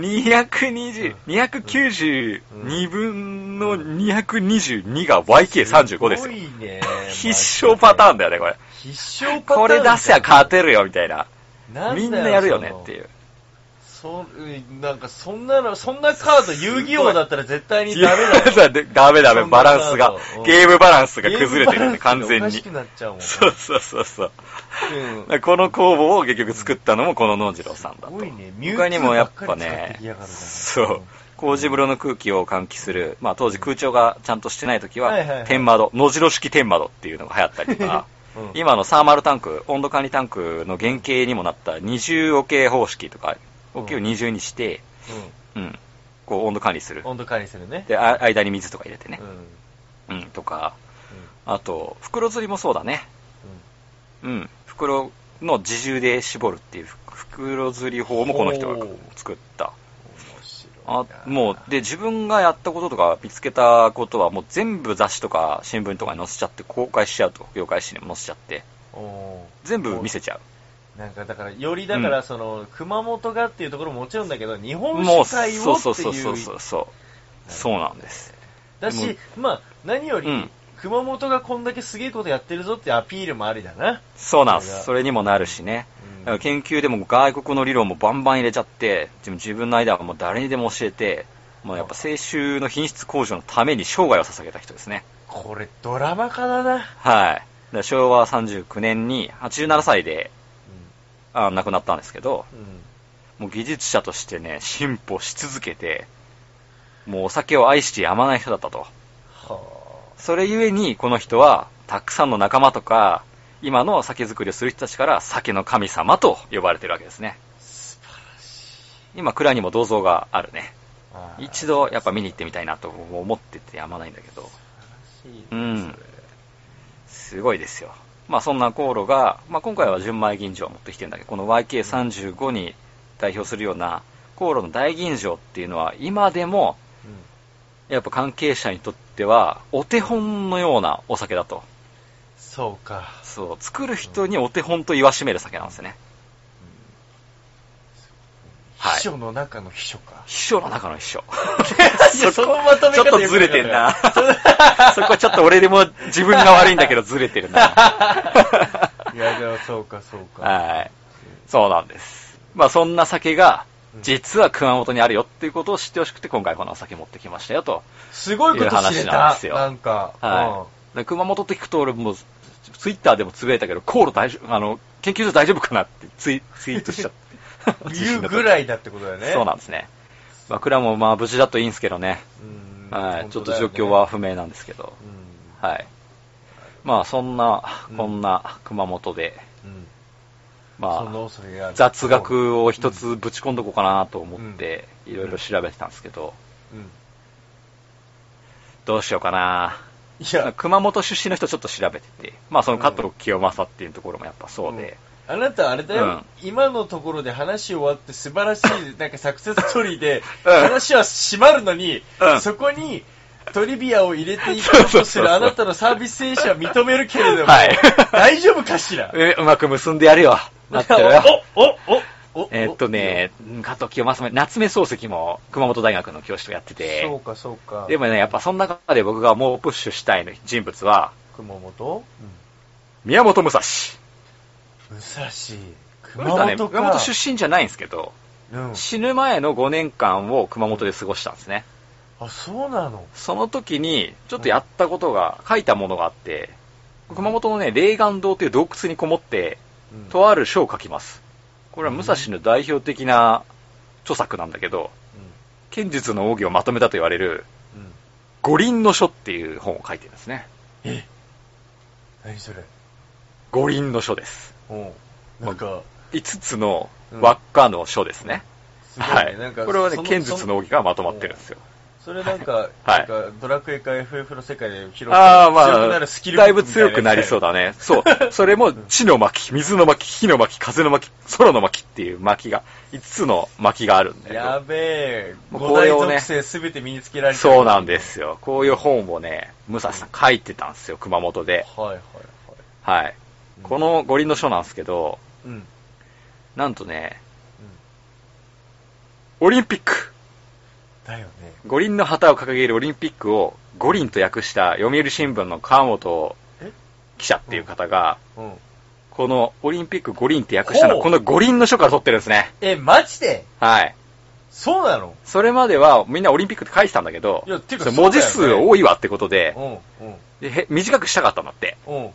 Speaker 3: 220
Speaker 2: うん
Speaker 3: 292分の222が YK35 です
Speaker 2: す
Speaker 3: よ
Speaker 2: ご。いね。
Speaker 3: *laughs* 必勝パターン
Speaker 2: だ。
Speaker 3: だよね、これ。
Speaker 2: 必勝パター
Speaker 3: *laughs* こ
Speaker 2: ン。
Speaker 3: れ出せば勝てるよ、みたいな。
Speaker 2: なんだ
Speaker 3: み
Speaker 2: よ
Speaker 3: んなやるよねっていう。
Speaker 2: そのそうんなんかそんなの、そんなカード遊戯王だったら絶対にダメだよ。
Speaker 3: だ *laughs* ダメダメ、
Speaker 2: そんな
Speaker 3: バランスが
Speaker 2: うん。
Speaker 3: ゲームバランスが崩れてるよね、
Speaker 2: ゲーム
Speaker 3: 完
Speaker 2: バランス
Speaker 3: 全
Speaker 2: おか
Speaker 3: に
Speaker 2: し。くなっちゃうもん。
Speaker 3: そうそうそうそう。
Speaker 2: うん
Speaker 3: だからこの工房を結局作ったのもこの野次郎さんだと。
Speaker 2: すごいね。ミュウツ
Speaker 3: 他にも
Speaker 2: ー
Speaker 3: や
Speaker 2: ばっ
Speaker 3: っ
Speaker 2: か
Speaker 3: ぱ
Speaker 2: り使って
Speaker 3: ね
Speaker 2: きやがるな、
Speaker 3: そう。麹風呂の空気を換気する、まあ当時空調がちゃんとしてない時
Speaker 2: はいはいは
Speaker 3: は、
Speaker 2: い
Speaker 3: 天窓、野次郎式天窓っていうのが流行ったりとか
Speaker 2: うん、
Speaker 3: 今のサーマルタンク、温度管理タンクの原型にもなった二重桶方式とか、桶を二重にして、うん、こう温度管理する
Speaker 2: うん。。温度管理するね。
Speaker 3: で、あ間に水とか入れて
Speaker 2: うん
Speaker 3: ね
Speaker 2: う。ん。
Speaker 3: うん、とか、あと、袋釣りもそうだね。うん、袋の自重で絞るっていう袋釣り法もこの人が作った。
Speaker 2: 面白い。
Speaker 3: あもうで自分がやったこととか見つけたことはもう全部雑誌とか新聞とかに載せちゃって公開しちゃうと業界誌にも載せちゃって
Speaker 2: おー
Speaker 3: 全部見せちゃ
Speaker 2: なんかだから、よりだか
Speaker 3: う
Speaker 2: ら、その、熊本がっていうところももちろんだけど、日
Speaker 3: う
Speaker 2: 本
Speaker 3: もう
Speaker 2: 史会
Speaker 3: そ
Speaker 2: を
Speaker 3: う
Speaker 2: って
Speaker 3: そうそうそう
Speaker 2: い
Speaker 3: そうう。そうそうなんです
Speaker 2: だ
Speaker 3: でも
Speaker 2: し、まあ、何より、
Speaker 3: うん
Speaker 2: 熊本がこんだけすげえことやってるぞってアピールもありだな。
Speaker 3: そうなんで
Speaker 2: それ
Speaker 3: す
Speaker 2: が
Speaker 3: それにもなるしね
Speaker 2: うん
Speaker 3: だから研究でも外国の理論もバンバン入れちゃって自分自分の間はもう誰にでも教えてもうやっぱ青春の品質向上のために生涯を捧げた人ですね
Speaker 2: これ、ドラマ化だ
Speaker 3: はいだ
Speaker 2: な。
Speaker 3: から昭和39年に87歳であ亡くなったんですけど
Speaker 2: うん。うん。
Speaker 3: もう技術者としてね、進歩し続けて、もうお酒を愛してやまない人だったと。
Speaker 2: は
Speaker 3: それゆえに、この人は、たくさんの仲間とか、今の酒造りをする人たちから酒の神様と呼ばれてるわけですね。
Speaker 2: あ、素晴らしい。
Speaker 3: 今、蔵にも銅像があるね。
Speaker 2: あー
Speaker 3: 一度、やっぱ見に行ってみたいなと僕も思っててやまないんだけど、
Speaker 2: 素晴らしいね
Speaker 3: うん
Speaker 2: それ
Speaker 3: すごいですよ。まあそんな航路が、まあ今回は純米吟醸を持ってきてるんだけど、この YK35 に代表するような航路の大吟醸っていうのは今でも
Speaker 2: うん
Speaker 3: やっぱ関係者にとっては、お手本のようなお酒だと。
Speaker 2: そうか。
Speaker 3: そう、作る人にお手本と言わしめる酒なんですよね。はい
Speaker 2: 秘書の中の秘書か。
Speaker 3: 秘書の中の秘書。
Speaker 2: そこまとめ
Speaker 3: ちょ
Speaker 2: 方
Speaker 3: っとずれてんな。そこちょっと俺でも自分が悪いんだけどずれてるな。
Speaker 2: いや、でもそうか、そうか。
Speaker 3: はい。そうなんです。まあそんな酒が、実は熊本にあるよっていうことを知ってほしくて今回このお酒持ってきましたよと。
Speaker 2: すごい
Speaker 3: い
Speaker 2: こと知れ
Speaker 3: う話なん
Speaker 2: た
Speaker 3: です。よ
Speaker 2: なんか、
Speaker 3: はい。だから熊本って聞くと俺もう、ツイッターでもつぶやいたけど、航路大丈夫、あの、研究所大丈夫かなってツイツイートしちゃっ
Speaker 2: う
Speaker 3: て。
Speaker 2: ん言うぐら
Speaker 3: い
Speaker 2: いだってことだよね。
Speaker 3: *laughs* そうなんですね。僕らもまあ無事だといいんですけどね。
Speaker 2: うん
Speaker 3: はい。ちょ
Speaker 2: 本
Speaker 3: っ
Speaker 2: 当
Speaker 3: と
Speaker 2: だ
Speaker 3: 状
Speaker 2: よね
Speaker 3: 況は不明なんですけど。
Speaker 2: う
Speaker 3: はい。まあそんな
Speaker 2: う、ん
Speaker 3: こんな熊本で、
Speaker 2: んうんそんな
Speaker 3: まあ、
Speaker 2: 恐れがある
Speaker 3: 雑学を一つぶち込んどこうかなと思って、いろいろ調べてたんですけど、
Speaker 2: うん
Speaker 3: どうしようかな。
Speaker 2: いや、
Speaker 3: 熊本出身の人ちょっと調べてて、まあその加藤清正っていうところもやっぱそうで、
Speaker 2: あなたあれだよ、今のところで話終わって素晴らし
Speaker 3: *laughs*
Speaker 2: い、なんかサクセスストーリーで、
Speaker 3: うん
Speaker 2: 話は閉まるのに、
Speaker 3: うん
Speaker 2: そこにトリビアを入
Speaker 3: *laughs*
Speaker 2: れていこうとするあなたのサービス精神は認めるけれども、
Speaker 3: はい
Speaker 2: *laughs* 大丈夫か
Speaker 3: *laughs*
Speaker 2: しら
Speaker 3: えうまく結んでやるよ。なってるよ。
Speaker 2: お、お、お、お、
Speaker 3: えーっとね、うん加藤清正も、夏目漱石も熊本大学の教師をやってて
Speaker 2: そ、うかそうか。
Speaker 3: でもね、やっぱその中で僕がもうプッシュしたい人物は、
Speaker 2: 熊本、
Speaker 3: 宮本武蔵。
Speaker 2: 武蔵、
Speaker 3: こ
Speaker 2: 熊
Speaker 3: の人はね、
Speaker 2: 本か。
Speaker 3: 熊本出身じゃないんですけど、
Speaker 2: うん。
Speaker 3: 死ぬ前の5年間を熊本で過ごしたんですね。
Speaker 2: あ、そうなの
Speaker 3: その時に、ちょっとやったことが、書いたものがあって、熊本のね、霊岩堂という洞窟にこもって、
Speaker 2: うん
Speaker 3: とある書を書きます。これは武蔵の代表的な著作なんだけど、剣術の奥義をまとめたと言われる、
Speaker 2: うん。うん。
Speaker 3: 五輪の書っていう本を書いてるんですね。
Speaker 2: え何それ
Speaker 3: 五輪の書です。
Speaker 2: うん。なんか、
Speaker 3: 5つの輪っかの書ですね。
Speaker 2: すごいね
Speaker 3: はい
Speaker 2: なん。か
Speaker 3: これはね
Speaker 2: そ、の
Speaker 3: 剣術の奥義がまとまってるんですよ。
Speaker 2: それなんか、
Speaker 3: はい
Speaker 2: なんかドラクエか FF の世界で広く
Speaker 3: ああ、ま
Speaker 2: 強くな
Speaker 3: あ
Speaker 2: るスキ、ル
Speaker 3: だいぶ強くなりそう
Speaker 2: だ。
Speaker 3: だね。
Speaker 2: *laughs*
Speaker 3: そう。それも、地の巻、水の巻、火の巻、風の巻、空の巻っていう巻が、5つの巻があるんだ
Speaker 2: や
Speaker 3: よ。
Speaker 2: べえ、
Speaker 3: もう
Speaker 2: 五
Speaker 3: こ
Speaker 2: 大
Speaker 3: れをね
Speaker 2: 属性すべて身につけられてる
Speaker 3: そうなんで。すよ。こういう本をね、武蔵さん書いてたんですよ、熊本で。
Speaker 2: はいはいはい。
Speaker 3: はい。
Speaker 2: うん
Speaker 3: こ、の五輪の書なんですけど、
Speaker 2: うん。うん
Speaker 3: なんとね、オリンピック。
Speaker 2: だよね。
Speaker 3: 五輪の旗を掲げるオリンピックを五輪と訳した読売新聞の川本
Speaker 2: え
Speaker 3: 記者っていう方が、
Speaker 2: うん。
Speaker 3: このオリンピック五輪って訳したのは
Speaker 2: ほ
Speaker 3: こ
Speaker 2: う
Speaker 3: の五輪の書から取ってるんですね。
Speaker 2: え、マジで
Speaker 3: はい。
Speaker 2: そうなの
Speaker 3: それまではみんなオリンピックって書いてたんだけど、
Speaker 2: いやていうか
Speaker 3: それ
Speaker 2: そうだ
Speaker 3: 文
Speaker 2: よ
Speaker 3: 字
Speaker 2: ね
Speaker 3: 数多いわってことで
Speaker 2: うん、うん。
Speaker 3: でへ短くしたかったんだって。
Speaker 2: う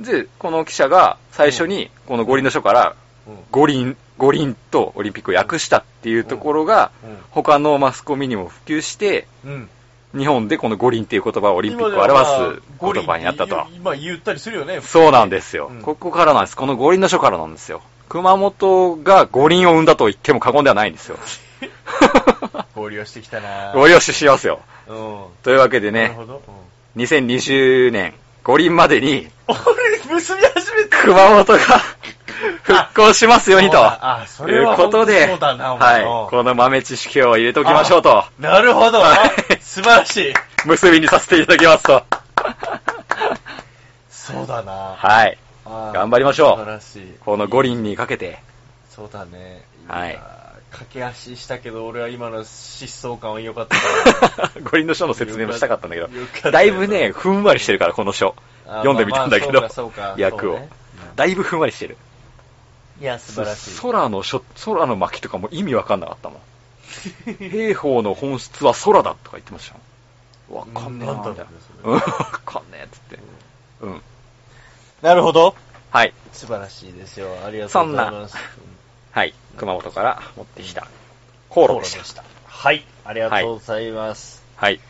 Speaker 2: ん。
Speaker 3: で、この記者が最初にこの五輪の書から
Speaker 2: うん。
Speaker 3: 五輪、五輪とオリンピックを訳したっていうところが
Speaker 2: うんうん、
Speaker 3: 他のマスコミにも普及して、
Speaker 2: うん。
Speaker 3: 日本でこの五輪っていう言葉をオ
Speaker 2: オ
Speaker 3: リンピックを表す言葉になったと。
Speaker 2: 今言ったりするよ
Speaker 3: *laughs*
Speaker 2: ね。
Speaker 3: そうなんですよ、
Speaker 2: うん
Speaker 3: ここからなんです。この五輪の書からなんですよ。熊本が五輪を生んだと言っても過言ではないんです
Speaker 2: *laughs*
Speaker 3: よ。
Speaker 2: 合流してきたな
Speaker 3: ご了承しますよ。
Speaker 2: うん。
Speaker 3: というわけで
Speaker 2: なる
Speaker 3: ね
Speaker 2: ほ、 *laughs* ど。うん。
Speaker 3: 2020年五輪までに
Speaker 2: 俺、結び始めた
Speaker 3: 熊本が復興しますようにと。
Speaker 2: あ、そ
Speaker 3: とい
Speaker 2: れ
Speaker 3: う
Speaker 2: は
Speaker 3: ことで、
Speaker 2: そうだな、お前の
Speaker 3: はい、この豆知識を入れておきましょうと、
Speaker 2: なるほど
Speaker 3: はい。
Speaker 2: 素晴らしい。
Speaker 3: 結びにさせていただきます
Speaker 2: *laughs*
Speaker 3: と。
Speaker 2: そうだな。
Speaker 3: はい、
Speaker 2: あー
Speaker 3: 頑張りましょう
Speaker 2: 素晴らしい。
Speaker 3: この五輪にかけて、
Speaker 2: そうだね。
Speaker 3: はい
Speaker 2: やー。駆け足したけど、俺は今の疾走感は
Speaker 3: *laughs*
Speaker 2: 良かったか
Speaker 3: 五輪の書の説明もしたかったんだ
Speaker 2: よかっ
Speaker 3: け
Speaker 2: た
Speaker 3: ど、だいぶね、ふんわりしてるから、この書。
Speaker 2: ら。
Speaker 3: 読んでみたんだけど
Speaker 2: あーまあまあそうか、そうか。
Speaker 3: 役を
Speaker 2: そうね。
Speaker 3: だいぶふんわりしてる。
Speaker 2: いや、素晴らしい。
Speaker 3: 空の書、空の巻とかも意味わかんなかったもん。兵法の本質は空だとか言ってましたよ。わかんねえなみ
Speaker 2: うんな
Speaker 3: た
Speaker 2: ん
Speaker 3: いな
Speaker 2: だろうねそ
Speaker 3: う
Speaker 2: れ
Speaker 3: んわかんねえっつって。うん。
Speaker 2: なるほど。
Speaker 3: はい。
Speaker 2: 素晴らしいですよ。ありがとうございます。
Speaker 3: そんなはい。熊本から持ってきた。コーロでした。
Speaker 2: た。はい。ありがとうございます。
Speaker 3: はい。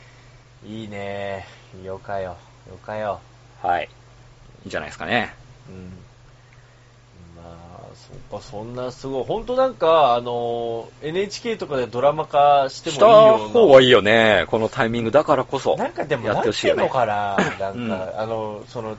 Speaker 2: い、いねよかよ。よかよ。
Speaker 3: はい。いいんじゃないですかね。
Speaker 2: うん。まあ、そっか、そんなすごい。ほんとなんか、あの、NHK とかでドラマ化しても
Speaker 3: し
Speaker 2: いいような。
Speaker 3: た方がいいよね。このタイミングだからこそ。
Speaker 2: なんかでも、
Speaker 3: や
Speaker 2: や
Speaker 3: っ
Speaker 2: ってて
Speaker 3: ほ
Speaker 2: ほ
Speaker 3: し
Speaker 2: し
Speaker 3: い
Speaker 2: い
Speaker 3: よ
Speaker 2: よ、
Speaker 3: ね
Speaker 2: の。かな、なんか、
Speaker 3: うん
Speaker 2: あの、その、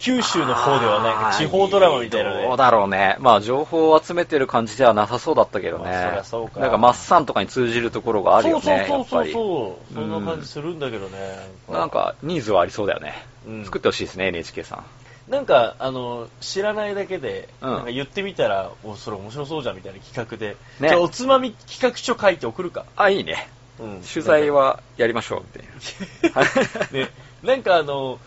Speaker 2: 九州の方ではなんか地方ドラマみたいな
Speaker 3: あー
Speaker 2: ね。
Speaker 3: どうだろうね。まあ、情報を集めてる感じではなさそうだったけどね。
Speaker 2: まあそりゃそうか
Speaker 3: なんか、マッサンとかに通じるところがあるよね。
Speaker 2: そうそうそう
Speaker 3: やっ
Speaker 2: そう。そんな感じするんだけどね。
Speaker 3: ぱりなんか、ニーズはありそうだよね。
Speaker 2: うん
Speaker 3: 作ってほしいですね、NHK さん。
Speaker 2: なんか、あの、知らないだけで、
Speaker 3: うん
Speaker 2: なんか言ってみたら、お、それ面白そうじゃんみたいな企画で。
Speaker 3: ね
Speaker 2: じゃあ、おつまみ企画書書いて送るか。
Speaker 3: あ、いいね。
Speaker 2: うん
Speaker 3: 取材。はやりましょうっていう。
Speaker 2: なんか *laughs* ね、なんかあの、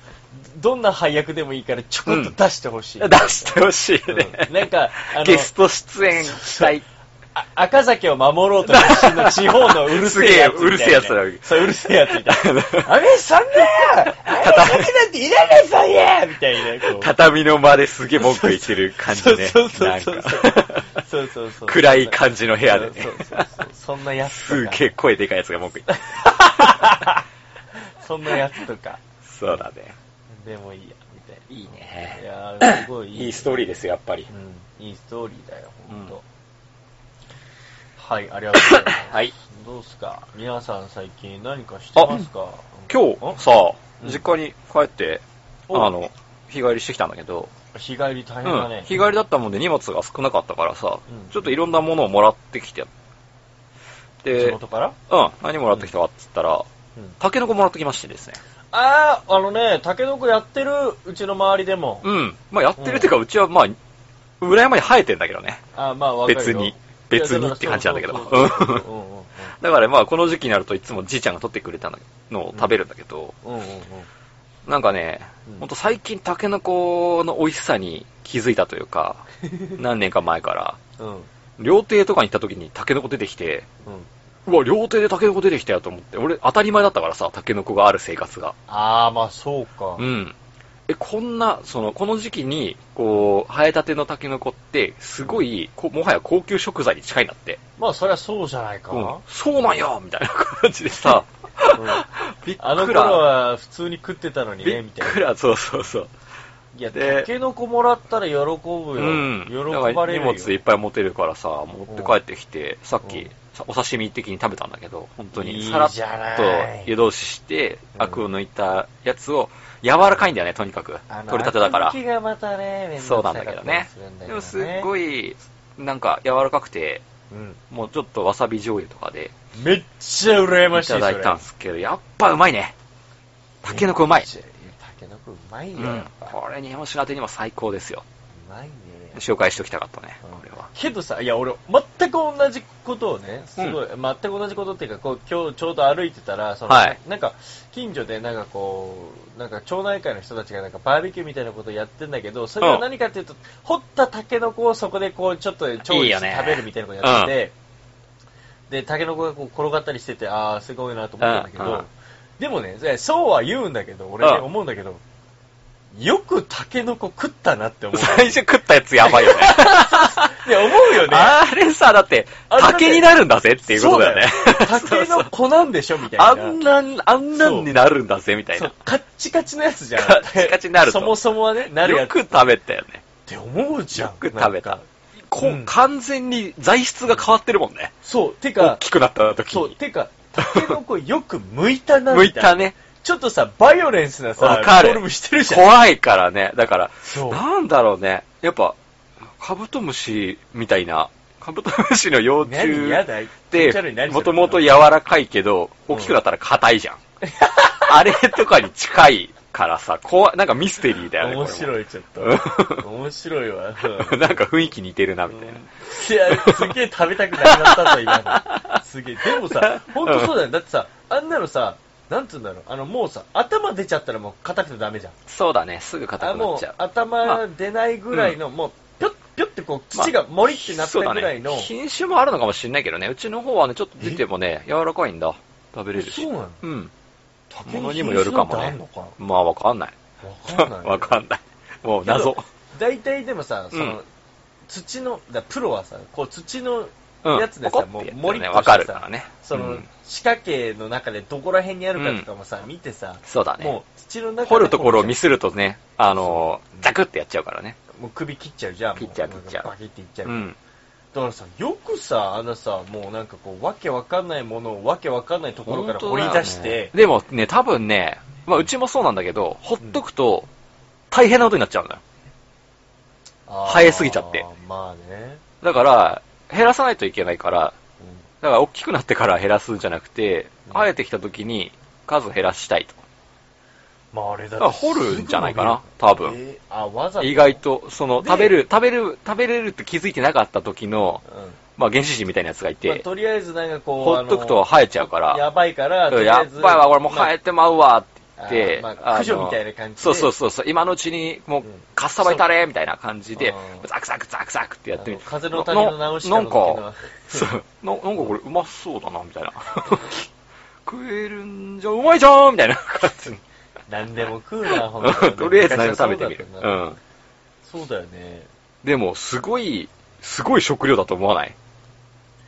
Speaker 2: どんな配役でもいいから、ちょこっと出してほしい。
Speaker 3: *laughs* 出してほしいね。
Speaker 2: うんなんかあの
Speaker 3: ゲスト出演したい。
Speaker 2: あ赤崎を守ろうとしてる地方のうるせえやつみた
Speaker 3: すげえう
Speaker 2: いな。
Speaker 3: るせえやつだよ
Speaker 2: そう、うるせえやつ *laughs* みたいな。安倍さんだよ安倍さんなんていらないさんやみたいな、こう。
Speaker 3: 畳の間ですげえ文句言ってる感じね。
Speaker 2: そうそうそうそう
Speaker 3: なんか。
Speaker 2: そうそうそう。
Speaker 3: 暗い感じの部屋でね
Speaker 2: そうそうそう。そんなやつ
Speaker 3: す
Speaker 2: とか。
Speaker 3: げえ声でかいやつが文句言ってる。 *laughs*
Speaker 2: そんなやつとか。
Speaker 3: そうだね。
Speaker 2: でもいいや、みたいな。
Speaker 3: いい
Speaker 2: い
Speaker 3: ね。
Speaker 2: やー、すごいいい、
Speaker 3: いいストーリーですよ、やっぱり。
Speaker 2: うん、いいストーリーだよ、ほん
Speaker 3: う
Speaker 2: と
Speaker 3: ん。。
Speaker 2: はい、ありがとうございます
Speaker 3: はい。
Speaker 2: どうっすか皆さん最近何かしてますか
Speaker 3: 今
Speaker 2: ん
Speaker 3: 日さ、
Speaker 2: うん
Speaker 3: 実家に帰って、
Speaker 2: お
Speaker 3: あの、日帰りしてきたんだけど、
Speaker 2: 日帰り大変
Speaker 3: う
Speaker 2: だ
Speaker 3: ん
Speaker 2: ね。
Speaker 3: 日帰りだったもんで荷物が少なかったからさ、
Speaker 2: うん
Speaker 3: ちょっといろんなものをもらってきて、
Speaker 2: 地
Speaker 3: で、うん
Speaker 2: 元、から
Speaker 3: 何もらってきたかっつったら、
Speaker 2: うん
Speaker 3: タケノコもらってきましてですね。
Speaker 2: ああ、あのね、タケノコやってる、うちの周りでも。
Speaker 3: うん。まあやってるっていうか、うちはまあ、裏山に生えてんだけどね。
Speaker 2: あーまあわかるよ
Speaker 3: 別に。別にって感じなんだけど。
Speaker 2: いやだからそうそうそうそう
Speaker 3: だからまあこの時期になるといつもじいちゃんが取ってくれたのを食べるんだけど、
Speaker 2: うんうんうんうんうんうんうん
Speaker 3: なんかね
Speaker 2: うん、
Speaker 3: ほんと最近タケノコの美味しさに気づいたという
Speaker 2: *laughs*
Speaker 3: か、何年か前から、
Speaker 2: うん
Speaker 3: 料亭とかに行った時にタケノコ出てきて、
Speaker 2: うん
Speaker 3: うわ、料亭でタケノコ出てきたよと思って、俺当たり前だったからさ、タケノコがある生活が。
Speaker 2: ああ、まあそうか。
Speaker 3: うん。え、こんな、その、この時期に、こう、生えたてのタケノコって、すごい、こもはや高級食材に近いなって。
Speaker 2: まあそりゃそうじゃないか。
Speaker 3: う
Speaker 2: うんん
Speaker 3: そうなんやみたいな感じでさ、 *laughs* びっくら。
Speaker 2: あの頃は普通に食ってたのに
Speaker 3: び
Speaker 2: ね、
Speaker 3: っ
Speaker 2: みたい
Speaker 3: く
Speaker 2: な。
Speaker 3: ら、そうそうそう。
Speaker 2: いや、
Speaker 3: で
Speaker 2: タケノコもらったら喜ぶよ。
Speaker 3: うん。
Speaker 2: 喜ばれる
Speaker 3: だ
Speaker 2: よ。
Speaker 3: から荷物いっぱい持てるからさ、持って帰ってきて、さっ
Speaker 2: う
Speaker 3: き
Speaker 2: ん、
Speaker 3: さお刺身的に食べたんだけど、本当
Speaker 2: いい
Speaker 3: に。
Speaker 2: じ
Speaker 3: さ
Speaker 2: ゃ
Speaker 3: ら
Speaker 2: な
Speaker 3: っ
Speaker 2: い
Speaker 3: と湯通しして、
Speaker 2: うん
Speaker 3: アクを抜いたやつを、柔らかいんだよね、とにかく
Speaker 2: あ。の
Speaker 3: 取れたてだから
Speaker 2: 秋。がまたね、めん
Speaker 3: そう
Speaker 2: ど
Speaker 3: なん
Speaker 2: く
Speaker 3: だ
Speaker 2: さ
Speaker 3: けど
Speaker 2: かったり
Speaker 3: ね
Speaker 2: するんだ。け
Speaker 3: で
Speaker 2: ど
Speaker 3: も
Speaker 2: ね。
Speaker 3: すっごい、なんか柔らかくて、
Speaker 2: うん。
Speaker 3: もうちょっとわさび醤油とかで
Speaker 2: めっちゃ羨ま
Speaker 3: い
Speaker 2: しいそ
Speaker 3: た
Speaker 2: れ
Speaker 3: だいたんですけど、やっぱうまいね。タケノコうまい。
Speaker 2: タケノコうまいうよ、や
Speaker 3: ん
Speaker 2: っ。ぱう
Speaker 3: これ日本酒のあてにも最高ですよ。
Speaker 2: まいね。
Speaker 3: 紹介しておきたかったね、
Speaker 2: うん
Speaker 3: これは。
Speaker 2: けどさ、いや俺、全く同じことをね、すごい、全く同じことっていうか、こう、今日ちょうど歩いてたら、その、
Speaker 3: はい
Speaker 2: なんか、近所でなんかこう、なんか町内会の人たちがなんかバーベキューみたいなことをやってんだけど、それは何かっていうと、掘ったタケノコをそこでこう、ちょっと調
Speaker 3: いい
Speaker 2: 理
Speaker 3: よ
Speaker 2: し
Speaker 3: ね
Speaker 2: て食べるみたいなことやってて、で、タケノコがこう転がったりしてて、あー、すごいなと思ったんだけ
Speaker 3: うんうん
Speaker 2: ど、でもね、そうは言うんだけど、俺ね、
Speaker 3: うん
Speaker 2: 思うんだけど、よくタケノコ食ったなって
Speaker 3: *laughs*
Speaker 2: 思う。
Speaker 3: 最初食ったやつやばいよね。
Speaker 2: *laughs* いや、思うよ
Speaker 3: *laughs*
Speaker 2: ね。
Speaker 3: あれさ、だって、
Speaker 2: あれだって
Speaker 3: 竹になるんだぜっていうことだよね。
Speaker 2: そうだよ
Speaker 3: *laughs*
Speaker 2: 竹
Speaker 3: そう
Speaker 2: の
Speaker 3: そう
Speaker 2: 粉なんでしょみたいな。
Speaker 3: あんなん、あんなんになるんだぜみたい
Speaker 2: そ
Speaker 3: な
Speaker 2: う。、カッチカチのやつじゃん。
Speaker 3: カッチカチになると
Speaker 2: そもそもはね、なるや
Speaker 3: よ
Speaker 2: つ。
Speaker 3: く食べたよね。
Speaker 2: って思うじゃん。
Speaker 3: よく食べた
Speaker 2: なんか。
Speaker 3: こ
Speaker 2: う
Speaker 3: うん完全に材質が変わってるもんね。
Speaker 2: そう、て
Speaker 3: 大
Speaker 2: か、
Speaker 3: きくなった時
Speaker 2: そう、
Speaker 3: に。
Speaker 2: てか、タケノコよく剥いたな
Speaker 3: 向
Speaker 2: み
Speaker 3: い
Speaker 2: たいな。
Speaker 3: た。ね。
Speaker 2: ちょっとさ、バイオレンスなさ、
Speaker 3: わかる
Speaker 2: フォルムしてるじゃん。
Speaker 3: 怖いからね。だから、
Speaker 2: そう。
Speaker 3: なんだろうね。やっぱ、カブトムシみたいな、カブトムシの幼虫
Speaker 2: 何やだ気持ち悪い
Speaker 3: って、
Speaker 2: 何
Speaker 3: も
Speaker 2: そ
Speaker 3: と
Speaker 2: れ
Speaker 3: もと柔らかいけど、
Speaker 2: うん
Speaker 3: 大きくなったら硬いじゃん。あれとかに近いからさ、怖い、なんかミステリーだよね。
Speaker 2: 面白
Speaker 3: い。
Speaker 2: い、ちょっと。面白いわ。う
Speaker 3: *laughs*
Speaker 2: ん
Speaker 3: なんか雰囲気似てるな、みたいな。
Speaker 2: いや、すげえ食べたくなくなったぞ、今の。すげえ。で
Speaker 3: *laughs*
Speaker 2: もさ、ほんとそうだよ。だってさ、あんなのさ、なんつうんだろう、あの、もうさ、頭出ちゃったらもう硬くてダメじゃん。
Speaker 3: そうだね、すぐ
Speaker 2: あ
Speaker 3: 硬くな
Speaker 2: も
Speaker 3: っち
Speaker 2: う
Speaker 3: ゃう。
Speaker 2: 頭出ないぐらいの、もう、ぴょっぴょってこう、土が森ってなったぐらいの。
Speaker 3: そうだね品種もあるのかもしれないけどね、うちの方はね、ちょっと出てもね、柔らかいんだ。食べれるし。
Speaker 2: そうなの
Speaker 3: うん。
Speaker 2: 竹
Speaker 3: 物
Speaker 2: の
Speaker 3: にもよるかも
Speaker 2: 品
Speaker 3: ね
Speaker 2: 種なんてあんの。
Speaker 3: まあ、わかんない。
Speaker 2: かわかんない
Speaker 3: *laughs*
Speaker 2: よ。
Speaker 3: わかんない。もう謎
Speaker 2: け。ど。大体でもさ、その、
Speaker 3: うん
Speaker 2: 土の、だプロはさ、こう土の
Speaker 3: うん。
Speaker 2: やつで
Speaker 3: ポ
Speaker 2: さ、
Speaker 3: コ
Speaker 2: も
Speaker 3: って
Speaker 2: う
Speaker 3: やつだ
Speaker 2: 森
Speaker 3: ね、
Speaker 2: と
Speaker 3: わ
Speaker 2: して
Speaker 3: かるか
Speaker 2: さ
Speaker 3: ら、ね。
Speaker 2: そうの
Speaker 3: ん、
Speaker 2: 歯科系の中でどこら辺にあるかとかもさ、見てさ、
Speaker 3: そうだね
Speaker 2: も。う土の中で
Speaker 3: 掘るところをミ
Speaker 2: ス
Speaker 3: スるとね、あの
Speaker 2: そう、
Speaker 3: ザクってやっちゃうからね。
Speaker 2: もう首切っちゃうじゃん。
Speaker 3: 切っちゃう
Speaker 2: も
Speaker 3: 切っちゃう
Speaker 2: バキっていっちゃう。
Speaker 3: うん。
Speaker 2: だからさ、よくさ、あのさ、もうなんかこう、わけわかんないものをわけわかんないところから掘り出して、
Speaker 3: でもね、多分ね、まあ、うちもそうなんだけど、ほっとくと、大変なことになっちゃうのよ。
Speaker 2: あー
Speaker 3: 生えすぎちゃって。
Speaker 2: まあね。
Speaker 3: だから、減らさないといけないから、
Speaker 2: うん
Speaker 3: だから大きくなってから減らすんじゃなくて、
Speaker 2: うん
Speaker 3: 生えてきた時に数減らしたいと。
Speaker 2: まああれ
Speaker 3: だ
Speaker 2: だっ
Speaker 3: から
Speaker 2: て
Speaker 3: 掘るんじゃないかな、
Speaker 2: すぐ
Speaker 3: 多
Speaker 2: 伸びる
Speaker 3: 分。
Speaker 2: えーあ、わざと
Speaker 3: 意外と、その、
Speaker 2: で
Speaker 3: 食べる、食べる、食べれるって気づいてなかった時の、
Speaker 2: うん
Speaker 3: まあ、原始人みたいなやつがい
Speaker 2: まあ
Speaker 3: て、
Speaker 2: とりあえずなんかこ
Speaker 3: ほ
Speaker 2: う、
Speaker 3: っとくと生えちゃうか
Speaker 2: あのや
Speaker 3: ら、
Speaker 2: ばいから、とりあ
Speaker 3: や
Speaker 2: え
Speaker 3: っ
Speaker 2: ず
Speaker 3: ばいわ、俺もう生えてまうわって言
Speaker 2: まあ
Speaker 3: って、
Speaker 2: あーまあ
Speaker 3: あの
Speaker 2: 駆除みたいな感じで
Speaker 3: そうそうそうそう、今のうちに、もう
Speaker 2: うん、
Speaker 3: かっさばいたれみたいな感じで
Speaker 2: う、ん
Speaker 3: ザクザクザクザクってやってみ
Speaker 2: あの風の谷の直しか
Speaker 3: な
Speaker 2: の
Speaker 3: ん
Speaker 2: 時
Speaker 3: か、
Speaker 2: の
Speaker 3: そうななんかこれうまそうだな、みたいな。食えるんじゃ、うまいじゃんみたいな感じに。
Speaker 2: 何でも食うな、ほんとに
Speaker 3: *laughs* とりあえず何も食べてみる。
Speaker 2: 昔
Speaker 3: う
Speaker 2: は
Speaker 3: ん。
Speaker 2: そうだったなそうだよね。
Speaker 3: でも、すごい、すごい食料だと思わない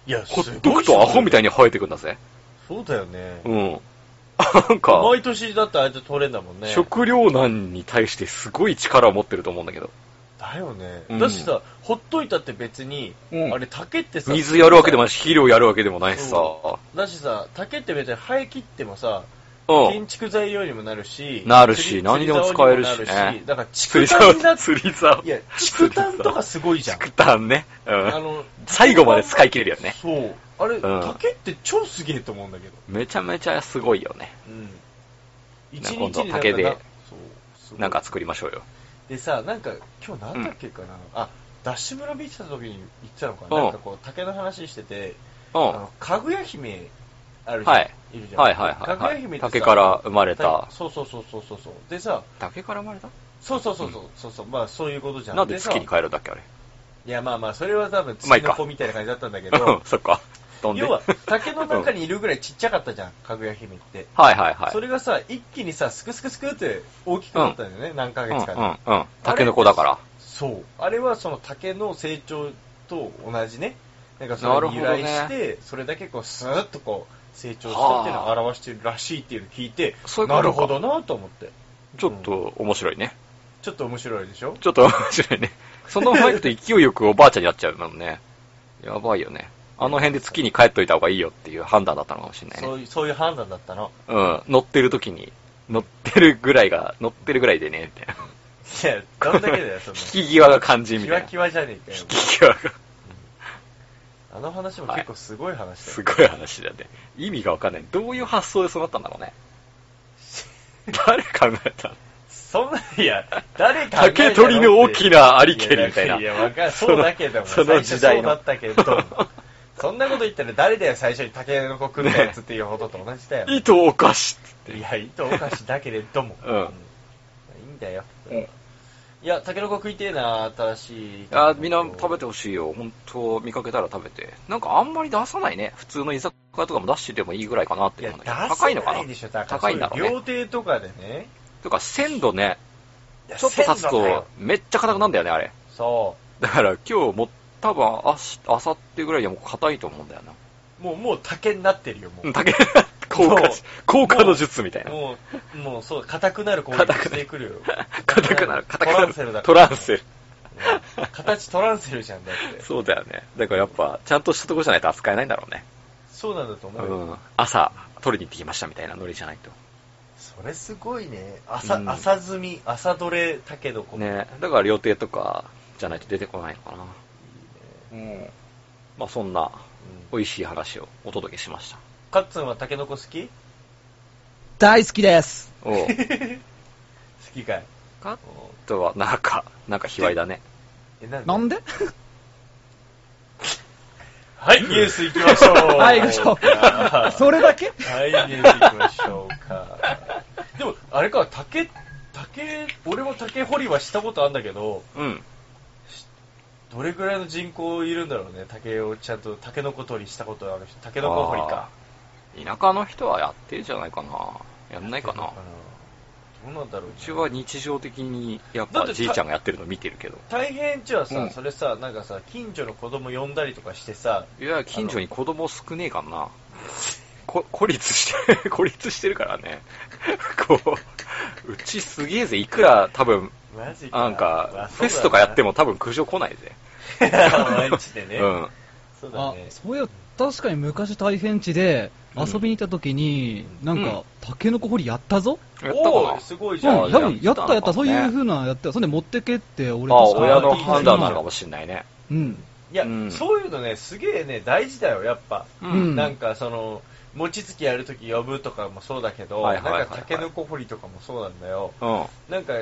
Speaker 2: いや、
Speaker 3: ほっとくとアホみた
Speaker 2: い。
Speaker 3: いに生えてくんだぜ。
Speaker 2: そうだよね。
Speaker 3: うん。なんか、
Speaker 2: 毎年だってあいつ取れんだもんね。
Speaker 3: 食料難に対してすごい力を持ってると思うんだけど。
Speaker 2: だよね
Speaker 3: うん。
Speaker 2: だしさ、ほっといたって別に、
Speaker 4: うん
Speaker 2: あれ竹ってさ、
Speaker 3: 水やるわけでもないし、肥料やるわけでもないしさ。
Speaker 2: そだしさ、竹って別に生え切ってもさ、
Speaker 3: うん
Speaker 2: 建。築材料にもなるし、
Speaker 3: なるし
Speaker 2: 釣り
Speaker 3: 何でも使えるしね
Speaker 2: 釣り竿にもなるだから、
Speaker 3: 釣
Speaker 2: 竹
Speaker 3: り竿
Speaker 2: 炭だ、って
Speaker 3: 釣り竿。
Speaker 2: いや、竹炭とかすごいじゃん。
Speaker 3: 竹炭ね。う
Speaker 2: あ
Speaker 3: ん。
Speaker 2: の、
Speaker 3: 最後まで使い切れるよね。
Speaker 2: そう。あれ、
Speaker 3: ん
Speaker 2: 竹って超すげえと思うんだけど。
Speaker 3: めちゃめちゃすごいよね。
Speaker 2: うん。
Speaker 3: な
Speaker 2: 一日
Speaker 3: 今
Speaker 2: に
Speaker 3: 度
Speaker 2: なんか
Speaker 3: 竹で
Speaker 2: なそうすごい
Speaker 3: なんか作りましょうよ。
Speaker 2: でさ、なんか、今日なんだっけかな、あ、ダッシュ村見てた時に言ってたのか
Speaker 3: う
Speaker 2: な、
Speaker 3: ん
Speaker 2: なんかこう、竹の話してて、
Speaker 3: う
Speaker 2: あ
Speaker 3: ん。
Speaker 2: の、かぐや姫、あるじゃん。
Speaker 3: はい
Speaker 2: いるじゃん。
Speaker 3: はいはいはい
Speaker 2: かぐ
Speaker 3: は
Speaker 2: や姫っ
Speaker 3: い。
Speaker 2: てさ
Speaker 3: 竹から生まれた。
Speaker 2: そうそうそうそうそうそう。でさ、
Speaker 3: 竹から生まれた
Speaker 2: そうそうそうそう、そうそう、まあそういうことじゃん。
Speaker 3: なんで
Speaker 2: さ
Speaker 3: 月に帰るんだっけあれ。
Speaker 2: いやまあまあ、それは多分
Speaker 3: まあい
Speaker 2: 月
Speaker 3: いか
Speaker 2: の子みたいな感じだったんだけ
Speaker 3: うん
Speaker 2: ど、
Speaker 3: そっか。飛んで。
Speaker 2: 要は竹の中
Speaker 3: うん
Speaker 2: にいるぐらいちっちゃかったじゃん、かぐや姫って。
Speaker 3: はいはいはい。
Speaker 2: それがさ、一気にさ、すくすくすくって大きくなったんだよね、何ヶ
Speaker 3: うん
Speaker 2: 月かで。
Speaker 3: うんうん。竹の子だから。
Speaker 2: そう。あれはその竹の成長と同じね、なんかそれに由来
Speaker 3: なる
Speaker 2: し
Speaker 3: ほ
Speaker 2: て、それだけこう、スーッとこう、成長したっていうのを表してるらしいっていうのを聞いて、
Speaker 3: そういうことか
Speaker 2: なるほどなと思って。
Speaker 3: ちょっと面白いね。
Speaker 2: ちょっと面白いでしょ
Speaker 3: ちょっと面 *laughs* 白いね。そのまま行くと勢いよくおばあちゃんになっちゃうもんね。やばいよね。あの辺で月に帰っといた方がいいよっていう判断だったのかもしれないね。
Speaker 2: そういう、そういう判断だったの。
Speaker 3: うん。乗ってる時に、乗ってるぐらいが、乗ってるぐらいでね、みたいな。
Speaker 2: いや、どんだけだよ、その。
Speaker 3: 引き際が肝心み
Speaker 2: キ
Speaker 3: たい
Speaker 2: ワ
Speaker 3: な。
Speaker 2: キワじゃねえかよ
Speaker 3: 引。き際が。
Speaker 2: あの話も結構すごい話だ
Speaker 3: す
Speaker 2: よ。
Speaker 3: ごい話だね。意味がわかんない。どういう発想でそうなったんだろうね。誰考えたの
Speaker 2: そんな、いや、誰考えた
Speaker 3: 竹取りの大きなありけりみたいな。
Speaker 2: いや、わかる。そうだけども、
Speaker 3: その
Speaker 2: 最初そうだ
Speaker 3: の
Speaker 2: ったけど、そんなこと言ったら誰だよ、最初に竹の子来るやつっていうことと同じだよ。
Speaker 3: 糸をおかしって
Speaker 2: いや、いいとおかしだけれども。
Speaker 3: うん
Speaker 2: いいんだよ。いや、竹の子食いてえな、新しい。
Speaker 3: あーみんな食べてほしいよ。本当見かけたら食べて。なんかあんまり出さないね。普通の居酒屋とかも出しててもいいぐらいかなっ
Speaker 2: い
Speaker 3: て
Speaker 2: や、
Speaker 3: 思うん
Speaker 2: 出
Speaker 3: だけ
Speaker 2: せ
Speaker 3: ど。
Speaker 2: な
Speaker 3: 高いのかない
Speaker 2: でしょ、だから
Speaker 3: 高いんだろう
Speaker 2: そう
Speaker 3: ね
Speaker 2: う。料亭とかでね。
Speaker 3: とか鮮度ね、
Speaker 2: いや
Speaker 3: ちょっと経つ
Speaker 2: 鮮度だよ
Speaker 3: とめっちゃ硬くなんだよね、あれ。
Speaker 2: そ
Speaker 3: だから今日も多分明日、明後日ぐらいにはもう硬いと思うんだよな。
Speaker 2: う。もう、もう竹になってるよ、もう。
Speaker 3: 竹、 *laughs* 効果、効果の術みたいな。
Speaker 2: もう、もうそう、硬くなる攻撃してくるよ。
Speaker 3: *laughs* 硬くなる、硬く
Speaker 2: ト
Speaker 3: な
Speaker 2: ランセル
Speaker 3: る。
Speaker 2: だ
Speaker 3: トランセル。
Speaker 2: うん形トランセルじゃんだって。
Speaker 3: そうだよね。だからやっぱ、ちゃんとしたとこじゃないと扱えないんだろうね。
Speaker 2: そうなんだと思うよ。
Speaker 3: うん。朝、取りに行ってきましたみたいなノリじゃないと。
Speaker 2: それすごいね。朝、
Speaker 3: うん
Speaker 2: 朝摘み、朝どれ竹の子。
Speaker 3: ね、だから料亭とかじゃないと出てこないのかな。
Speaker 2: うん。
Speaker 3: まあそんな美味しい話をお届けしました。
Speaker 2: カッツンはタケノコ好き
Speaker 4: 大好き
Speaker 3: *laughs*
Speaker 4: です。
Speaker 3: おう
Speaker 2: *laughs* 好きかい
Speaker 3: カットは、なんか、なんか卑猥だね。
Speaker 2: えなん
Speaker 4: なんで
Speaker 2: はい、ニュース行きましょう。
Speaker 4: *laughs* はい、行きましょ
Speaker 2: は *laughs*
Speaker 4: う。それだけ
Speaker 2: い、ニュース行きましょうか。でも、あれか、竹、竹、俺も竹掘りはしたことあるんだけど、
Speaker 3: うん。
Speaker 2: どれぐらいの人口いるんだろうね、竹をちゃんと、竹のこ取りしたことある人、竹のこ掘りか。
Speaker 3: 田舎の人はやってるんじゃないかな。やんないかな。
Speaker 2: どうなんだろう、
Speaker 3: うちは日常的に、やっ
Speaker 2: だっ
Speaker 3: ぱ
Speaker 2: てた
Speaker 3: じいちゃんがやってるの見てるけど。
Speaker 2: 大変じゃさ、
Speaker 3: うん
Speaker 2: それさ、なんかさ、近所の子供呼んだりとかしてさ、
Speaker 3: いや、近所に子供少ねえかな。 *laughs* こ孤立して、 *laughs* 孤立してるからね。 *laughs* こう、うちすげえぜ。いくら多分、
Speaker 2: マジか。
Speaker 3: なん
Speaker 2: まあ
Speaker 3: か、フェスとかやって。も多分苦情来ないぜ。
Speaker 2: そうだな *laughs* マジでね。
Speaker 3: うん。
Speaker 2: そうだ
Speaker 4: あ
Speaker 2: ね、。
Speaker 4: そういや、確かに昔大変地で遊びに行った時に、なん
Speaker 3: うん
Speaker 4: か、タケノコ掘りやったぞ
Speaker 3: やったか
Speaker 2: お
Speaker 3: な
Speaker 2: ーすごいじゃん。
Speaker 4: うん、多分、
Speaker 3: や
Speaker 4: や
Speaker 3: っの
Speaker 4: ったた
Speaker 3: かもね
Speaker 4: やった、そういう風なやってた、そんで持ってけって、俺
Speaker 3: あ、
Speaker 4: 確か
Speaker 3: 親の
Speaker 2: あ
Speaker 3: 判断なのか
Speaker 4: も。
Speaker 3: もしんないね。
Speaker 4: うん。
Speaker 2: いや、
Speaker 3: うん
Speaker 2: そういうのね、すげえね、大事だよ、やっぱ。
Speaker 3: う
Speaker 4: うん
Speaker 2: なんか、その、餅つきやるとき呼ぶとかもそうだけど、
Speaker 3: はい
Speaker 2: な
Speaker 3: は
Speaker 2: ん
Speaker 3: いはいはい
Speaker 2: か、タケノコ掘りとかもそうなんだよ。
Speaker 3: うん。
Speaker 2: なんか、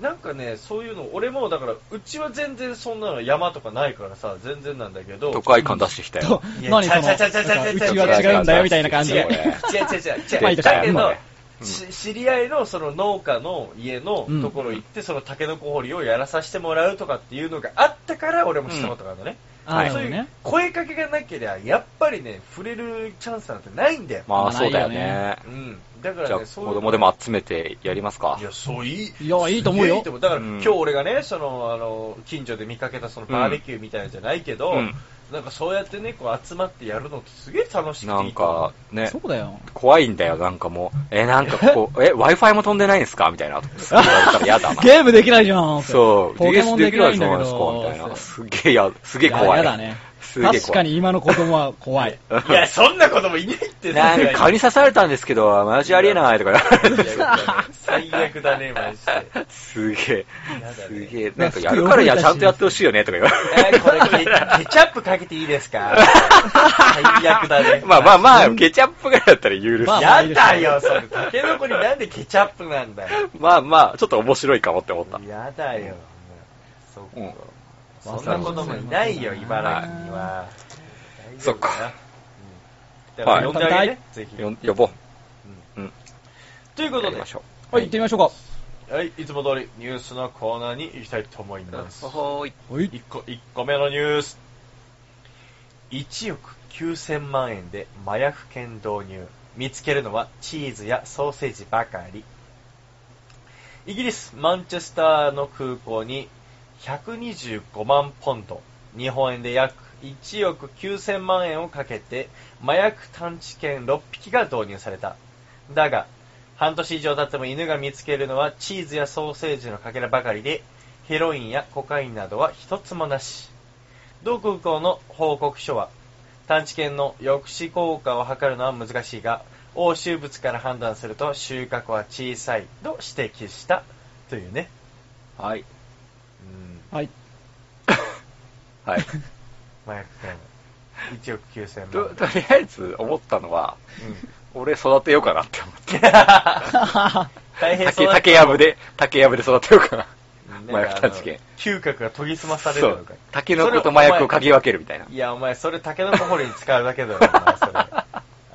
Speaker 2: なんかね、そういうの、俺も、だから、うちは全然そんなの山とかないからさ、全然なんだけど、
Speaker 3: 都会感出してきたよ
Speaker 4: と。
Speaker 2: いや
Speaker 4: 何
Speaker 2: ち
Speaker 4: そ
Speaker 2: ゃ
Speaker 4: の、
Speaker 2: うちゃうちゃうちゃうちゃう
Speaker 4: なんかうちは違うんだよみたいな感じ
Speaker 2: 違う違う
Speaker 4: で。
Speaker 2: 違う違う違う。
Speaker 4: *laughs* まあいいとこ
Speaker 2: だけど、
Speaker 3: うん
Speaker 2: し知り合いのその農家の家のところ行って、そのタケノコ掘りをやらさせてもらうとかっていうのがあったから、俺もしたことがあるのね。
Speaker 4: ああ、
Speaker 3: はい
Speaker 4: そ
Speaker 2: そうう
Speaker 4: い
Speaker 2: いうう
Speaker 4: ね。
Speaker 2: 声かけがなけりゃ、やっぱりね、触れるチャンスなんてないんだよ。
Speaker 3: まあ、
Speaker 4: まあ
Speaker 3: そうだよ
Speaker 4: な
Speaker 3: ね。
Speaker 2: うん。だか
Speaker 3: じゃ
Speaker 2: ら
Speaker 3: あ、
Speaker 2: ね、
Speaker 3: 子
Speaker 2: そういうの
Speaker 3: 供でも集めてやりますか
Speaker 2: い。や、そういい。
Speaker 4: いやいいと思うよ
Speaker 2: すげえだから、
Speaker 3: うん
Speaker 2: 今日俺がね、その、あの、近所で見かけたそのバーベキューみたいなのじゃないけど、
Speaker 3: うん
Speaker 2: なんかそうやってね、こう集まってやるのってすげえ楽しくていいと
Speaker 3: な
Speaker 2: 思う
Speaker 3: か、
Speaker 2: ん
Speaker 3: ね
Speaker 4: そ、う
Speaker 3: *laughs*
Speaker 4: だよ。
Speaker 3: 怖いんだよ、なんかもう。え、なんかここ、え、Wi-Fi も飛んでないんですかみたいな。すぐ言われたら嫌だな。
Speaker 4: ゲームできないじゃん。
Speaker 3: そう、
Speaker 4: ポケ
Speaker 3: DS
Speaker 4: モン
Speaker 3: で
Speaker 4: で
Speaker 3: き
Speaker 4: き
Speaker 3: な
Speaker 4: ないいん
Speaker 3: じゃな
Speaker 4: だけ
Speaker 3: いですか、み
Speaker 4: ど
Speaker 3: たい。な。すげえや、すげえ怖い。
Speaker 4: ややだね。
Speaker 3: すげえ怖い。
Speaker 4: 確かに今の子供は怖い。
Speaker 2: *laughs* いや、そんなこともいないって
Speaker 3: なんか蚊に刺されたんですけど、マジありえないとか。
Speaker 2: いや最悪だ *laughs* ね、マジで。
Speaker 3: すげえ
Speaker 2: や。だ
Speaker 3: す
Speaker 2: ね
Speaker 3: げえ。なんかやるからにはちゃんとやってほしいよね、とか言わ
Speaker 2: え
Speaker 3: れ
Speaker 2: ーこれケ、ケチャップかけていいです *laughs* か最悪だね。
Speaker 3: まあまあまあ、ケチャップぐらいだったら許す。
Speaker 4: まあ
Speaker 2: やだよ、それ。タケノコになんでケチャップなんだよ。
Speaker 3: まあまあ、ちょっと面白いかもって思った。
Speaker 2: やだよ。そっ
Speaker 3: うん
Speaker 2: か。そんな子供いないよ、茨城には。
Speaker 3: そっか
Speaker 2: 大丈夫かな。
Speaker 3: はい
Speaker 2: うんだから呼んであげてね、ぜひ。
Speaker 3: よん呼ぼう。うん。
Speaker 2: というこ
Speaker 3: や
Speaker 2: と
Speaker 3: り
Speaker 2: で
Speaker 3: ま、しょ
Speaker 4: はい、行ってみましょ
Speaker 2: はい、いつも通りニュースのコーナーに行きたいと思います
Speaker 3: う。。ほーい。
Speaker 4: うか。はい。
Speaker 2: 1個、1個目のニュース。1億9000万円で麻薬犬導入。見つけるのはチーズやソーセージばかり。イギリス・マンチェスターの空港に125万ポンド、日本円で約1億9000万円をかけて麻薬探知犬6匹が導入された。だが、半年以上経っても犬が見つけるのはチーズやソーセージのかけらばかりで、ヘロインやコカインなどは一つもなし。同空港の報告書は、探知犬の抑止効果を測るのは難しいが、押収物から判断すると収穫は小さいと指摘したというね。
Speaker 3: はい。
Speaker 2: うん。
Speaker 4: はい。
Speaker 3: はい。
Speaker 2: 麻薬犬。1億9000
Speaker 3: と、
Speaker 2: 万。
Speaker 3: とりあえず思ったのは、俺育てようかなって思って。
Speaker 2: *laughs* 大変そ
Speaker 3: 竹、
Speaker 2: うだ
Speaker 3: 竹やぶで、竹やぶで育てようかな。
Speaker 2: うん
Speaker 3: 麻薬探知
Speaker 2: なん
Speaker 3: 犬
Speaker 2: か。あの嗅覚が研ぎ澄まされ
Speaker 3: そ
Speaker 2: るの
Speaker 3: う
Speaker 2: か。。
Speaker 3: 竹のこと麻薬を嗅ぎ分けるみたいな。
Speaker 2: いや、お前、それ、タケノコ掘りに使うだけだよ、お前、
Speaker 3: *laughs*
Speaker 2: それ。あ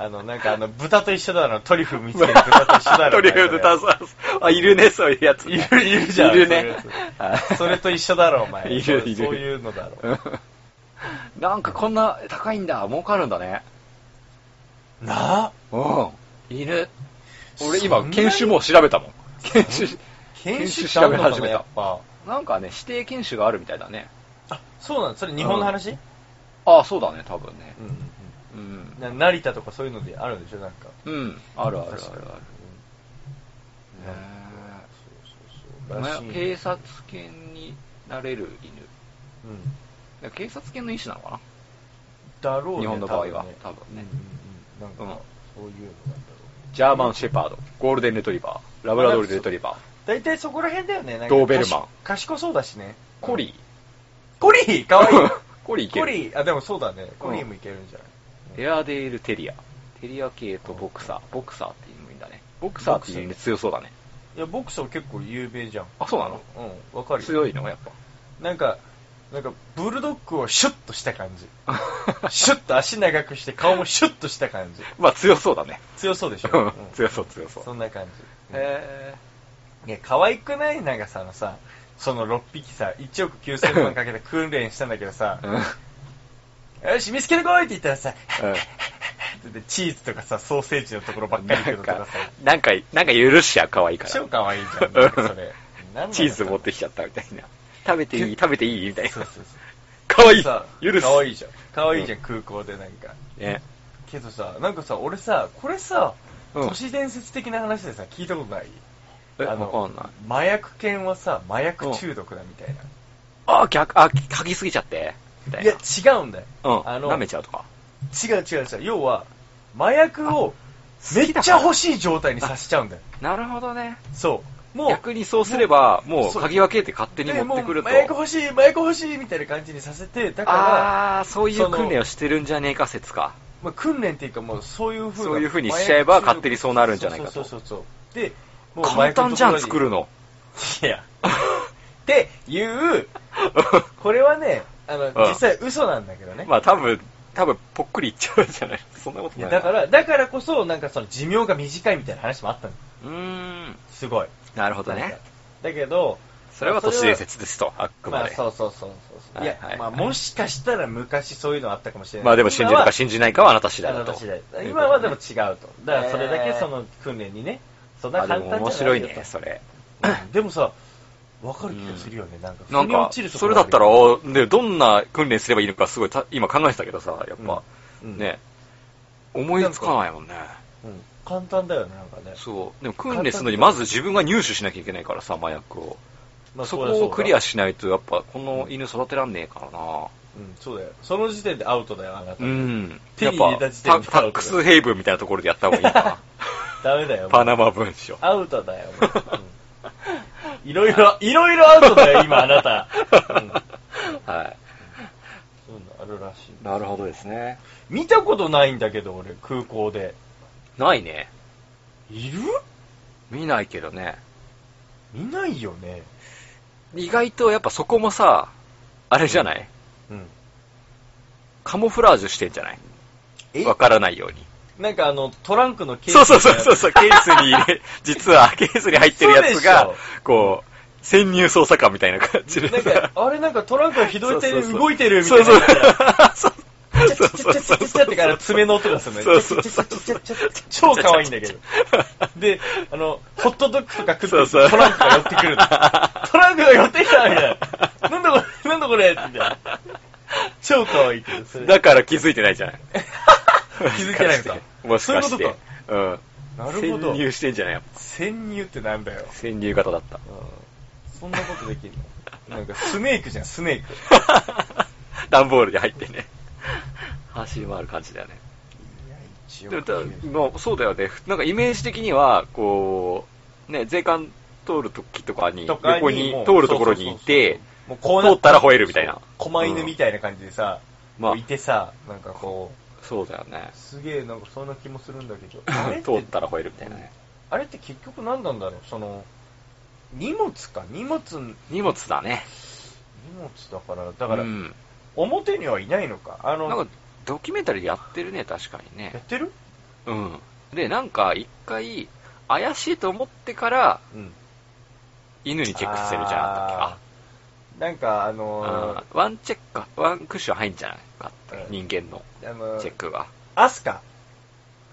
Speaker 2: の、なんか、あの、豚と一緒だろ、トリュフ見つける豚と一緒だ
Speaker 3: *laughs*
Speaker 2: ろ。
Speaker 3: トリュフで
Speaker 2: お前
Speaker 3: 出す。あ、いるね、そういうやつ。
Speaker 2: いる、いるじゃん。
Speaker 3: いるね
Speaker 2: そういうやつそれと一緒だろ、お前。
Speaker 3: *laughs* いる
Speaker 2: そう
Speaker 3: いる
Speaker 2: そういうのだろ。
Speaker 3: うん *laughs* なんかこんな高いんだ、儲かるんだね。
Speaker 2: なあ
Speaker 3: うん。いる。俺
Speaker 2: そ
Speaker 3: 今、
Speaker 2: んなに
Speaker 3: 研修もう調べたもん。研修、
Speaker 2: 研修
Speaker 3: 研修
Speaker 2: し
Speaker 3: 調
Speaker 2: 調
Speaker 3: べ始
Speaker 2: べ始
Speaker 3: め
Speaker 2: め
Speaker 3: た
Speaker 2: た。やっぱ。
Speaker 3: なんかね、指定研修があるみたいだね。
Speaker 2: あ、そうなんそれ日本の話
Speaker 3: ああ、そうだね、多分ね。
Speaker 2: うん。
Speaker 3: うん。
Speaker 2: な成田とかそういうのであるんでしょ、なんか。
Speaker 3: うん。あるあるある
Speaker 2: 確かに
Speaker 3: ある。
Speaker 2: うん
Speaker 3: ね
Speaker 2: そうそうそう。らしいね
Speaker 3: 警察犬になれる犬。
Speaker 2: う
Speaker 3: だ
Speaker 2: ん。
Speaker 3: から警察犬の一種なのか
Speaker 2: だろうね
Speaker 3: 日本の場合は多分ね
Speaker 2: うんうんうんなんか、そういうのなんだろう。
Speaker 3: なジャーマンシェパード、ゴールデンレトリバー、ラブラドルレトリバー、
Speaker 2: 大体そこら辺だよね。なんか
Speaker 3: ドーベルマン
Speaker 2: 賢賢そうだしね。
Speaker 3: コリ
Speaker 2: コリーかわいい。
Speaker 3: *laughs* コリいけ
Speaker 2: コ
Speaker 3: る。
Speaker 2: リー、あ、でもそうだね。コリーもいけるんじゃない
Speaker 3: エアデール・テリア。テリア系とボクサー。ボクサーっていうのもいいんだね。ボクサーっていうの強そうだね。
Speaker 2: いや、ボクサー結構有名じゃん。
Speaker 3: あそうなの
Speaker 2: うん、わかるよ
Speaker 3: 強いのやっぱ。
Speaker 2: なんか、なんか、ブルドッグをシュッとし
Speaker 3: *laughs*
Speaker 2: た感じ。シュッと足長くして顔もシュッとした感じ。
Speaker 3: まあ強そうだね。
Speaker 2: 強そうでしょ。
Speaker 3: うん
Speaker 2: うん
Speaker 3: 強そう強そう
Speaker 2: そんな感じ。うん
Speaker 3: へ
Speaker 2: いや、可愛くないなんかさ、あのさ、その6匹さ、1億9000万かけて訓練したんだけどさ、よし、見つけてこいって言ったらさ、
Speaker 3: うん
Speaker 2: *laughs* でチーズとかさ、ソーセージのところばっかり
Speaker 3: な
Speaker 2: 行
Speaker 3: ん
Speaker 2: くのとか
Speaker 3: か
Speaker 2: さ、、
Speaker 3: なんか、なんか許しちゃ可愛いから。
Speaker 2: 超可愛いじゃん、なんかそれ。なんなの
Speaker 3: *laughs* チーズ持ってきちゃったみたいな。食べていい食べていいみたいな
Speaker 2: そう。そうそう。
Speaker 3: 可愛い
Speaker 2: さ
Speaker 3: 許す
Speaker 2: 可愛いじゃん。可愛いじゃん、空港でなんか。
Speaker 3: ね。
Speaker 2: けどさ、なんかさ、俺さ、これさ、
Speaker 3: うん
Speaker 2: 都市伝説的な話でさ、聞いたことない
Speaker 3: え
Speaker 2: あの
Speaker 3: わかんない。
Speaker 2: 麻薬犬はさ、麻薬中毒だみたいな。
Speaker 3: あ、逆、あ、嗅ぎすぎちゃって。みたい
Speaker 2: い
Speaker 3: な。
Speaker 2: や、違うんだよ。
Speaker 3: うん。
Speaker 2: あの
Speaker 3: 舐めちゃうとか。
Speaker 2: 違う違う違う。要は、麻薬をめ
Speaker 3: 好
Speaker 2: っ
Speaker 3: きだ
Speaker 2: ち
Speaker 3: から
Speaker 2: ゃ欲しい状態にさせちゃうんだよ。
Speaker 3: なるほどね。
Speaker 2: そう。もう、
Speaker 3: 逆にそうすれば、
Speaker 2: もう
Speaker 3: もう、
Speaker 2: そう
Speaker 3: 鍵分けて勝手に持ってくると
Speaker 2: で。もう麻薬欲しい、麻薬欲しいみたいな感じにさせて、だから、
Speaker 3: あー、そういう
Speaker 2: その
Speaker 3: 訓練をしてるんじゃねえか説か。
Speaker 2: まあ、訓練っていうかもうそういう風な
Speaker 3: そういう風にしちゃえば
Speaker 2: 麻薬中毒
Speaker 3: 勝手にそうなるんじゃないかと
Speaker 2: そうそうそうそう。で、も麻
Speaker 3: 簡
Speaker 2: 薬の
Speaker 3: 単
Speaker 2: と
Speaker 3: じ
Speaker 2: ころ
Speaker 3: ゃん、
Speaker 2: に
Speaker 3: 作るの。 *laughs*
Speaker 2: いや。っていう、これはね、あの、
Speaker 3: うん
Speaker 2: 実際嘘なんだけどね。
Speaker 3: まあ多分、多分、ぽっくりいっちゃうんじゃないそんなこと
Speaker 2: い
Speaker 3: な
Speaker 2: や
Speaker 3: い。
Speaker 2: だか、ら、だからこそ、なんかその寿命が短いみたいな話もあったの。
Speaker 3: うーん。
Speaker 2: すごい。
Speaker 3: なるほど
Speaker 2: なんか
Speaker 3: ね。
Speaker 2: だけど、
Speaker 3: それは都市伝説ですと、あく
Speaker 2: ま
Speaker 3: ま
Speaker 2: あ
Speaker 3: で。
Speaker 2: そうそうそうそう。いや
Speaker 3: はいはいは、い
Speaker 2: まあもしかしたら昔そういうのあったかもしれない。
Speaker 3: まあでも信じるか
Speaker 2: じ
Speaker 3: 信じないかはあなた次第だと。
Speaker 2: 今はでも
Speaker 3: と
Speaker 2: 違うと。だからそれだけその訓練にね、そんな
Speaker 3: いうことね、あ
Speaker 2: 簡
Speaker 3: で
Speaker 2: 単
Speaker 3: も
Speaker 2: じゃないよ
Speaker 3: 面白
Speaker 2: と
Speaker 3: いね、それ。
Speaker 2: うんでもさ、わかる気がするよね、なんか。
Speaker 3: なん
Speaker 2: 腑に
Speaker 3: か
Speaker 2: 落ちる、とこ
Speaker 3: それ
Speaker 2: ろ
Speaker 3: だ
Speaker 2: があ
Speaker 3: っ
Speaker 2: る
Speaker 3: たら、おね、どんな訓練すればいいのか、すごいた、今考えてたけどさ、やっぱ、
Speaker 2: うん
Speaker 3: ね、思いつかないもんね。
Speaker 2: うん簡単だよね、なんかね。
Speaker 3: そう。でも訓練するのに、まず自分が入手しなきゃいけないからさ、麻薬を。
Speaker 2: まあ
Speaker 3: そ
Speaker 2: りゃ
Speaker 3: こを
Speaker 2: だ
Speaker 3: クリアしないと、やっぱ、この犬育てらんねえからな。
Speaker 2: うん、そうだよ。その時点でアウトだよ、あなた。
Speaker 3: うん。
Speaker 2: 手に入れた時点で
Speaker 3: やっぱタタックスヘイブンみたいなところでやった方がいい
Speaker 2: *laughs*
Speaker 3: か
Speaker 2: ダメだ
Speaker 3: な。
Speaker 2: よ。
Speaker 3: パナマ文書。
Speaker 2: アウトだよ、もううんいろいろ、いろいろアウトだよ、今、あなた。うん。
Speaker 3: *laughs* は
Speaker 2: そういうのあるらしい。
Speaker 3: い。なるほどですね。
Speaker 2: 見たことないんだけど、俺、空港で。
Speaker 3: ないね。
Speaker 2: いる
Speaker 3: 見ないけどね。
Speaker 2: 見ないよね。
Speaker 3: 意外とやっぱそこもさ、あれじゃない
Speaker 2: うん。
Speaker 3: カモフラージュしてんじゃない
Speaker 2: え
Speaker 3: わからないように。
Speaker 2: なんかあの、トランクのケース
Speaker 3: そうそうそうそうそう、ケースに *laughs* 入れ、実はケースに入ってるやつが
Speaker 2: 嘘でし、
Speaker 3: こう、潜入捜査官みたいな感じで
Speaker 2: なん
Speaker 3: さ
Speaker 2: か、あれなんかトランクがひどい手
Speaker 3: そう *laughs*
Speaker 2: で
Speaker 3: そうそう
Speaker 2: 動いてるみ *laughs* たいな。
Speaker 3: そうそう。そう
Speaker 2: ち
Speaker 3: そう
Speaker 2: ゃちゃち
Speaker 3: そ
Speaker 2: ゃ
Speaker 3: う
Speaker 2: ち
Speaker 3: そ
Speaker 2: ゃちゃ
Speaker 3: う。
Speaker 2: ってから爪の音がするの
Speaker 3: そ
Speaker 2: よ
Speaker 3: うそうそう
Speaker 2: ちゃちゃちゃちゃちゃ超可愛いんだけど。で、あの、ホットドッグとか食ってると
Speaker 3: そうそう
Speaker 2: トランクが寄ってくるの。トランクが寄ってきたみたいな。なんだこれ、なんだこれみたいな。超可愛いけど、それ。
Speaker 3: だから気づいてないじゃ
Speaker 2: *laughs*
Speaker 3: ない。
Speaker 2: 気づいてないのか
Speaker 3: *laughs* もしかし
Speaker 2: そういう
Speaker 3: て
Speaker 2: こ。
Speaker 3: うん。
Speaker 2: なるほど
Speaker 3: 潜入してんじゃないやっぱ
Speaker 2: 潜入ってなんだよ。
Speaker 3: 潜入型だった。
Speaker 2: そんなことできるのなんかスネークじゃん、スネーク。
Speaker 3: *laughs* 段ボールに入ってね。走り回る感じだよね。
Speaker 2: いや、一
Speaker 3: でもたまあそうだよね。なんかイメージ的には、こう、ね、税関通るときとかに、
Speaker 2: とかに
Speaker 3: 横に
Speaker 2: もう
Speaker 3: 通るところにいて、
Speaker 2: もう
Speaker 3: 通
Speaker 2: こうな
Speaker 3: ったら吠えるみたいな。
Speaker 2: 狛犬みたいな感じでさ、
Speaker 3: まあ
Speaker 2: い、てさ、なんかこう、
Speaker 3: そうだよね。、
Speaker 2: すげえなんかそんな気もするんだけどあれっ
Speaker 3: *laughs*
Speaker 2: て
Speaker 3: 通ったら吠えるみたいなね。
Speaker 2: あれって結局何なんだろう、その、荷物か、荷物、荷物
Speaker 3: 荷物だね。
Speaker 2: だから、だから、
Speaker 3: うん
Speaker 2: 表にはいないのか、
Speaker 3: な
Speaker 2: あ
Speaker 3: ん
Speaker 2: の
Speaker 3: か、、ドキュメンタリーやってるね、確かに
Speaker 2: やっ
Speaker 3: ね。
Speaker 2: てる
Speaker 3: うん。で、なんか、一回、怪しいと思ってから、
Speaker 2: うん。
Speaker 3: 犬にチェックしてるじゃなかったっけ
Speaker 2: あーなんか、あの
Speaker 3: あーワンチェックか、ワンクッション入んじゃないかって、
Speaker 2: うん
Speaker 3: 人間の
Speaker 2: ー、あのー
Speaker 3: チェックが。
Speaker 2: アスカ、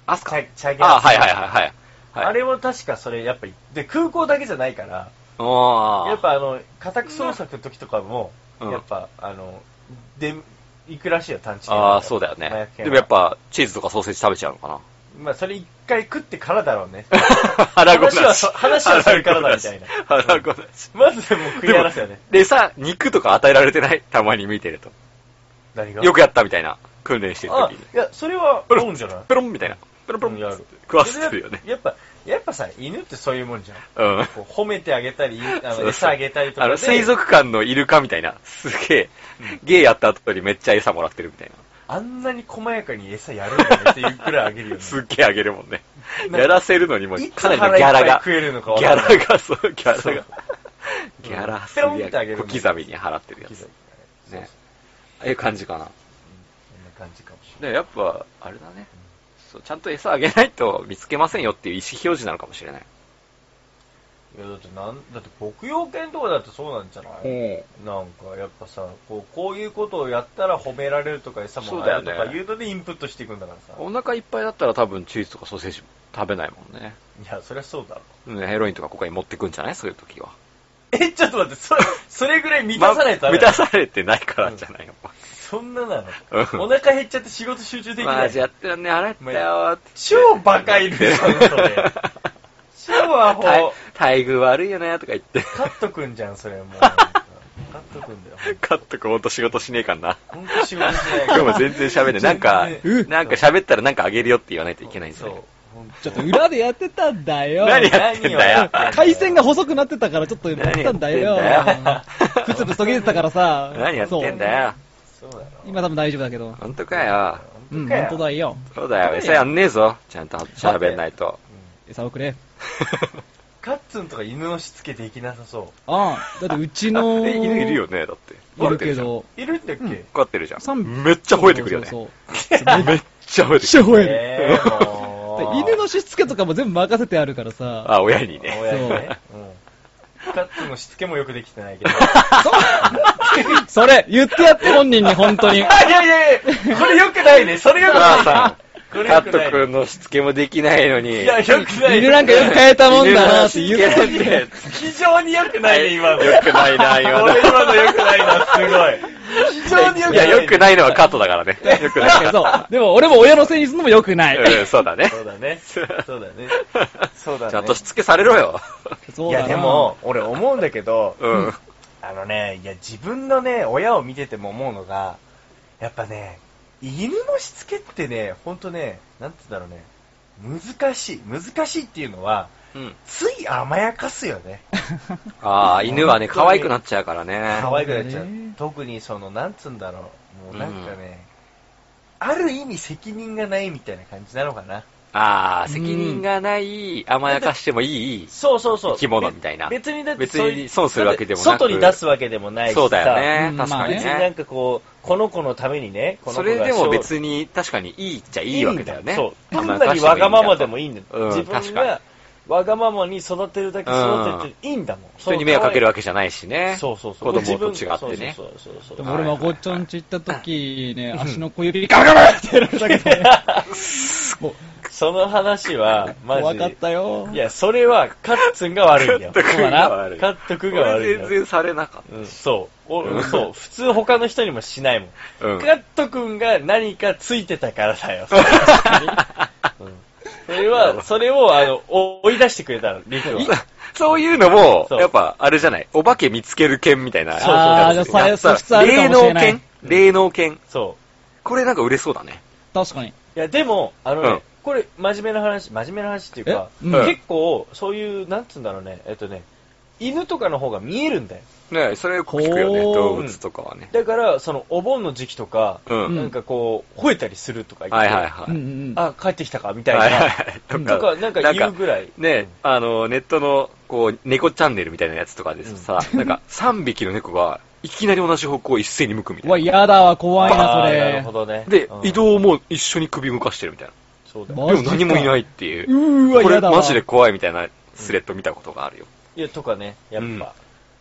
Speaker 3: あす
Speaker 2: チ
Speaker 3: か
Speaker 2: ャチャゲ
Speaker 3: あー
Speaker 2: アスカ
Speaker 3: はいはいはいはい。はい、
Speaker 2: あれも確かそれ、やっぱ、で、空港だけじゃないから、
Speaker 3: あー
Speaker 2: やっ、ぱあの、家宅捜索の時とかも、
Speaker 3: うん
Speaker 2: やっぱ、あの、で、行くらしいよ、探知犬
Speaker 3: ああ、そうだよ
Speaker 2: 麻
Speaker 3: ね
Speaker 2: 薬。犬
Speaker 3: でもやっぱ、チーズとかソーセージ食べちゃうのかな。
Speaker 2: まあ、それ一回食ってからだろうね。
Speaker 3: 腹ごなし。
Speaker 2: *laughs* 話は話はそれからだみたいな
Speaker 3: 腹ごなし。
Speaker 2: まずもう食い荒らすよね。
Speaker 3: でさ、肉とか与えられてないたまに見てると。
Speaker 2: 何が
Speaker 3: よくやったみたいな。訓練してる
Speaker 2: あ
Speaker 3: 時に。、
Speaker 2: いや、それは、
Speaker 3: ペ
Speaker 2: ロ
Speaker 3: ロ
Speaker 2: ンじゃない
Speaker 3: ペロンみたいな。ペロンペロン
Speaker 2: うんやる
Speaker 3: 食わせてるよね。
Speaker 2: やっぱ、やっぱさ、犬ってそういうもんじゃん。
Speaker 3: うん。
Speaker 2: こう褒めてあげたり、あ
Speaker 3: そうそ
Speaker 2: の
Speaker 3: う
Speaker 2: 餌あげたりとか
Speaker 3: あ
Speaker 2: で。
Speaker 3: の、水族館のイルカみたいな。すげえ。ゲーやった後にめっちゃ餌もらってるみたい
Speaker 2: あんなに細やかに餌やるんだねっていうくらいあげるよ
Speaker 3: な。*laughs*
Speaker 2: ね。
Speaker 3: すっげえあげるもんね。
Speaker 2: なんか
Speaker 3: やらせるのにも
Speaker 2: いつ
Speaker 3: かなりのギャラ
Speaker 2: 腹いっぱい
Speaker 3: が。
Speaker 2: 食えるのかわ
Speaker 3: ギ
Speaker 2: か
Speaker 3: ャ
Speaker 2: んない
Speaker 3: ラが、そう、ギャ
Speaker 2: そ
Speaker 3: ラ
Speaker 2: う
Speaker 3: が。ギャラす
Speaker 2: ペロン
Speaker 3: げ
Speaker 2: ってあげ
Speaker 3: え小
Speaker 2: るもんね
Speaker 3: 刻みに払ってるや
Speaker 2: 小刻
Speaker 3: つ。
Speaker 2: み
Speaker 3: ね
Speaker 2: だねそう
Speaker 3: ああいう感じかな。
Speaker 2: そううんこんな感じかもしれない。
Speaker 3: でやっぱ、あれだね。そう、ちゃんと餌あげないと見つけませんよっていう意思表示なのかもしれない。
Speaker 2: いや、だってなん、だって牧羊犬とかだってそうなんじゃないなんか、やっぱさ、こう、こういうことをやったら褒められるとか餌もらえると
Speaker 3: そうだ
Speaker 2: か
Speaker 3: よね
Speaker 2: いうのでインプットしていくんだからさ。
Speaker 3: お腹いっぱいだったら多分チーズとかソーセージも食べないもんね。
Speaker 2: いや、そりゃそうだろ。 *laughs*
Speaker 3: ねヘロインとかここに持ってくんじゃないそういう時は。
Speaker 2: え、ちょっと待って、それ、それぐらい満たさないとダメ
Speaker 3: 満
Speaker 2: だ
Speaker 3: たされてないからじゃないよ。
Speaker 2: そんなな
Speaker 3: うん
Speaker 2: のお腹減っちゃって仕事集中でき
Speaker 3: ま
Speaker 2: な
Speaker 3: あ
Speaker 2: い
Speaker 3: じ。ゃあやってらんねえ、洗ったよーって。
Speaker 2: 超バカいる
Speaker 3: *laughs*
Speaker 2: じゃん、それ。超アホ。
Speaker 3: 待遇悪いよねとか言って。
Speaker 2: カットくんじゃん、それもう。カットくんだよ。
Speaker 3: カットくんほんと仕事しねえかんな。
Speaker 2: ほんと仕事しない
Speaker 3: 今日も全然喋んねえ。なんか
Speaker 2: 全、
Speaker 4: 然
Speaker 3: なんか喋ったらなんかあげるよって言わないといけないんだ
Speaker 2: そう
Speaker 3: よ。。
Speaker 2: ほんと
Speaker 4: ちょっと裏でやってたんだよ。
Speaker 3: 何やってんだよ。
Speaker 2: 何を
Speaker 4: 回線が細くなってたからちょっとやったんだよ
Speaker 3: 何やってんだよ。
Speaker 4: プツプツ途切れてたからさ。
Speaker 3: 何やってんだよ。
Speaker 2: そうだろ。
Speaker 4: そう。今多分大丈夫だけど。
Speaker 3: ほんとかよ。
Speaker 2: ほ
Speaker 4: うん、
Speaker 2: かよ
Speaker 4: 本当だよ。
Speaker 3: そうだよ。餌やんねえぞ。ちゃんと喋んないと。
Speaker 4: 餌をくれ。
Speaker 3: *laughs*
Speaker 2: カッツンとか犬のしつけできなさそ
Speaker 4: ああ、だってうちの。
Speaker 3: え犬いるよ。ね、だって。
Speaker 4: い
Speaker 3: 飼っ
Speaker 4: る
Speaker 3: てる
Speaker 4: け
Speaker 3: じゃん。
Speaker 4: ど。
Speaker 2: う。いるんだっけ
Speaker 3: 飼ってるじゃ
Speaker 4: 三
Speaker 3: ん。めっちゃ吠えてくるよね。
Speaker 4: そう
Speaker 3: *laughs* めっちゃ吠えて
Speaker 4: そうそ
Speaker 3: く
Speaker 4: う。めっちゃ
Speaker 3: る。
Speaker 4: 吠え
Speaker 2: えーも
Speaker 4: る。
Speaker 2: う
Speaker 4: *laughs* で犬のしつけとかも全部任せてあるからさ。
Speaker 3: あ、親にね。
Speaker 2: 親にね。うん。カッツンのしつけもよくできてないけど。
Speaker 4: *laughs* それ、言ってやって本人に
Speaker 3: *laughs*
Speaker 4: 本当に。
Speaker 2: いやいやいや、これ良くないね。それ良
Speaker 3: お
Speaker 2: くない。
Speaker 3: 母さ
Speaker 2: こ
Speaker 3: ん、
Speaker 2: れ
Speaker 3: カ
Speaker 2: 良
Speaker 3: ッ
Speaker 2: く
Speaker 3: ト
Speaker 2: ない。
Speaker 3: 君のしつけもできないのに。
Speaker 2: いや、良くない。
Speaker 4: 犬なんかよく変えたもんだなって言って
Speaker 3: 犬のしつけなんて
Speaker 2: 非常に良くないね、今の。
Speaker 3: 良くないな、今の
Speaker 2: 俺今の良くないな、すごい。非常に良く
Speaker 3: い
Speaker 2: な
Speaker 3: や、
Speaker 2: い。
Speaker 3: 良くないのはカットだから
Speaker 2: *laughs*
Speaker 3: ね。良くない
Speaker 4: *laughs* そ
Speaker 3: か
Speaker 4: う。でも俺も親のせいにするのも良くない。
Speaker 3: ら。うん、そうだね。
Speaker 2: そうだね。そ
Speaker 3: *laughs*
Speaker 2: うだね。そうだね。
Speaker 3: ちゃんとしつけされろ
Speaker 2: *laughs*
Speaker 3: よ。
Speaker 4: そ
Speaker 2: いう
Speaker 4: だ
Speaker 2: や、
Speaker 4: な
Speaker 2: でも、、俺思うんだけど、
Speaker 3: うん。
Speaker 2: あのね、いや、自分のね、親を見てても思うのが、やっぱね、犬のしつけってね、ほんとね、なんて言うんだろうね、難しい。難しいっていうのは、
Speaker 3: うん。
Speaker 2: つい甘やかすよね。
Speaker 3: ああ、犬はね、可愛くなっちゃうからね。
Speaker 2: 可愛くなっちゃう
Speaker 4: そうだね。
Speaker 2: 特にその、なんつうんだろう。もうなんかね、ある意味責任がないみたいな感じなのかな。
Speaker 3: ああ、責任がない、甘やかしてもいい。
Speaker 2: そうそうそう。
Speaker 3: 生き物みたいな
Speaker 2: べ別にだって
Speaker 3: 別
Speaker 2: そういう
Speaker 3: に損するわけでもなく
Speaker 2: だって外に出すわけでもないしさ。
Speaker 3: そうだよ
Speaker 4: う
Speaker 3: ね。
Speaker 4: ん
Speaker 3: 確かに
Speaker 2: 別になん
Speaker 3: ね。
Speaker 2: かこう、この子のためにね、この
Speaker 3: そ
Speaker 2: 子が
Speaker 3: れでも
Speaker 2: に
Speaker 3: 別に、確かにいいっちゃいいわけだよね。
Speaker 2: そう。
Speaker 3: 甘や
Speaker 2: 単
Speaker 3: かし
Speaker 2: な
Speaker 3: てもいい
Speaker 2: り
Speaker 3: んだ
Speaker 2: わがままでもいいんだよ。
Speaker 3: うん
Speaker 2: 自
Speaker 3: 確
Speaker 2: 分
Speaker 3: かに
Speaker 2: がわがままに育てるだけ育てていいんだもん。
Speaker 3: 人に迷惑かけるわ
Speaker 2: け
Speaker 3: けじゃないしね。
Speaker 2: そうそうそう。
Speaker 3: 子供と違ってね。
Speaker 2: そうそうそうそう
Speaker 4: で
Speaker 2: そう
Speaker 4: も
Speaker 2: そう。
Speaker 4: 俺もごっちゃんち行った時ね、足の小指ガブガブガブってやられたけどね、もう
Speaker 2: *laughs* その話は、マジ
Speaker 4: 怖かったよ。
Speaker 2: いや、それは、カッツンが悪いんだよ。
Speaker 3: カット君が悪い
Speaker 2: カット君が悪いん
Speaker 3: 俺全
Speaker 2: だよ。
Speaker 3: 然されなかっ
Speaker 2: うん、そう。おそう。普通他の人にもしないもん。
Speaker 3: た。うん
Speaker 2: カ。ット君が何かついてたから
Speaker 3: *laughs*
Speaker 2: だよ。それはうんそれは、それを、あの、追い出してくれたの、リクは。
Speaker 3: そういうのも、
Speaker 2: そう
Speaker 3: やっぱ、あれじゃない。お化け見つける犬みたいな。
Speaker 2: そうあー
Speaker 3: やつ
Speaker 4: じゃあ
Speaker 3: やっぱ
Speaker 4: 素質あるかもしれない
Speaker 3: 霊能犬霊能犬。
Speaker 2: そう。
Speaker 3: これなんか売れそうだね。
Speaker 4: 確かに。
Speaker 2: いや、でも、あのね、
Speaker 3: うん
Speaker 2: これ、真面目な話、真面目な話っていうか、
Speaker 4: えうん
Speaker 2: 結構、そういう、なんつうんだろうね、えっとね、犬とかの方が見えるんだよ。
Speaker 3: ねそれよく聞くよね。
Speaker 4: ほー
Speaker 3: 動物とかはね。
Speaker 2: だから、その、お盆の時期とか、
Speaker 3: うん。
Speaker 2: なんかこう、吠えたりするとか言っ
Speaker 3: はい
Speaker 2: て、
Speaker 3: はいはい。
Speaker 4: うんうんうん。
Speaker 2: あ、帰ってきたか、みた
Speaker 3: はいいはい
Speaker 2: な、
Speaker 3: はい
Speaker 4: うん
Speaker 2: とか、なんか言うぐらい。
Speaker 3: ね、あの、ネットの、こう、猫チャンネルみたいなやつとかですさ、なんか、3匹の猫が、いきなり同じ方向を一斉に向くみた
Speaker 4: うわ、
Speaker 3: いな。
Speaker 4: やだわ、怖いな、
Speaker 2: あ
Speaker 4: そ
Speaker 2: ーなる
Speaker 4: れ
Speaker 2: ほ。どね。
Speaker 3: で
Speaker 2: う、ん
Speaker 3: 移。動も一緒に首向かしてるみたいな。
Speaker 2: そうだよ
Speaker 4: マジ
Speaker 3: でも
Speaker 4: か
Speaker 3: 何もいないっていう。
Speaker 4: うーわ、
Speaker 3: これ
Speaker 4: やだわ。
Speaker 3: マジで怖いみたいなスレッド見たことがあるよ。
Speaker 2: いや、とかね、やっぱ、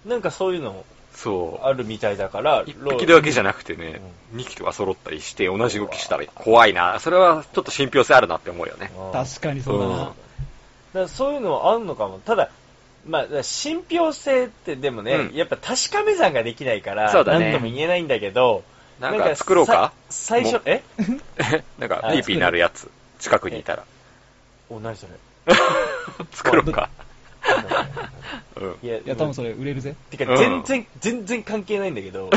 Speaker 2: なんかそういうのも
Speaker 3: そ
Speaker 2: あるみたいだから、
Speaker 3: う。一
Speaker 2: ロー
Speaker 3: 匹だけじゃなくてね、二匹とか揃ったりして同じ動きしたら怖いな。それはちょっと信憑性あるなって思うよね。
Speaker 2: うん
Speaker 4: 確かにそうだな。
Speaker 2: だからそういうのはあんのかも。ただ、まあ、だから信憑性ってでもね、
Speaker 3: うん
Speaker 2: やっぱ確かめ算ができないから、
Speaker 3: そうだね
Speaker 2: なんとも言えないんだけど、
Speaker 3: なんか作ろうか
Speaker 2: さ最初
Speaker 3: も、
Speaker 2: え *laughs*
Speaker 3: *laughs* なんか
Speaker 2: あ、
Speaker 3: ピーピーになるやつ、近くにいたら。
Speaker 2: お、何それ。
Speaker 3: 作ろうか。うん。
Speaker 2: いや、
Speaker 4: いや、多分それ売れるぜ。
Speaker 2: てか
Speaker 3: うん
Speaker 2: 全然、全然関係ないんだ
Speaker 3: *laughs*
Speaker 2: けど、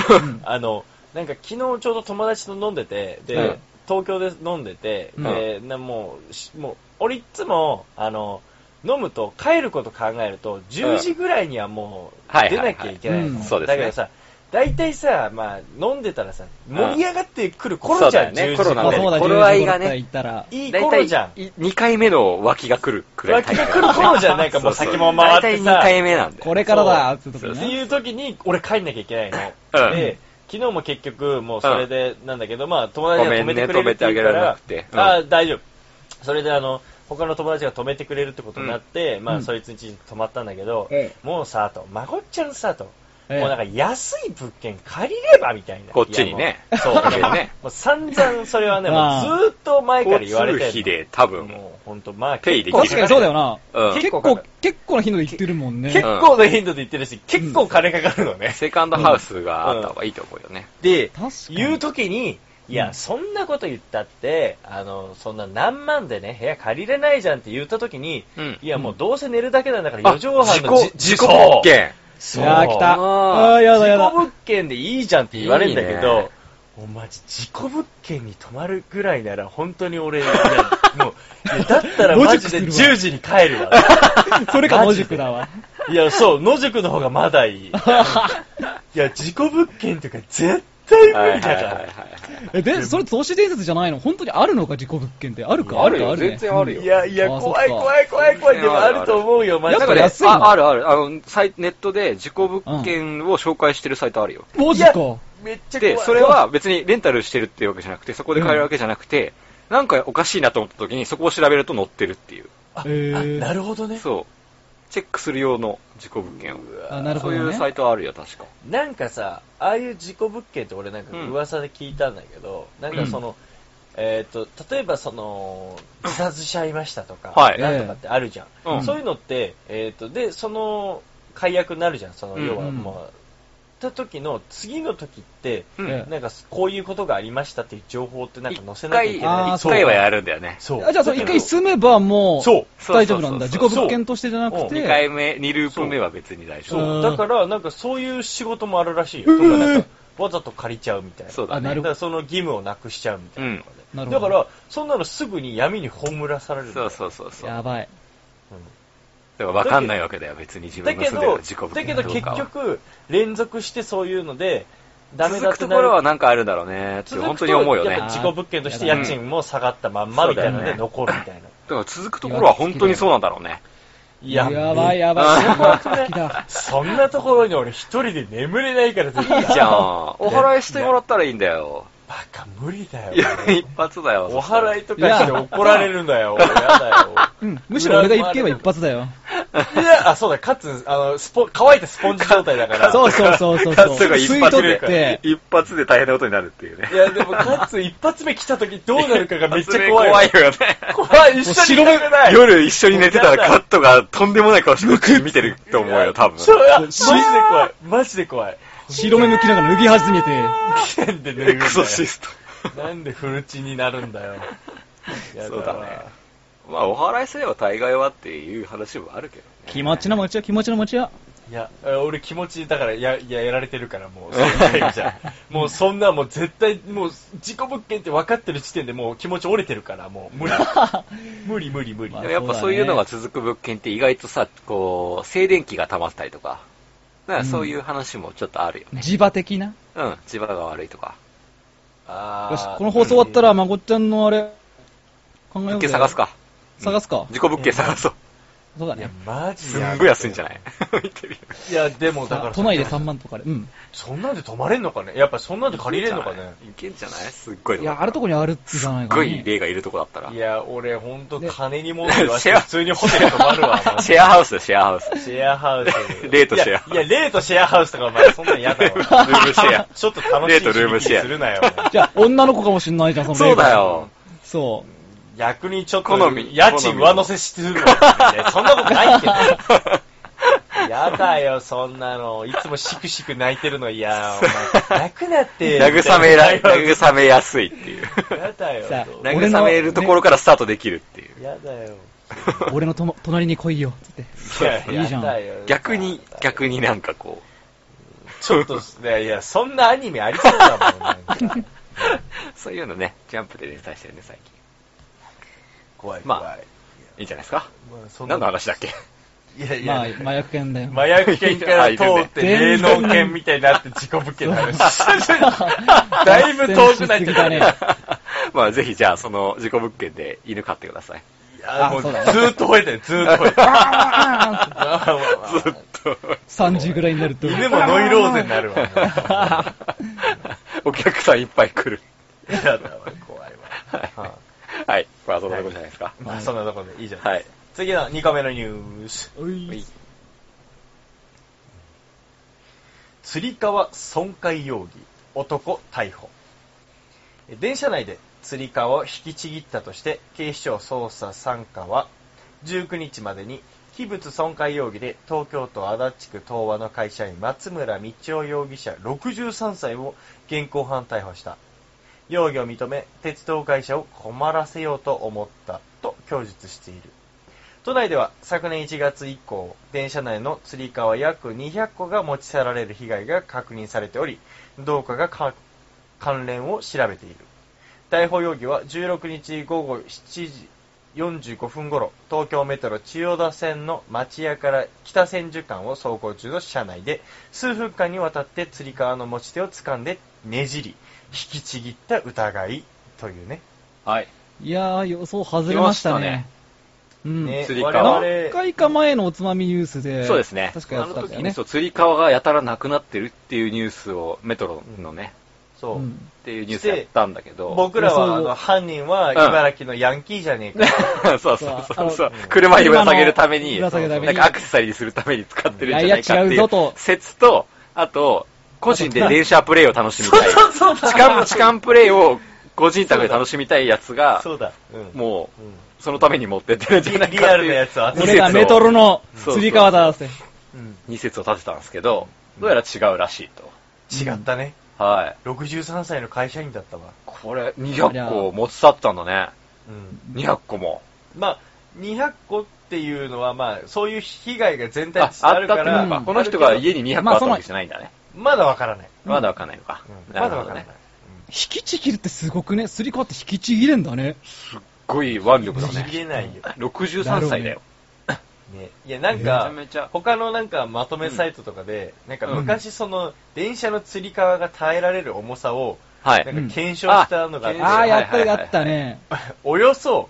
Speaker 2: あの、なんか昨日ちょうど友達と飲んでて、で、
Speaker 3: うん
Speaker 2: 東京で飲んでて、
Speaker 4: うん
Speaker 2: で、なもうし、もう、俺いつも、あの、飲むと帰ること考えると10時ぐらいにはも
Speaker 3: は
Speaker 2: う
Speaker 3: いはい
Speaker 2: 出
Speaker 3: はい
Speaker 2: なきゃいけないの
Speaker 4: うん
Speaker 3: そうです
Speaker 2: だ
Speaker 3: ね
Speaker 2: けどさ大体さ、まあ、飲んでたらさ盛り上がってくる
Speaker 3: そ
Speaker 2: 頃
Speaker 3: う
Speaker 2: じ
Speaker 3: だ
Speaker 2: ゃ
Speaker 3: よ
Speaker 2: ん、
Speaker 3: ね
Speaker 2: 10時
Speaker 3: コロナ
Speaker 4: まあ
Speaker 3: で
Speaker 4: そうだ、
Speaker 3: 頃
Speaker 4: 10
Speaker 3: 合い
Speaker 4: 時頃
Speaker 3: が
Speaker 4: だった
Speaker 3: ね
Speaker 4: ら行ったら。
Speaker 2: いい
Speaker 3: 大
Speaker 2: 頃
Speaker 3: 体
Speaker 2: じゃん
Speaker 3: 2回目の脇が来るくらい
Speaker 2: 脇が来る頃じゃんなんかもう先も回
Speaker 3: 大
Speaker 2: って
Speaker 3: 体
Speaker 2: さ
Speaker 3: 2回目なんで
Speaker 4: これからだってとこ
Speaker 2: って
Speaker 4: ね。
Speaker 2: いう時に俺帰んなきゃいけないの、
Speaker 3: *laughs* うん
Speaker 2: で昨日も結局もうそれでなんだけど、まあ友達が止めてくれるって言
Speaker 3: ごめ
Speaker 2: う
Speaker 3: んね止めてあげ
Speaker 2: から
Speaker 3: れな
Speaker 2: ら、
Speaker 3: くてうん
Speaker 2: ああ大丈夫それであの他の友達が止めてくれるってことになって、ま
Speaker 4: う
Speaker 2: あ
Speaker 4: ん
Speaker 2: そいつん家に泊まったんだけど、
Speaker 1: え
Speaker 2: もうさとまこっちゃんさと、
Speaker 4: ええ
Speaker 2: もうなんか安い物件借りればみたいな
Speaker 3: こっちにね
Speaker 2: いやもう
Speaker 3: こ
Speaker 2: そ
Speaker 3: っち
Speaker 2: う
Speaker 3: に
Speaker 2: もう
Speaker 3: ね
Speaker 2: *laughs* もう散々それは
Speaker 4: *laughs*
Speaker 2: ねも
Speaker 4: ああ
Speaker 2: うずーっと前から言われてんの
Speaker 3: 交通費で多分
Speaker 2: もう本当まあ
Speaker 3: ペイできる
Speaker 4: 確かにそうだよな。
Speaker 3: うん
Speaker 4: 結構、結構な頻度で行ってるもん
Speaker 2: 結
Speaker 4: ね。
Speaker 2: 構な頻度で言ってるし、結構金かかるのね。
Speaker 3: セカンドハウスがあった方がいいと思うよね。
Speaker 2: で
Speaker 4: 確かに、
Speaker 2: 言う時に、いうや、
Speaker 4: ん
Speaker 2: そんなこと言ったって、あの、そんな何万でね、部屋借りれないじゃんって言った時に、
Speaker 3: うん
Speaker 2: いや、もうどうせ寝るだけなんだから、4畳半の
Speaker 3: 自己、自己物件。
Speaker 2: そ。
Speaker 4: いうやー、来た。
Speaker 3: あー
Speaker 4: ああー、やだや
Speaker 2: 自
Speaker 4: だ
Speaker 2: 己。物件でいいじゃんって言われるんだ
Speaker 3: い
Speaker 2: け
Speaker 3: い
Speaker 2: ど
Speaker 3: ね、
Speaker 2: おマジ、自己物件に泊まるぐらいなら、本当に俺、いやもう、いやだったらマジで
Speaker 4: 野宿する
Speaker 2: 10
Speaker 4: わ
Speaker 2: 時に帰るわ。
Speaker 4: それか野宿だわ。
Speaker 2: いや、そう、野宿の方がまだいい。いや、事故物件とか絶対無理だから。
Speaker 4: え、で、それ都市伝説じゃないの本当にあるのか、事故物件って。あるか、あるか、あるね。
Speaker 3: 然ある
Speaker 2: いやいや、
Speaker 4: あー
Speaker 2: 怖い
Speaker 4: そっか
Speaker 2: 怖い怖い怖い。でもあると思うよ、マジ
Speaker 4: や
Speaker 2: で。
Speaker 4: っぱ安いの
Speaker 3: ああるある。あの、サイネットで自己物件を紹介してるサイトあるよ。
Speaker 4: マジ
Speaker 2: い
Speaker 4: か。
Speaker 2: めっちゃ怖
Speaker 3: で、
Speaker 2: い。
Speaker 3: それは別にレンタルしてるっていうわけじゃなくて、そこで買えるわけじゃなくて、なんかおかしいなと思った時にそこを調べると載ってるっていう。
Speaker 2: あ、
Speaker 4: えー
Speaker 2: あなるほどね。
Speaker 3: そう。チェックする用の自己物件を。
Speaker 4: あなる
Speaker 3: そ
Speaker 4: ほ
Speaker 3: うい
Speaker 4: ど
Speaker 3: う
Speaker 4: ね。
Speaker 3: サイトあるよ、確か。
Speaker 2: なんかさ、ああいう事故物件って俺なんか噂で聞いたんだけど、なんかその、えっ、と、例えばその、自殺しちゃいましたとか、
Speaker 3: はい
Speaker 2: なんとかってあるじゃん。
Speaker 3: うん
Speaker 2: そういうのって、えっ、と、で、その、解約になるじゃん、その、
Speaker 3: うん
Speaker 2: 要は、まあ、った時の、次の時って、
Speaker 3: うん
Speaker 4: ええ
Speaker 2: なんか、こういうことがありましたっていう情報ってなんか載せ
Speaker 3: 一
Speaker 2: なきゃい
Speaker 3: 回、
Speaker 2: け
Speaker 3: 一
Speaker 2: ない。
Speaker 4: あーそう
Speaker 3: 回はやるんだよね。
Speaker 2: そう。
Speaker 4: あじゃあ、その一回住めばもう、
Speaker 2: そう。
Speaker 3: そう
Speaker 4: 大丈夫なんだ。
Speaker 3: そ
Speaker 4: 自
Speaker 3: うそ
Speaker 4: 己
Speaker 3: う
Speaker 2: そう
Speaker 4: 物件としてじゃなく
Speaker 2: そう
Speaker 4: て。
Speaker 3: 2回目、2ループ目は別に大丈
Speaker 2: そ
Speaker 3: 夫。
Speaker 4: う
Speaker 2: う。
Speaker 4: ん
Speaker 2: だから、なんかそういう仕事もあるらしいよ。
Speaker 4: うー
Speaker 2: だからなんかわざと借りちゃうみたいな。
Speaker 3: そうだ
Speaker 4: あな
Speaker 3: ね
Speaker 2: だ
Speaker 4: る。
Speaker 2: からその義務をなくしちゃうみたいなとかで、
Speaker 4: うんなるほ
Speaker 2: だ
Speaker 4: ど
Speaker 2: から、そんなのすぐに闇に葬らされるんだ
Speaker 3: そ
Speaker 2: よ
Speaker 3: うそうそうそう。
Speaker 4: やばい。
Speaker 3: だから分かんないわけだよ、別に自
Speaker 2: だ
Speaker 3: 分の
Speaker 2: け
Speaker 3: 住んでる
Speaker 2: ど
Speaker 3: 自己物、
Speaker 2: だけ
Speaker 3: 件
Speaker 2: ど
Speaker 3: かどう
Speaker 2: 結
Speaker 3: かは。
Speaker 2: 局、連続してそういうので、ダメだ
Speaker 3: 続
Speaker 2: っ
Speaker 3: く
Speaker 2: て
Speaker 3: と
Speaker 2: な
Speaker 3: こ
Speaker 2: る
Speaker 3: ろはなんかあるんだろうねって
Speaker 2: 続くと
Speaker 3: 本当に思うよね。
Speaker 2: やっ
Speaker 3: だ
Speaker 2: ぱ
Speaker 3: か
Speaker 2: 自己物件として家賃も下がったまんまみたいなので残るみたいな。
Speaker 3: ら続くところは本当にそうなんだろうね。
Speaker 2: いや、
Speaker 4: やばいやば
Speaker 2: めっ
Speaker 4: い。
Speaker 2: ちゃ怖く
Speaker 4: 好き
Speaker 2: ない
Speaker 4: だ。
Speaker 2: そんなところに俺一人で眠れないから絶対
Speaker 3: いいじゃん。お払いしてもらったらいいんだよ。
Speaker 2: バカ無理だよ。
Speaker 3: いや、一発だよ。
Speaker 2: お払いとかして怒られるんだよ。俺やだよ。
Speaker 4: うん。むしろ俺が行けば一発だよ。
Speaker 2: いや、あ、そうだ、かつ、あの、スポ、乾いたスポンジ状態だから。
Speaker 4: そうそうそうそう。
Speaker 3: カットが一
Speaker 4: 吸い
Speaker 3: 発
Speaker 4: 取
Speaker 3: で
Speaker 4: って、
Speaker 3: 一発で大変なことになるっていうね
Speaker 2: い。や、でも、かつ、一発目来た時どうなるかがめっちゃ怖い。
Speaker 3: 怖い。よね。
Speaker 2: 怖い、一緒にいたくない。
Speaker 3: 夜一緒に寝てたらカットがとんでもない顔して見てると思うよ、多分。
Speaker 2: そう、あマジで怖い。マジで怖い。
Speaker 4: 白目向きながら脱ぎ始めて、
Speaker 2: なんで寝
Speaker 3: エ
Speaker 2: るんだ
Speaker 3: クソシ
Speaker 2: よ。
Speaker 3: スト。
Speaker 2: なんでフルチになるんだよ。や
Speaker 3: そうだね
Speaker 2: わ。
Speaker 3: まあ、お払いすれば大概はっていう話もあるけどね。
Speaker 4: 気持ちの持ちよ、気持ちの持ちよ。
Speaker 2: いや、え俺気持ち、だから、や、や、やられてるか
Speaker 3: *laughs*
Speaker 2: ら、もう、そういう意味じゃ。もう、そんな、もう、絶対、もう、事故物件って分かってる時点でもう、気持ち折れてるから、も
Speaker 3: *laughs*
Speaker 2: う、無理。無理、無理、無理。
Speaker 4: まあ
Speaker 3: でもやっぱそういうのが続く物件って意外とさ、こう、静電気が溜まったりとか、だからそういう話もちょっとあるよね。
Speaker 4: 磁場的な。
Speaker 3: うん、磁場が悪いとか。
Speaker 2: あー
Speaker 4: よし、この放送終わったら、まこっちゃんのあれ、考えよ
Speaker 3: 物
Speaker 4: うぜ
Speaker 3: 件探す。か。
Speaker 4: 探すか。
Speaker 3: 自己物件探そう。
Speaker 4: そうだ
Speaker 2: いや
Speaker 4: ね。、
Speaker 2: マジ
Speaker 3: す
Speaker 2: やめて
Speaker 3: んごい安いんじゃない見てみる。
Speaker 2: いや、でも、だからさ、
Speaker 4: 都内で3万とかで。うん。
Speaker 2: そんなんで泊まれんのかねやっぱそんなんで借りれんのかね
Speaker 3: いけんじゃないすっごい。
Speaker 4: いや、あるとこにあるってじゃない
Speaker 3: すっ
Speaker 4: か
Speaker 3: ご
Speaker 4: な。
Speaker 3: い霊がいるとこだったら
Speaker 2: い。や、俺ほんと金に戻
Speaker 3: ね
Speaker 2: る
Speaker 3: *laughs*
Speaker 2: わ。
Speaker 3: シェア
Speaker 2: 普通にホテル泊まる
Speaker 3: *laughs*
Speaker 2: わ。もう
Speaker 3: *laughs* シェアハウスだ、シェアハウス。
Speaker 2: シェアハウス。
Speaker 3: レートシェア
Speaker 2: いや、いやレートシェアハウスとかお前そんなん嫌だ
Speaker 3: ル *laughs*
Speaker 2: わ。
Speaker 3: ームシ
Speaker 2: *laughs*
Speaker 3: ェア。
Speaker 2: ちょっと楽し
Speaker 3: レ
Speaker 2: い
Speaker 3: ートルームシェア
Speaker 2: するなよ。
Speaker 4: じゃあ、女の子かもしんないじゃん、その
Speaker 3: そうだよ。
Speaker 4: そ
Speaker 2: 逆にちょっと
Speaker 3: 好み
Speaker 2: 家賃上乗せしてるわ。いやそんなことないけど。やだよ、そんなの。いつもシクシク泣いてるの嫌。お前、泣くなってよ。
Speaker 3: 慰め
Speaker 2: *laughs*
Speaker 3: ら、
Speaker 2: みたいな
Speaker 3: 慰めやすいっていう。
Speaker 2: やだよ。
Speaker 4: さあ
Speaker 2: どう
Speaker 4: 俺
Speaker 3: 慰
Speaker 4: の
Speaker 3: めるところからスタートできるっていう。
Speaker 2: やだよ。
Speaker 4: う。俺のとも *laughs* 隣に来いよ、つって。いいじゃん
Speaker 2: やだよ
Speaker 3: 逆に、逆になんかこう、
Speaker 2: ちょっと、いやいや、そんなアニメありそうだもんなんか。
Speaker 3: そういうのね、ジャンプで連載してるね、最近。
Speaker 2: 怖い怖い。
Speaker 3: まあいいんじゃないですか。
Speaker 2: まあそんな
Speaker 3: 何の話だっけ *laughs*
Speaker 2: いやい
Speaker 4: まあ、
Speaker 2: や、
Speaker 4: 麻薬犬だよ。
Speaker 2: 麻薬犬から通って霊能犬みたいになって自己物件の話。 *laughs* だいぶ遠くない
Speaker 4: 脱線しすぎだ *laughs* ね。
Speaker 3: まあ、ぜひ、じゃあ、その、事故物件で犬飼ってくだ
Speaker 4: *laughs*
Speaker 3: さい。
Speaker 2: いや、もうず
Speaker 4: あそうだね
Speaker 2: ーっと吠えてる、ずーっと吠えてる。あーもう
Speaker 3: ずっと。
Speaker 4: 30ぐらいになると。
Speaker 2: 犬もノイローゼになるわ。 *laughs* もう
Speaker 3: お客さんいっぱい来る。
Speaker 2: やだわ、怖いわ。は
Speaker 3: はい。これはそんなとこじゃないですか。
Speaker 2: いまあ、そんなとこでいいじゃん。
Speaker 3: はい。
Speaker 2: 次の2個目のニュース。
Speaker 4: おい
Speaker 3: い
Speaker 2: つり革損壊容疑、男逮捕。電車内でつり革を引きちぎったとして、警視庁捜査参加は、19日までに、器物損壊容疑で東京都足立区東和の会社員松村道夫容疑者63歳を現行犯逮捕した。容疑を認め、鉄道会社を困らせようと思ったと供述している。都内では昨年1月以降、電車内のつり革約200個が持ち去られる被害が確認されており、同課がか関連を調べている。逮捕容疑は16日午後7時45分頃、東京メトロ千代田線の町屋から北千住間を走行中の車内で、数分間にわたってつり革の持ち手を掴んでねじり、引きちぎった疑いというね。
Speaker 3: はい。
Speaker 4: いやー、予想外れましたね。うん。
Speaker 2: ね
Speaker 3: つり革
Speaker 4: 何
Speaker 2: 我々
Speaker 4: 回か前のおつまみニュースで。
Speaker 3: そうですね。
Speaker 4: 確かやってたんだ
Speaker 3: あの
Speaker 4: よ
Speaker 3: 時に
Speaker 4: ね。
Speaker 3: そう、釣り革がやたらなくなってるっていうニュースを、メトロのね、
Speaker 2: そう。
Speaker 4: う
Speaker 3: っ
Speaker 4: ん
Speaker 3: ていうニュースやったんだけど。
Speaker 2: 僕ら
Speaker 4: そう
Speaker 2: は、あの、犯人は茨城のヤンキーじゃねえか。
Speaker 3: *laughs* そうそう
Speaker 4: あ
Speaker 3: そう
Speaker 4: の
Speaker 3: そう。車にぶら下げるために、
Speaker 4: ぶら下げるため
Speaker 3: な
Speaker 4: に
Speaker 3: んかアクセサリーにするために使ってるんじゃないかって
Speaker 4: いやい
Speaker 3: い
Speaker 4: や違うぞ
Speaker 3: う
Speaker 4: と
Speaker 3: 説と、あと、個人で電車プレイを楽しみ
Speaker 4: *laughs*
Speaker 3: たい。
Speaker 2: そう
Speaker 3: 痴漢、痴漢プレイを個人宅で楽しみたいやつ *laughs* が、
Speaker 2: そうだ。うん。
Speaker 3: も
Speaker 2: うん
Speaker 3: う、そのために持ってってるんじゃないかっていう
Speaker 2: リアルなやつを集めて
Speaker 4: 俺がメトロ。の釣り革だって。
Speaker 2: うん。
Speaker 3: 二説を立てたんですけど、どうやら違うらしいと。
Speaker 2: 違ったね。
Speaker 3: はい。
Speaker 2: 63歳の会社員だったわ。
Speaker 3: これ、200個持ち去ったんだね。
Speaker 2: うん。
Speaker 3: 200個も。
Speaker 2: まあ、200個っていうのは、まあ、そういう被害が全体
Speaker 3: あ
Speaker 2: としてあ
Speaker 3: あっ
Speaker 2: る
Speaker 3: たっ
Speaker 2: か
Speaker 3: ていう
Speaker 2: ら、
Speaker 3: の
Speaker 4: う
Speaker 3: か。
Speaker 4: ん
Speaker 3: この人が家に200個あったわけじゃないんだね。
Speaker 2: まだわからない。
Speaker 4: まあ
Speaker 3: まだわかんないのか
Speaker 2: うん。
Speaker 3: な
Speaker 2: ま
Speaker 3: るほ
Speaker 2: だわ
Speaker 3: ど
Speaker 2: からない
Speaker 3: ね。。
Speaker 4: 引きちぎるってすごくね。すり革って引きちぎれんだね。
Speaker 3: すっごい腕
Speaker 2: うん
Speaker 3: 力だ
Speaker 2: ちぎ
Speaker 3: ね。
Speaker 2: れないよ。
Speaker 3: 63歳だよ。
Speaker 2: ね、いや、なん
Speaker 3: めちゃ
Speaker 2: か、
Speaker 3: めちゃ。
Speaker 2: 他のなんかまとめサイトとかで、なんか昔その、電車の吊り革が耐えられる重さを、
Speaker 3: は
Speaker 2: ないんか。検証したのがあって、
Speaker 3: うん
Speaker 4: あー、やっぱ
Speaker 3: はいはい
Speaker 4: りあ
Speaker 3: はい
Speaker 4: ったね。
Speaker 2: *laughs* およそ、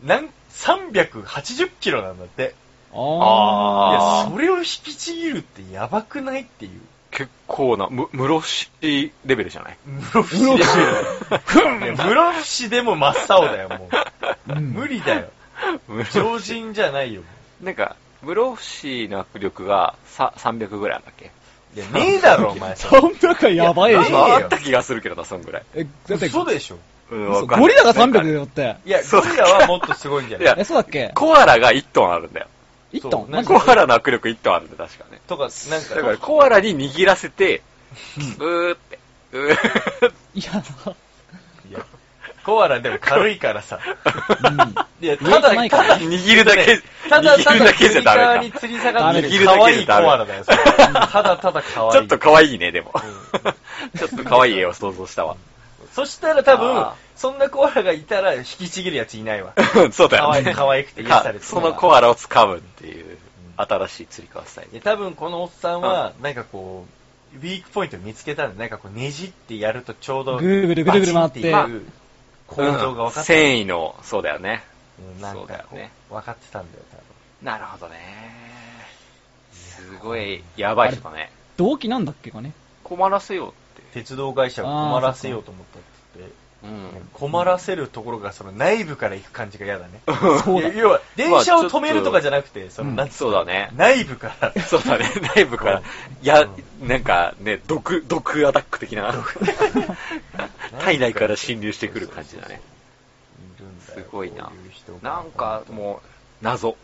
Speaker 2: なん、380キロなんだって。い
Speaker 4: あ
Speaker 2: や
Speaker 3: あ、ー
Speaker 2: それを引きちぎるってやばくないっていう。
Speaker 3: 結構な、む、室伏レベルじゃない
Speaker 2: 室伏でも、 *laughs* ね室伏でも真っ青だよ、も
Speaker 4: ー *laughs* う
Speaker 2: う。
Speaker 4: ん
Speaker 2: 無理だよ。常人じゃないよ。も
Speaker 3: なんか、室伏の握力がさ300ぐらいあんだっけ
Speaker 2: ういや、ねえだろ、お前。それ
Speaker 4: *laughs* そんなかやばいでし
Speaker 2: いや
Speaker 4: ょ。
Speaker 2: い
Speaker 3: あ
Speaker 2: よ
Speaker 3: った気がするけどな、そんぐらい。
Speaker 4: え、だって、
Speaker 2: 嘘でしょ。
Speaker 3: うん
Speaker 4: 嘘
Speaker 3: わかんない
Speaker 4: ゴリラが300だよって。
Speaker 2: いや、
Speaker 3: そう
Speaker 2: ゴリラはもっとすごいんじゃない
Speaker 3: いや
Speaker 4: え、そうだっけ
Speaker 3: コアラが1トンあるんだよ。
Speaker 4: ?1 ト
Speaker 2: そう
Speaker 4: ンマジ
Speaker 3: コアラの握力1トンあるんだよ、確かね。
Speaker 2: とか、なん
Speaker 3: だから、
Speaker 2: か、
Speaker 3: コアラに握らせて、うーって、う *laughs* ーって。
Speaker 4: いや、
Speaker 2: いや、コアラでも軽いからさ。
Speaker 4: うん。
Speaker 2: いや、
Speaker 4: 上じ
Speaker 2: た
Speaker 4: ゃない
Speaker 2: だ、
Speaker 4: か
Speaker 2: た
Speaker 4: ら
Speaker 2: だ、
Speaker 3: 握るだけ、
Speaker 2: ただ
Speaker 3: 握
Speaker 2: た
Speaker 3: る
Speaker 2: だ
Speaker 3: だけじゃダ
Speaker 2: 側
Speaker 3: メ
Speaker 2: に
Speaker 3: か。
Speaker 2: 吊り下がって
Speaker 4: ダメ
Speaker 2: る
Speaker 4: です
Speaker 2: 可愛いコアラだよ、それただただ可
Speaker 3: ち
Speaker 2: 愛
Speaker 3: ょ
Speaker 2: い
Speaker 3: っ。と可愛いね、でも。*laughs*
Speaker 2: う
Speaker 3: ちょっと可愛い絵を想像したわ。
Speaker 2: そしたら多分
Speaker 3: あ、
Speaker 2: そんなコアラがいたら引きちぎるやついないわ。
Speaker 3: そうだよね。
Speaker 2: 可愛い可愛くて癒されてる
Speaker 3: そのコアラを掴むっていう、新しい釣り革スタイ
Speaker 2: い
Speaker 3: ル
Speaker 2: や。多分このおっさんは、なんかこう、ウィークポイントを見つけたんで、なんかこう、ねじってやるとちょうど、
Speaker 4: ぐるぐるぐるぐる回って
Speaker 2: バチいう構造が分か
Speaker 3: うん
Speaker 2: ってた。
Speaker 3: 繊維の、そうだよね。
Speaker 2: うんな
Speaker 3: そ
Speaker 2: ん
Speaker 3: うだ
Speaker 2: か
Speaker 3: よ
Speaker 2: こ
Speaker 3: ね
Speaker 2: う、分かってたんだよ、多分。
Speaker 3: なるほどね。すごい、やばい人だね。
Speaker 4: 同期なんだっけかね。
Speaker 3: 困らせようって。
Speaker 2: 鉄道会社を困らせようと思ったって言って。
Speaker 3: うん。
Speaker 2: 困らせるところがその内部から行く感じが嫌だね。
Speaker 4: そうだ
Speaker 2: いや *laughs* 要は、電車を止めるとかじゃなくて、その、
Speaker 4: うん
Speaker 2: なんつ
Speaker 3: そうだね。
Speaker 2: 内部から。
Speaker 3: そうだね、
Speaker 2: *laughs*
Speaker 3: 内部から。いや、なんかね、毒、毒アタック的な。 *laughs* 体内から侵入してくる感じだね。
Speaker 2: いるんだよ
Speaker 3: すごいな
Speaker 2: こうう人が
Speaker 3: なんか、もう、謎。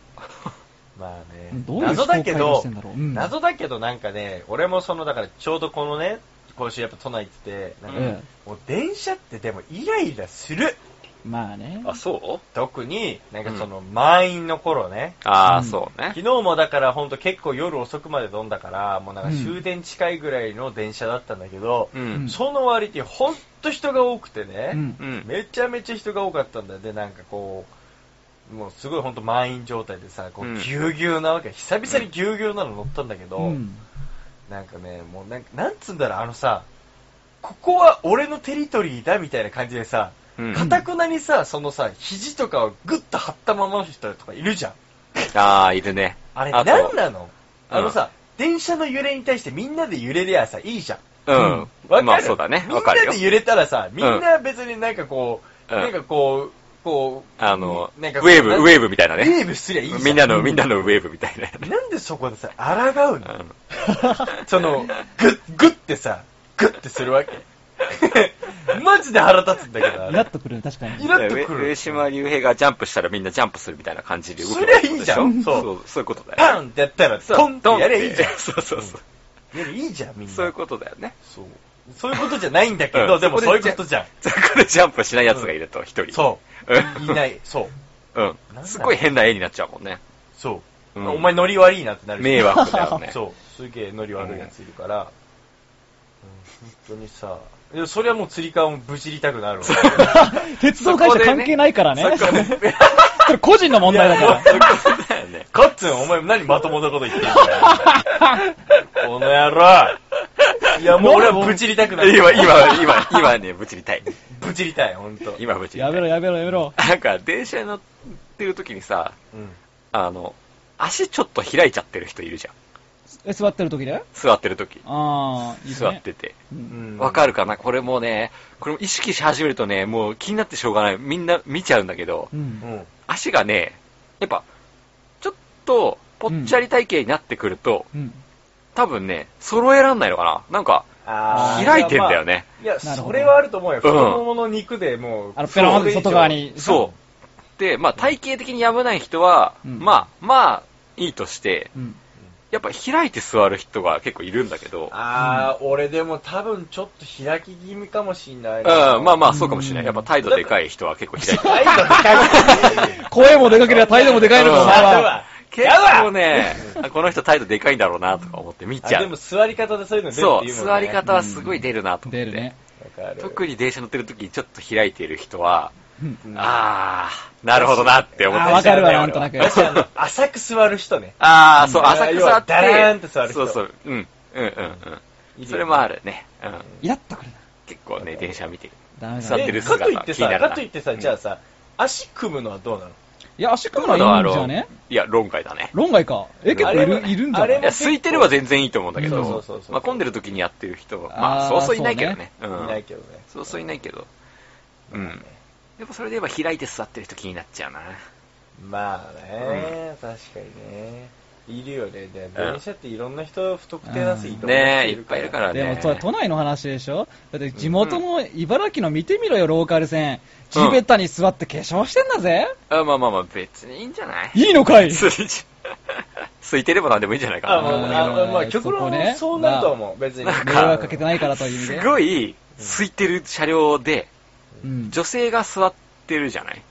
Speaker 2: まあね
Speaker 4: どう。いう
Speaker 2: 謎だけ
Speaker 4: 人を介護
Speaker 2: ど
Speaker 4: してんだろううん、
Speaker 2: 謎だけどなんかね、俺もその、だからちょうどこのね、今週やっぱ都内行ってて、なんか
Speaker 4: ええ
Speaker 2: もう電車ってでもイライラする。
Speaker 4: まあね。
Speaker 3: あ、そう
Speaker 2: 特に、なんかその、満員の頃ね。
Speaker 3: あ
Speaker 4: う
Speaker 3: あ、
Speaker 4: ん
Speaker 3: そうね *laughs*
Speaker 2: 昨。日もだからほんと結構夜遅くまで飲んだから、もうなんか終電近いぐらいの電車だったんだけど、
Speaker 3: う
Speaker 4: うん
Speaker 3: ん。
Speaker 2: その割にほんと人が多くてね、
Speaker 4: うん
Speaker 3: うん。
Speaker 2: めちゃめちゃ人が多かったんだよ。で、なんかこう、もうすごい本当満員状態でさ、こ
Speaker 3: うん
Speaker 2: うぎゅうぎゅうなわけ、久々にぎゅうぎゅうなの乗ったんだけど、
Speaker 4: うん。
Speaker 2: なんかね、もうなんかなんつうんだろう、あのさ、ここは俺のテリトリーだみたいな感じでさ、
Speaker 3: うん
Speaker 2: かたくなにさ、そのさ、肘とかをグッと張ったままの人とかいるじゃん。
Speaker 3: ああ、いるね。
Speaker 2: あれ、
Speaker 3: あと
Speaker 2: なんなのあのさ、電車の揺れに対してみんなで揺れりゃさ、いいじゃん。
Speaker 3: うん。
Speaker 2: わかる
Speaker 3: まあそうだね。
Speaker 2: みん
Speaker 3: わか
Speaker 2: な
Speaker 3: るよ
Speaker 2: で。揺れたらさ、みんな別になんかこう、
Speaker 3: うん
Speaker 2: なんかこう、こう、
Speaker 3: あの、ウ
Speaker 2: な
Speaker 3: ェ
Speaker 2: んかこう
Speaker 3: ーブ、ウェーブみたいな
Speaker 2: ウェ
Speaker 3: ね。
Speaker 2: ーブすりゃいいじゃん。
Speaker 3: みんなの、みんなのウェーブみたいなやつね。
Speaker 2: なんでそこでさ、抗う
Speaker 3: う
Speaker 2: の
Speaker 3: ん
Speaker 2: *laughs* その、グッ、グッてさ、グッてするわけ。 *laughs* マジで腹立つんだけど、あ
Speaker 4: イ
Speaker 2: れ
Speaker 4: ラッとくるね、確かに
Speaker 2: イ。ラ
Speaker 3: 上
Speaker 2: ッとく
Speaker 3: 上
Speaker 2: る。
Speaker 3: 島竜兵がジャンプしたらみんなジャンプするみたいな感じで動く
Speaker 2: そりゃいいじゃん
Speaker 3: そう
Speaker 2: そ
Speaker 3: そう、そういうことだよ
Speaker 2: パンってやったら、
Speaker 3: そう。
Speaker 2: トンってやりゃいいじゃ
Speaker 3: トンっ
Speaker 2: ん。
Speaker 3: てそうそうそう。
Speaker 2: やりゃいいじゃん、みんな。
Speaker 3: そういうことだよね。
Speaker 2: そう。そういうことじゃないんだけ
Speaker 3: う
Speaker 2: ど、
Speaker 3: ん
Speaker 2: でも
Speaker 3: そ
Speaker 2: そう
Speaker 3: こ
Speaker 2: い
Speaker 3: で
Speaker 2: うことじゃん。
Speaker 3: そこでジャンプしない奴がいると、一人。
Speaker 2: そう。
Speaker 3: ん
Speaker 2: いない、そう。
Speaker 3: うん
Speaker 2: な。んだ
Speaker 3: すごい変な絵になっちゃうもんね。
Speaker 2: そう。
Speaker 3: うん
Speaker 2: お前ノリ悪いなってなるし
Speaker 3: 迷惑だよね。
Speaker 2: そう。すげえノリ悪いやついるから。うん本当にさ、いやそれはもう釣り革もぶちりたくなるわ。
Speaker 4: 鉄道会社関係ないからね。
Speaker 3: そこでね
Speaker 4: それ個人の問題だから。
Speaker 3: そういうことだよ
Speaker 2: *laughs*
Speaker 3: ね。
Speaker 2: カッツン、お前何まともなこと言ってんだよ。この野郎。いや、もう俺はぶちりたくなる。
Speaker 3: 今、今、今、今ね、ぶちりたい。
Speaker 2: ぶちりたい、ほんと。
Speaker 3: 今ぶちりたい。
Speaker 4: やめろやめろやめろ。
Speaker 3: なんか、電車に乗ってる時にさ、
Speaker 2: うん。
Speaker 3: あの、足ちょっと開いちゃってる人いるじゃん。
Speaker 4: え、座ってる時で
Speaker 3: 座ってる時。
Speaker 4: ああ、いいです
Speaker 3: 座
Speaker 4: ね。
Speaker 3: ってて。
Speaker 2: うん
Speaker 3: わかるかなこれもね、これも意識し始めるとね、もう気になってしょうがない。みんな見ちゃうんだけど
Speaker 4: う、。
Speaker 2: うんん。
Speaker 3: 足がね、やっぱ、ちょっと、ぽっちゃり体型になってくると、
Speaker 4: うん。
Speaker 3: 多分ね、揃えらんないのかななんか、
Speaker 2: あー
Speaker 3: 開いてんだよ。ね。
Speaker 2: いや、
Speaker 4: なるほど
Speaker 2: それはあると思うよ。
Speaker 3: うん
Speaker 2: 太ももの肉でもう。
Speaker 4: あの、ペロンって外側
Speaker 2: それ以
Speaker 4: に。
Speaker 3: そう。で、まあ、体型的に危ない人は、
Speaker 4: うん
Speaker 3: まあ、まあ、いいとして、
Speaker 4: うん。
Speaker 3: やっぱ開いて座る人が結構いるんだけど
Speaker 2: 上。、あー、俺でも多分ちょっと開き気味かもしんないな。
Speaker 3: うん、まあまあ、そうかもしれない。やっぱ態度でかい人は結構開いてる。
Speaker 2: 態度でかい。
Speaker 4: 声もでかければ態度もでかいのか、お前
Speaker 2: やだ
Speaker 4: は。
Speaker 2: わ。
Speaker 3: 結構ね、あこの人態度でかいんだろうなとか思って見
Speaker 2: あ
Speaker 3: ちゃ
Speaker 2: でも
Speaker 3: う。
Speaker 2: 座り方でそういうの出るっ
Speaker 3: そ
Speaker 2: て
Speaker 3: う、
Speaker 2: いうもんね。
Speaker 3: 座り方はすごい出るなと思って。
Speaker 4: 出るね。
Speaker 2: わかる。
Speaker 3: 特に電車乗ってる時にちょっと開いてる人は、
Speaker 4: うん
Speaker 2: うん
Speaker 3: あー、なるほどなって思って
Speaker 4: あーわかるわ
Speaker 3: 俺は
Speaker 4: なんとなく
Speaker 2: 私あの浅く座る人ね。
Speaker 3: あー、そう、
Speaker 2: うん
Speaker 3: 浅く座って。
Speaker 2: 要はダラーンって座る
Speaker 3: そ
Speaker 2: 人
Speaker 3: うそう、うん、うん、うん、うん。
Speaker 2: いるよね
Speaker 3: それもあるね。うん。
Speaker 4: イラッとくるな。
Speaker 3: 結構ね、電車見てる。
Speaker 4: ダメだ
Speaker 3: 座って
Speaker 4: ね。
Speaker 3: る
Speaker 2: でかといって
Speaker 3: 気にな
Speaker 2: さ、
Speaker 3: るな
Speaker 2: かといってさ、じゃあさ、足組むのはどうなの
Speaker 4: いや、足組むのはいいんじゃね
Speaker 3: いや、論外だね。
Speaker 4: 論外か。え、結構い
Speaker 2: あれ
Speaker 4: る
Speaker 2: も、
Speaker 4: いるんじゃ
Speaker 2: あれ
Speaker 3: い
Speaker 4: な
Speaker 3: や、
Speaker 4: い
Speaker 2: も
Speaker 3: 空いてれば全然いいと思うんだけ
Speaker 4: そう
Speaker 3: ど
Speaker 2: そうそう、そう
Speaker 3: まあ混んでる時にやってる人は、まあ、
Speaker 4: あー
Speaker 3: そうそういないけどね。う
Speaker 2: いない
Speaker 3: ん。
Speaker 2: けどね。
Speaker 3: そうそういないけど。うん。やっぱそれで言えば開いて座ってる人気になっちゃうな。
Speaker 2: まあね、確かにね。いるよね。で電車っていろんな人、不特定多数いと思う人。
Speaker 3: ねえ、いっぱいいるかららね。
Speaker 4: でも、それ都内の話でしょだって地元の茨城の見てみろよ、ローカル線。地べたに座って化粧してんだぜ。
Speaker 3: あまあまあまあ、別にいいんじゃない
Speaker 4: いいのかい
Speaker 3: *laughs* 空い空いてれば何でもいいんじゃないかな。
Speaker 2: あ、もう、あまあ、
Speaker 4: うん
Speaker 2: 極
Speaker 4: そこ
Speaker 2: 論
Speaker 4: ね
Speaker 2: そうなるとは思う。別に。
Speaker 3: なん
Speaker 4: 迷惑かけてないからという意味
Speaker 3: す
Speaker 4: で。
Speaker 3: ごい、空いてる車両で、
Speaker 4: うん。
Speaker 3: 女性が座ってるじゃない、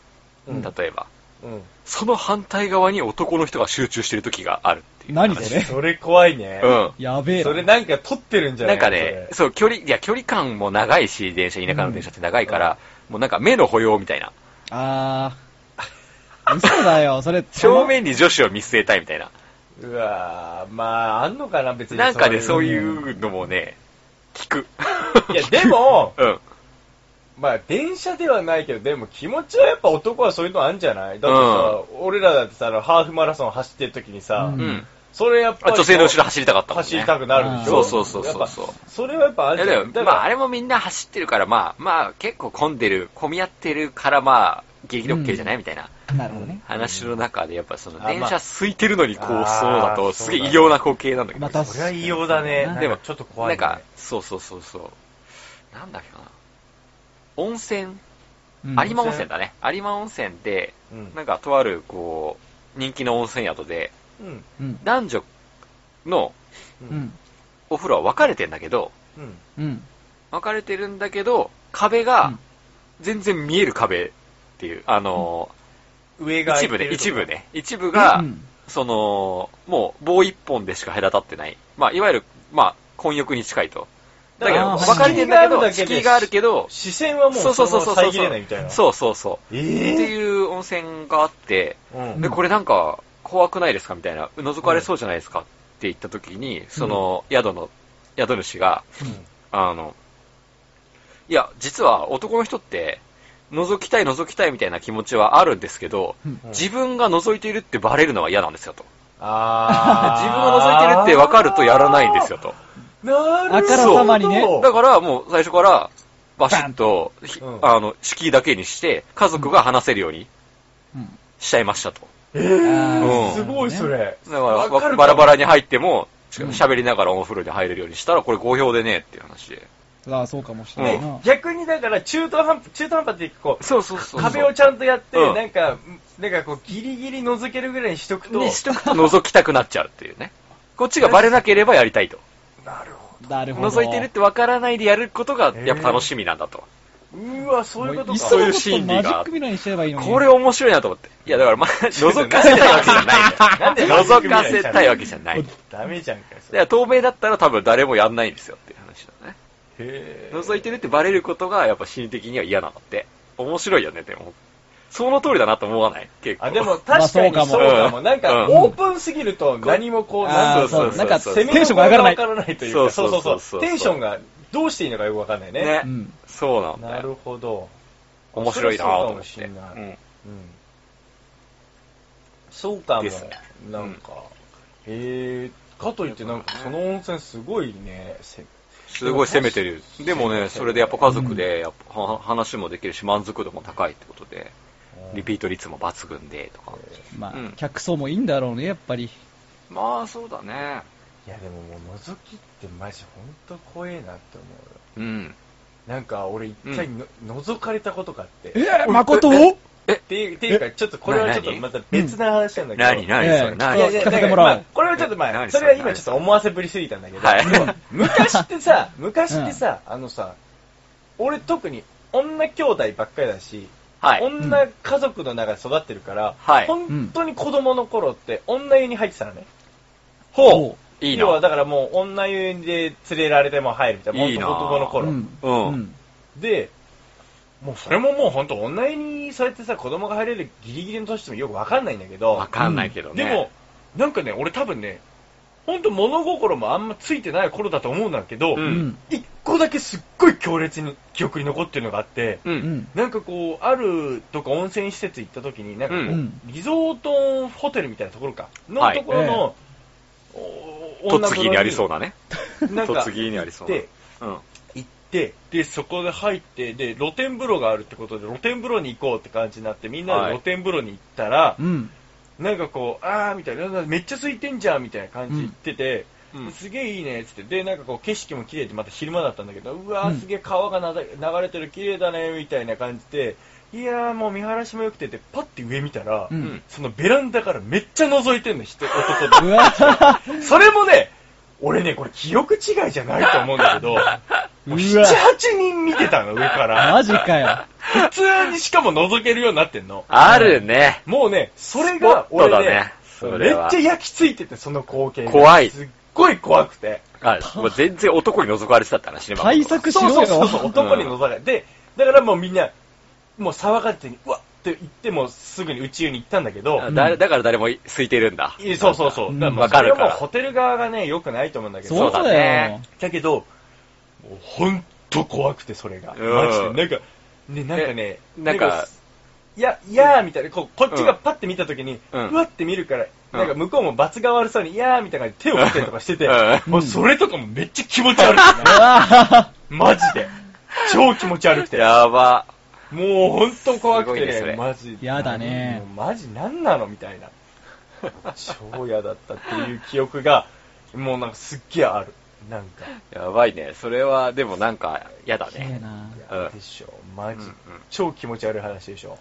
Speaker 2: うん
Speaker 3: 例えば。
Speaker 2: うん。
Speaker 3: その反対側に男の人が集中してる時があるっていう。
Speaker 4: 何そ
Speaker 2: *laughs*
Speaker 4: れ
Speaker 2: それ怖いね。
Speaker 3: うん。
Speaker 4: やべえな。
Speaker 2: それなんか撮ってるんじゃな
Speaker 3: ないんかね、
Speaker 2: そ
Speaker 3: そう、距離、いや、距離感も長いし、電車、田舎の電車って長いから、もうなんか目の保養みたいな。
Speaker 4: あー。嘘だよ、それ。
Speaker 3: 正面に女子を見据えたいみたいな。
Speaker 2: れうわぁ、まあ、あんのかな、別に。
Speaker 3: なんかね、そう
Speaker 2: う。
Speaker 3: いうのもね、聞く。
Speaker 2: いや、でも、
Speaker 3: *laughs*
Speaker 2: *laughs*
Speaker 3: うん。
Speaker 2: まあ、電車ではないけど、でも気持ちはやっぱ男はそういうのあんじゃないだってさ、俺らだってさ、あのハーフマラソン走ってる時にさ、
Speaker 4: うん
Speaker 3: うん。
Speaker 2: それやっぱ
Speaker 3: あ
Speaker 2: り
Speaker 3: 女性の後ろ走りたかったもんね。
Speaker 2: 走りたくなるでし
Speaker 4: う
Speaker 2: ょ
Speaker 4: ん
Speaker 3: そうそうそうそうそう
Speaker 2: やっぱそれはやっぱあ
Speaker 3: いや
Speaker 2: るじ
Speaker 3: で
Speaker 2: ゃ
Speaker 3: も
Speaker 2: ん。だ
Speaker 3: ま
Speaker 2: か
Speaker 3: あ、あ
Speaker 2: ら、
Speaker 3: れもみんな走ってるから、まあ、まあ、結構混んでる、混み合ってるから、まあ、激力系じゃない、みたいな
Speaker 4: なるほどね。
Speaker 3: 話の中で、やっぱその、
Speaker 2: あ
Speaker 3: 電
Speaker 2: ま
Speaker 3: 車
Speaker 2: あ
Speaker 3: 空いてるのにこう、そうだ
Speaker 2: あ
Speaker 3: と、
Speaker 2: ー
Speaker 3: すげ
Speaker 2: そう
Speaker 3: え
Speaker 2: だね
Speaker 3: 異様な光景なんだけど。
Speaker 4: また
Speaker 2: それは異様だね。
Speaker 4: な
Speaker 3: で
Speaker 2: で
Speaker 3: も
Speaker 2: も、ちょっと怖い、ね。
Speaker 3: なんか、そうそうそうそう。なんだっけかな。温泉、
Speaker 4: うん
Speaker 3: 有馬温泉だね。有馬温泉で、
Speaker 2: うん
Speaker 3: なんかとある、こう、人気の温泉宿で、
Speaker 2: うん。
Speaker 4: うん。
Speaker 3: 男女の
Speaker 2: う。
Speaker 4: うんん。
Speaker 3: お風呂は分かれてんだけど、
Speaker 2: うん。
Speaker 4: うん。
Speaker 3: 分かれてるんだけど、壁
Speaker 4: う
Speaker 3: が
Speaker 4: ん、
Speaker 3: 全然見える壁っていう、あの
Speaker 2: 上
Speaker 3: ー
Speaker 2: が
Speaker 3: 一
Speaker 2: 開い
Speaker 3: 部
Speaker 2: て
Speaker 3: ね、
Speaker 2: るとか
Speaker 3: 一部。ね、一部が、
Speaker 4: うん
Speaker 3: その、もう棒一本でしか隔たってない。まあ、いわゆる、まあ、混浴に近いと。だけど、
Speaker 4: あー
Speaker 3: 分かれてんだけど、
Speaker 2: 敷居
Speaker 3: 敷居があるけど、
Speaker 2: 視線はもう
Speaker 3: そう
Speaker 2: そ
Speaker 3: そう
Speaker 2: の
Speaker 3: そ
Speaker 2: ま
Speaker 3: うそ
Speaker 2: ま
Speaker 3: う。
Speaker 2: 遮れないみたいな。う。
Speaker 3: そうそうそう。
Speaker 2: え
Speaker 3: って
Speaker 2: ぇ、
Speaker 3: いう温泉があって、
Speaker 2: うん
Speaker 3: で、これなんか、怖くないですかみたいな、覗かれそうじゃないですかって言った時に、その、宿の、宿主が、あの、いや、実は男の人って、覗きたい覗きたいみたいな気持ちはあるんですけど、
Speaker 4: うん
Speaker 3: 自分が覗いているってバレるのは嫌なんですよと。 *laughs* 自
Speaker 2: あー
Speaker 3: 分が覗いてるって分かるとやらないんですよ。と。
Speaker 2: なるほど。
Speaker 4: あからさまにね
Speaker 2: そう
Speaker 3: だからもう最初から、バシッと、ひ
Speaker 2: うん
Speaker 3: あの、敷居だけにして、家族が話せるように
Speaker 4: うん
Speaker 3: しちゃいましたと。
Speaker 2: えー
Speaker 3: うん
Speaker 2: すごいそれ。
Speaker 3: だから、わ
Speaker 2: わかる
Speaker 3: バラバラに入っても、
Speaker 4: うん
Speaker 3: 喋りながらお風呂に入れるようにしたら、これ好評でね、っていう話で。
Speaker 4: ああ、そうかもしれないな。
Speaker 2: 逆にだから中途半端、中途半端っていうかこう、
Speaker 3: そうそうそ
Speaker 2: 壁をちゃんとやって、
Speaker 3: うん
Speaker 2: なんか、なんかこう、ギリギリ覗けるぐらいにしとくと、
Speaker 3: にしとくと覗きたくなっちゃうっていうね。こっちがバレなければやりたいと。
Speaker 2: なるほ
Speaker 4: なるほど。
Speaker 3: 覗いてるってわからないでやることが、やっぱ楽しみなんだと。
Speaker 2: ど。うわ、そういうことか。
Speaker 4: もいっ
Speaker 3: そ
Speaker 4: そう
Speaker 3: い
Speaker 4: の
Speaker 3: う
Speaker 4: こと
Speaker 3: 心理が
Speaker 4: マジックミラーにしちゃえばいいのに。
Speaker 3: これ面白いなと思って。いや、だから、まあ、 *laughs* 覗かせたいわけじゃないんだよ。
Speaker 2: なんで
Speaker 3: 覗かせたいわけじゃ *laughs* ない。だか
Speaker 2: ダメじゃんかよ、それ。
Speaker 3: ら、透明だったら多分誰もやんないんですよっていう話だね。
Speaker 2: へー
Speaker 3: 覗いてるってバレることが、やっぱ心理的には嫌なんだって。面白いよね、でも。その通りだなと思わない結構。
Speaker 2: あ、でも確
Speaker 4: まあ
Speaker 2: か
Speaker 4: そう
Speaker 2: に
Speaker 4: かも
Speaker 2: そうかも。
Speaker 3: うん
Speaker 2: なんか、
Speaker 3: うん
Speaker 2: オープンすぎると何もこう、
Speaker 4: あ
Speaker 2: な
Speaker 4: あ
Speaker 2: んか、
Speaker 4: そう、なんか、
Speaker 3: そう
Speaker 4: テ
Speaker 2: 攻
Speaker 4: ン
Speaker 2: めの
Speaker 4: ショ
Speaker 2: 方
Speaker 4: ン
Speaker 2: が
Speaker 4: が上がらな
Speaker 2: わ
Speaker 4: い
Speaker 2: か。らないという
Speaker 3: そう
Speaker 2: か、
Speaker 3: そ
Speaker 2: そう
Speaker 3: そ
Speaker 2: うそうう
Speaker 3: そう
Speaker 2: そう。テンションがどうしていいのかよくわかんない
Speaker 3: *laughs*
Speaker 2: ね。
Speaker 3: ね
Speaker 4: うん。
Speaker 3: そうなんだ
Speaker 2: な
Speaker 3: よ。
Speaker 2: るほど。
Speaker 3: 面白いなぁと思っ
Speaker 2: それ
Speaker 3: て。
Speaker 2: はそうかもし
Speaker 3: う
Speaker 2: れない
Speaker 3: ん
Speaker 2: うん。そうかも
Speaker 3: ですね。
Speaker 2: なんか、へえ、かといってなんか、その温泉すごいね、せ
Speaker 3: すごい攻めてる。でもね、それでやっぱ家族で、やっぱは話もできるし、満足度も高いってことで、リピート率も抜群で、とか。
Speaker 4: まあ、
Speaker 3: うん
Speaker 4: 客層もいいんだろうね、やっぱり。
Speaker 3: まあ、そうだね。
Speaker 2: いやでももう、覗きってマジほんと怖えなって思うよ。
Speaker 3: うん。
Speaker 2: なんか俺一回の、覗かれたことがあって。
Speaker 4: 誠を
Speaker 2: っていうっていうか、ちょっとこれはちょっとまた別な話なんだけど。
Speaker 3: 何、何
Speaker 4: ええ
Speaker 3: それ、
Speaker 2: いや
Speaker 3: 何
Speaker 2: いや、
Speaker 4: 聞
Speaker 2: だか
Speaker 4: かせて
Speaker 2: ら
Speaker 4: も
Speaker 2: ま
Speaker 4: らおう
Speaker 2: あ、これはちょっと
Speaker 3: え
Speaker 2: まあ、
Speaker 3: 何
Speaker 2: それは今ちょっ
Speaker 3: そ
Speaker 2: と
Speaker 3: れ
Speaker 2: 思わせぶりすぎたんだけど、
Speaker 3: はい
Speaker 2: でも *laughs* 昔ってさ、昔ってさ、あのさ、俺特に女兄弟ばっかりだし、
Speaker 3: はい。
Speaker 2: 女家族の中で育ってるから、
Speaker 3: はい
Speaker 2: 本当に子供の頃って女湯に入ってたのね。
Speaker 3: ほういい
Speaker 2: 要は
Speaker 3: な。
Speaker 2: だからもう女湯で連れられても入るみたいな、
Speaker 3: いいな
Speaker 2: 本当子供の頃。
Speaker 4: うん。
Speaker 3: うん
Speaker 2: で、もうそれももう本当女湯にそうやってさ、子供が入れるギリギリの年でもよくわかんないんだけど、
Speaker 3: わかんないけどね。
Speaker 2: でも、、なんかね、俺多分ね、本当物心もあんまついてない頃だと思うんだけど、
Speaker 3: う
Speaker 4: うんん。
Speaker 2: 一個だけすっごい強烈に記憶に残ってるのがあって、
Speaker 3: う。
Speaker 4: うんん。
Speaker 2: なんかこう、あるとか温泉施設行った時に、なんかこう、
Speaker 4: うん
Speaker 2: リゾートホテルみたいなところか、の
Speaker 3: はい
Speaker 2: ところの、
Speaker 3: と
Speaker 2: お
Speaker 3: つぎにありそう
Speaker 2: な。
Speaker 3: だね。
Speaker 2: なんか
Speaker 3: とつぎにありそうな
Speaker 2: で
Speaker 3: うん。
Speaker 2: 行って、で、そこで入って、で、露天風呂があるってことで、露天風呂に行こうって感じになって、みんな
Speaker 3: は
Speaker 2: で
Speaker 3: い
Speaker 2: 露天風呂に行ったら、
Speaker 4: うん。
Speaker 2: なんかこう、あーみたいな、めっちゃ空いてんじゃんみたいな感じで言ってて、
Speaker 3: うん
Speaker 2: すげえいいねっつって、で、なんかこう景色も綺麗で、また昼間だったんだけど、うわ
Speaker 4: う
Speaker 2: ー
Speaker 4: ん
Speaker 2: すげえ川がなだ流れてる綺麗だねみたいな感じで、いやーもう見晴らしも良くてって、パッて上見たら、
Speaker 4: うん
Speaker 2: そのベランダからめっちゃ覗いてんの、人、
Speaker 4: う
Speaker 2: 男で。
Speaker 4: わ
Speaker 2: *laughs* それもね、俺ね、これ記憶違いじゃないと思うんだけ
Speaker 4: *laughs*
Speaker 2: ど、もう
Speaker 4: う
Speaker 2: 7、
Speaker 4: わ
Speaker 2: 8人見てたの、上から。
Speaker 4: マジかよ。
Speaker 2: 普通にしかも覗けるようになってんの。
Speaker 3: あるね。
Speaker 2: もうね、それ
Speaker 3: もっ
Speaker 2: が
Speaker 3: と
Speaker 2: 俺
Speaker 3: だね
Speaker 2: ね、。
Speaker 3: そ
Speaker 2: めっ
Speaker 3: れは
Speaker 2: ちゃ。焼き付いてて、その光景が
Speaker 3: 怖い
Speaker 2: すっごい怖くて。
Speaker 3: あもう全然男に覗かれてたって話ね。
Speaker 4: 対策し
Speaker 2: そうそ
Speaker 4: ろ
Speaker 2: うそう
Speaker 4: よ。
Speaker 3: *laughs*
Speaker 2: そう、男に覗かれて。で、だからもうみんな、もう騒がれてに、うわっって言ってもうすぐに宇宙に行ったんだけど、
Speaker 3: だだから誰も空いてるんだ。
Speaker 2: いそうそうそうう。
Speaker 4: ん
Speaker 2: だからもう
Speaker 3: わか
Speaker 2: それ
Speaker 3: る
Speaker 2: は
Speaker 3: か
Speaker 2: もう
Speaker 3: ら
Speaker 2: ホテル側がね、良くないと思うんだけど。
Speaker 4: そ
Speaker 3: *laughs*
Speaker 4: う
Speaker 3: そうだ
Speaker 4: だよ
Speaker 3: ね。
Speaker 2: だけど、もうほんと怖くて、それが。
Speaker 3: うん
Speaker 2: マジで。なんか、ね、なんかね、
Speaker 3: なんか、
Speaker 2: いや、いやーみたいな、こうこっちがパッて見たときに、う
Speaker 3: うん
Speaker 2: わって見るから、
Speaker 3: うん
Speaker 2: なんか向こうも罰が悪そうに、いやーみたいな感じで手を振ったりとかしてて、
Speaker 3: うん
Speaker 2: もうそれとかもめっちゃ気持ち悪くて
Speaker 4: う
Speaker 3: *laughs*
Speaker 2: ね、
Speaker 4: わ
Speaker 2: マジで。超気持ち悪くて。
Speaker 3: やば。
Speaker 2: もうほんと怖くて
Speaker 3: すごいね
Speaker 2: ね、
Speaker 3: それ
Speaker 2: マジで。
Speaker 4: やだね
Speaker 2: もうマジなんなのみたいな。超嫌だったっていう記憶が、もうなんかすっげえある。なんか。
Speaker 3: やばいね。それは、でもなんか、やだ
Speaker 4: 綺麗
Speaker 3: ね。
Speaker 4: な。
Speaker 2: いやでしょ、マジ、
Speaker 3: うんうん
Speaker 2: 超気持ち悪い話でしょ。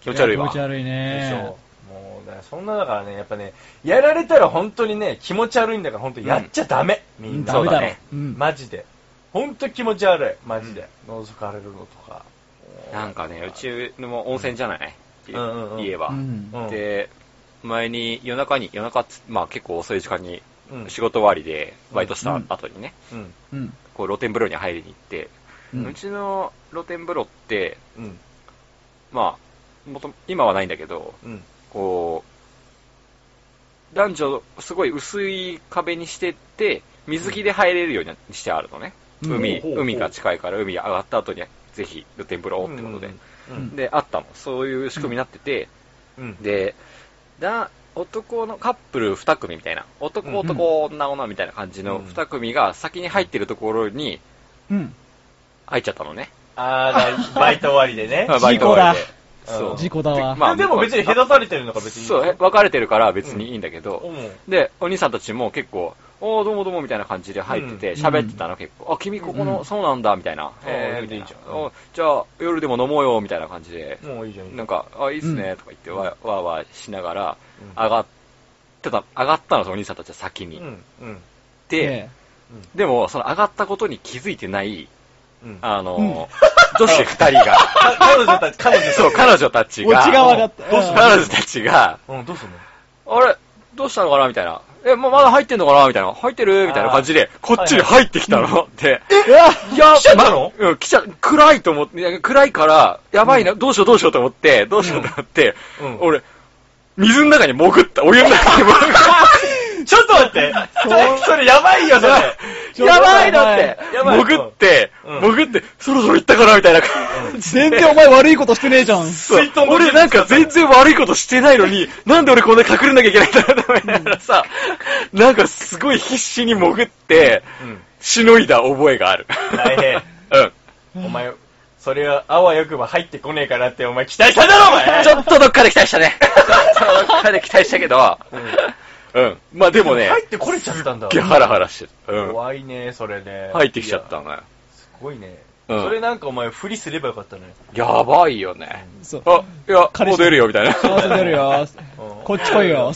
Speaker 3: 気持ち悪い
Speaker 4: 気
Speaker 3: わ。
Speaker 4: 持ち悪
Speaker 2: でし
Speaker 4: いね
Speaker 2: ょ。。もう、だからそんなだからね、やっぱね、やられたら本当にね、気持ち悪いんだから本当にやっちゃダメ、みんな。
Speaker 4: ダ
Speaker 3: そ
Speaker 4: メ
Speaker 3: うだ
Speaker 4: だろ
Speaker 3: ね。
Speaker 4: うん
Speaker 2: マジで。本当気持ち悪い、マジで。覗かれるのとか。
Speaker 3: なんかね、うちの温泉じゃない、
Speaker 2: うんうんうん
Speaker 3: 言えば
Speaker 4: う。ん
Speaker 2: うん
Speaker 3: で、前に夜中に、夜中っつまあ結構遅い時間に
Speaker 2: うん
Speaker 3: 仕事終わりで、バイトした後にね、
Speaker 2: うん。
Speaker 4: うん。
Speaker 3: こう露天風呂に入りに行って、
Speaker 4: う。
Speaker 3: うんちの露天風呂って、
Speaker 2: うん。
Speaker 3: まあ、もと今はないんだけど、
Speaker 2: うん。
Speaker 3: こう、男女、すごい薄い壁にしてって、水着で入れるようにしてあるのね。
Speaker 4: うん
Speaker 1: ほ
Speaker 3: 海、
Speaker 1: うほうほう
Speaker 3: 海が近いから、海上がった後に、ぜひ露天風呂をってことで。
Speaker 2: うん。
Speaker 3: で、あったの。そういう仕組みになってて、
Speaker 2: うん。
Speaker 3: で、だ、男のカップル2組みたいな、男男、女女みたいな感じの
Speaker 2: うん
Speaker 3: 2組が先に入ってるところに
Speaker 4: うん。
Speaker 3: 入っちゃったのね。
Speaker 2: あー、バイト終わりでね。
Speaker 3: まあ
Speaker 4: 事故だ
Speaker 3: *laughs* バイト終わりでそう。
Speaker 4: 事故だわ。
Speaker 3: まあ
Speaker 2: でも別に隔たれてるのか別に。
Speaker 3: そう、え別れてるから別にいいんだけ
Speaker 2: う
Speaker 3: ど、
Speaker 2: ん。
Speaker 3: で、お兄さんたちも結構、おー、どうもどうもみたいな感じで入ってて、
Speaker 4: うん
Speaker 3: 喋ってたの結構、あ、君ここの、
Speaker 4: うん
Speaker 3: そうなんだ、みたいな。
Speaker 2: ー
Speaker 3: えー、
Speaker 2: いい
Speaker 3: みたい
Speaker 2: じゃんいい
Speaker 3: な
Speaker 2: じゃん
Speaker 3: おじゃあ、夜でも飲もうよ、みたいな感じで、
Speaker 2: もういいじゃん、いいじゃ
Speaker 3: なん
Speaker 2: ん。
Speaker 3: か、あ、いいっす
Speaker 4: う
Speaker 3: ね
Speaker 4: ん、
Speaker 3: とか言って、わーわーわーしながら、
Speaker 2: うん
Speaker 3: 上がってた、上がったの、そのお兄さんたちは先
Speaker 2: う
Speaker 3: に。
Speaker 2: ん。うん。
Speaker 3: で、でも、その上がったことに気づいてない、
Speaker 2: うん。あ、
Speaker 3: あのー、女子二人が、
Speaker 2: 彼女たち、彼女たち。
Speaker 3: そう、彼女たちが、
Speaker 4: オチが悪かった
Speaker 3: 彼女たちが、
Speaker 2: うん、どうすんの
Speaker 3: あれ、どうしたのかなみたいな。え、もうまだ入ってんのかなみたいな。入ってるみたいな感じで、こっちに入ってきたのって。え
Speaker 4: うわ
Speaker 3: いや、
Speaker 2: 来ちゃったの
Speaker 3: まうん、来ちゃ、暗いと思って、いや暗いから、やばいな、どうしようどうしようと思って、どうしようと思って、
Speaker 2: うんうん
Speaker 3: 俺、水の中に潜った、お湯の中に潜っ
Speaker 2: *laughs* ちょっと待ってそれやばいよ、それ
Speaker 3: た。 *laughs* やばいなって
Speaker 2: やばい、
Speaker 3: 潜って、
Speaker 2: うん
Speaker 3: 潜って、そろそろ行ったかなみたいな感じで。
Speaker 4: 全然お前悪いことしてねえじゃん。
Speaker 3: そう
Speaker 2: 水筒持って
Speaker 3: 俺なんか全然悪いことしてないのに、なんで俺こんな隠れなきゃいけないんだろうと思いながらさ、なんかすごい必死に潜って、
Speaker 2: うん。
Speaker 3: しのいだ覚えがある。
Speaker 2: 大変。
Speaker 3: *laughs* うん。
Speaker 2: お前、それは、あわよくば入ってこねえからって、お前期待しただろ、お
Speaker 3: *laughs*
Speaker 2: 前
Speaker 3: ちょっとどっかで期待した
Speaker 2: *laughs*
Speaker 3: ね。ちょっとどっかで期待したけど、うん。まあでもね、
Speaker 2: 入ってこれちゃったんだ。
Speaker 3: すっげえハラハラしてる。うん。
Speaker 2: 怖いね、それね。
Speaker 3: 入ってきちゃったのよ。
Speaker 2: すごいね。
Speaker 3: うん
Speaker 2: それなんかお前、ふりすればよかったね。
Speaker 3: やばいよね。
Speaker 4: そう。
Speaker 3: あ、いや、
Speaker 4: 彼氏
Speaker 3: もう出るよ、みたいな。
Speaker 4: 幸せ出るよ。
Speaker 2: うん
Speaker 4: こっち来いよ。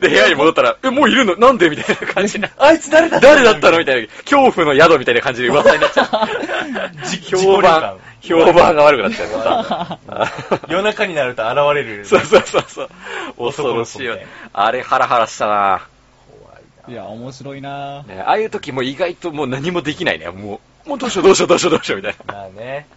Speaker 3: で、部屋に戻ったら、え、もういるのなんでみたいな感じな。
Speaker 2: あいつ誰だ
Speaker 3: 誰だったのみたいな。恐怖の宿みたいな感じで噂になっちゃう。評判、評判が悪くなっちゃうからさ。
Speaker 2: 夜中になると現れる。
Speaker 3: そうそうそうそう。恐ろしいよ
Speaker 2: 男の子みたい
Speaker 3: ね
Speaker 2: な。
Speaker 3: あれ、ハラハラしたな、
Speaker 2: 怖い
Speaker 4: いや、面白いな
Speaker 3: ねああいう時も意外ともう何もできないね。もう、もうどうしようどうしようどうしようどうしようみたい
Speaker 2: な。まあね。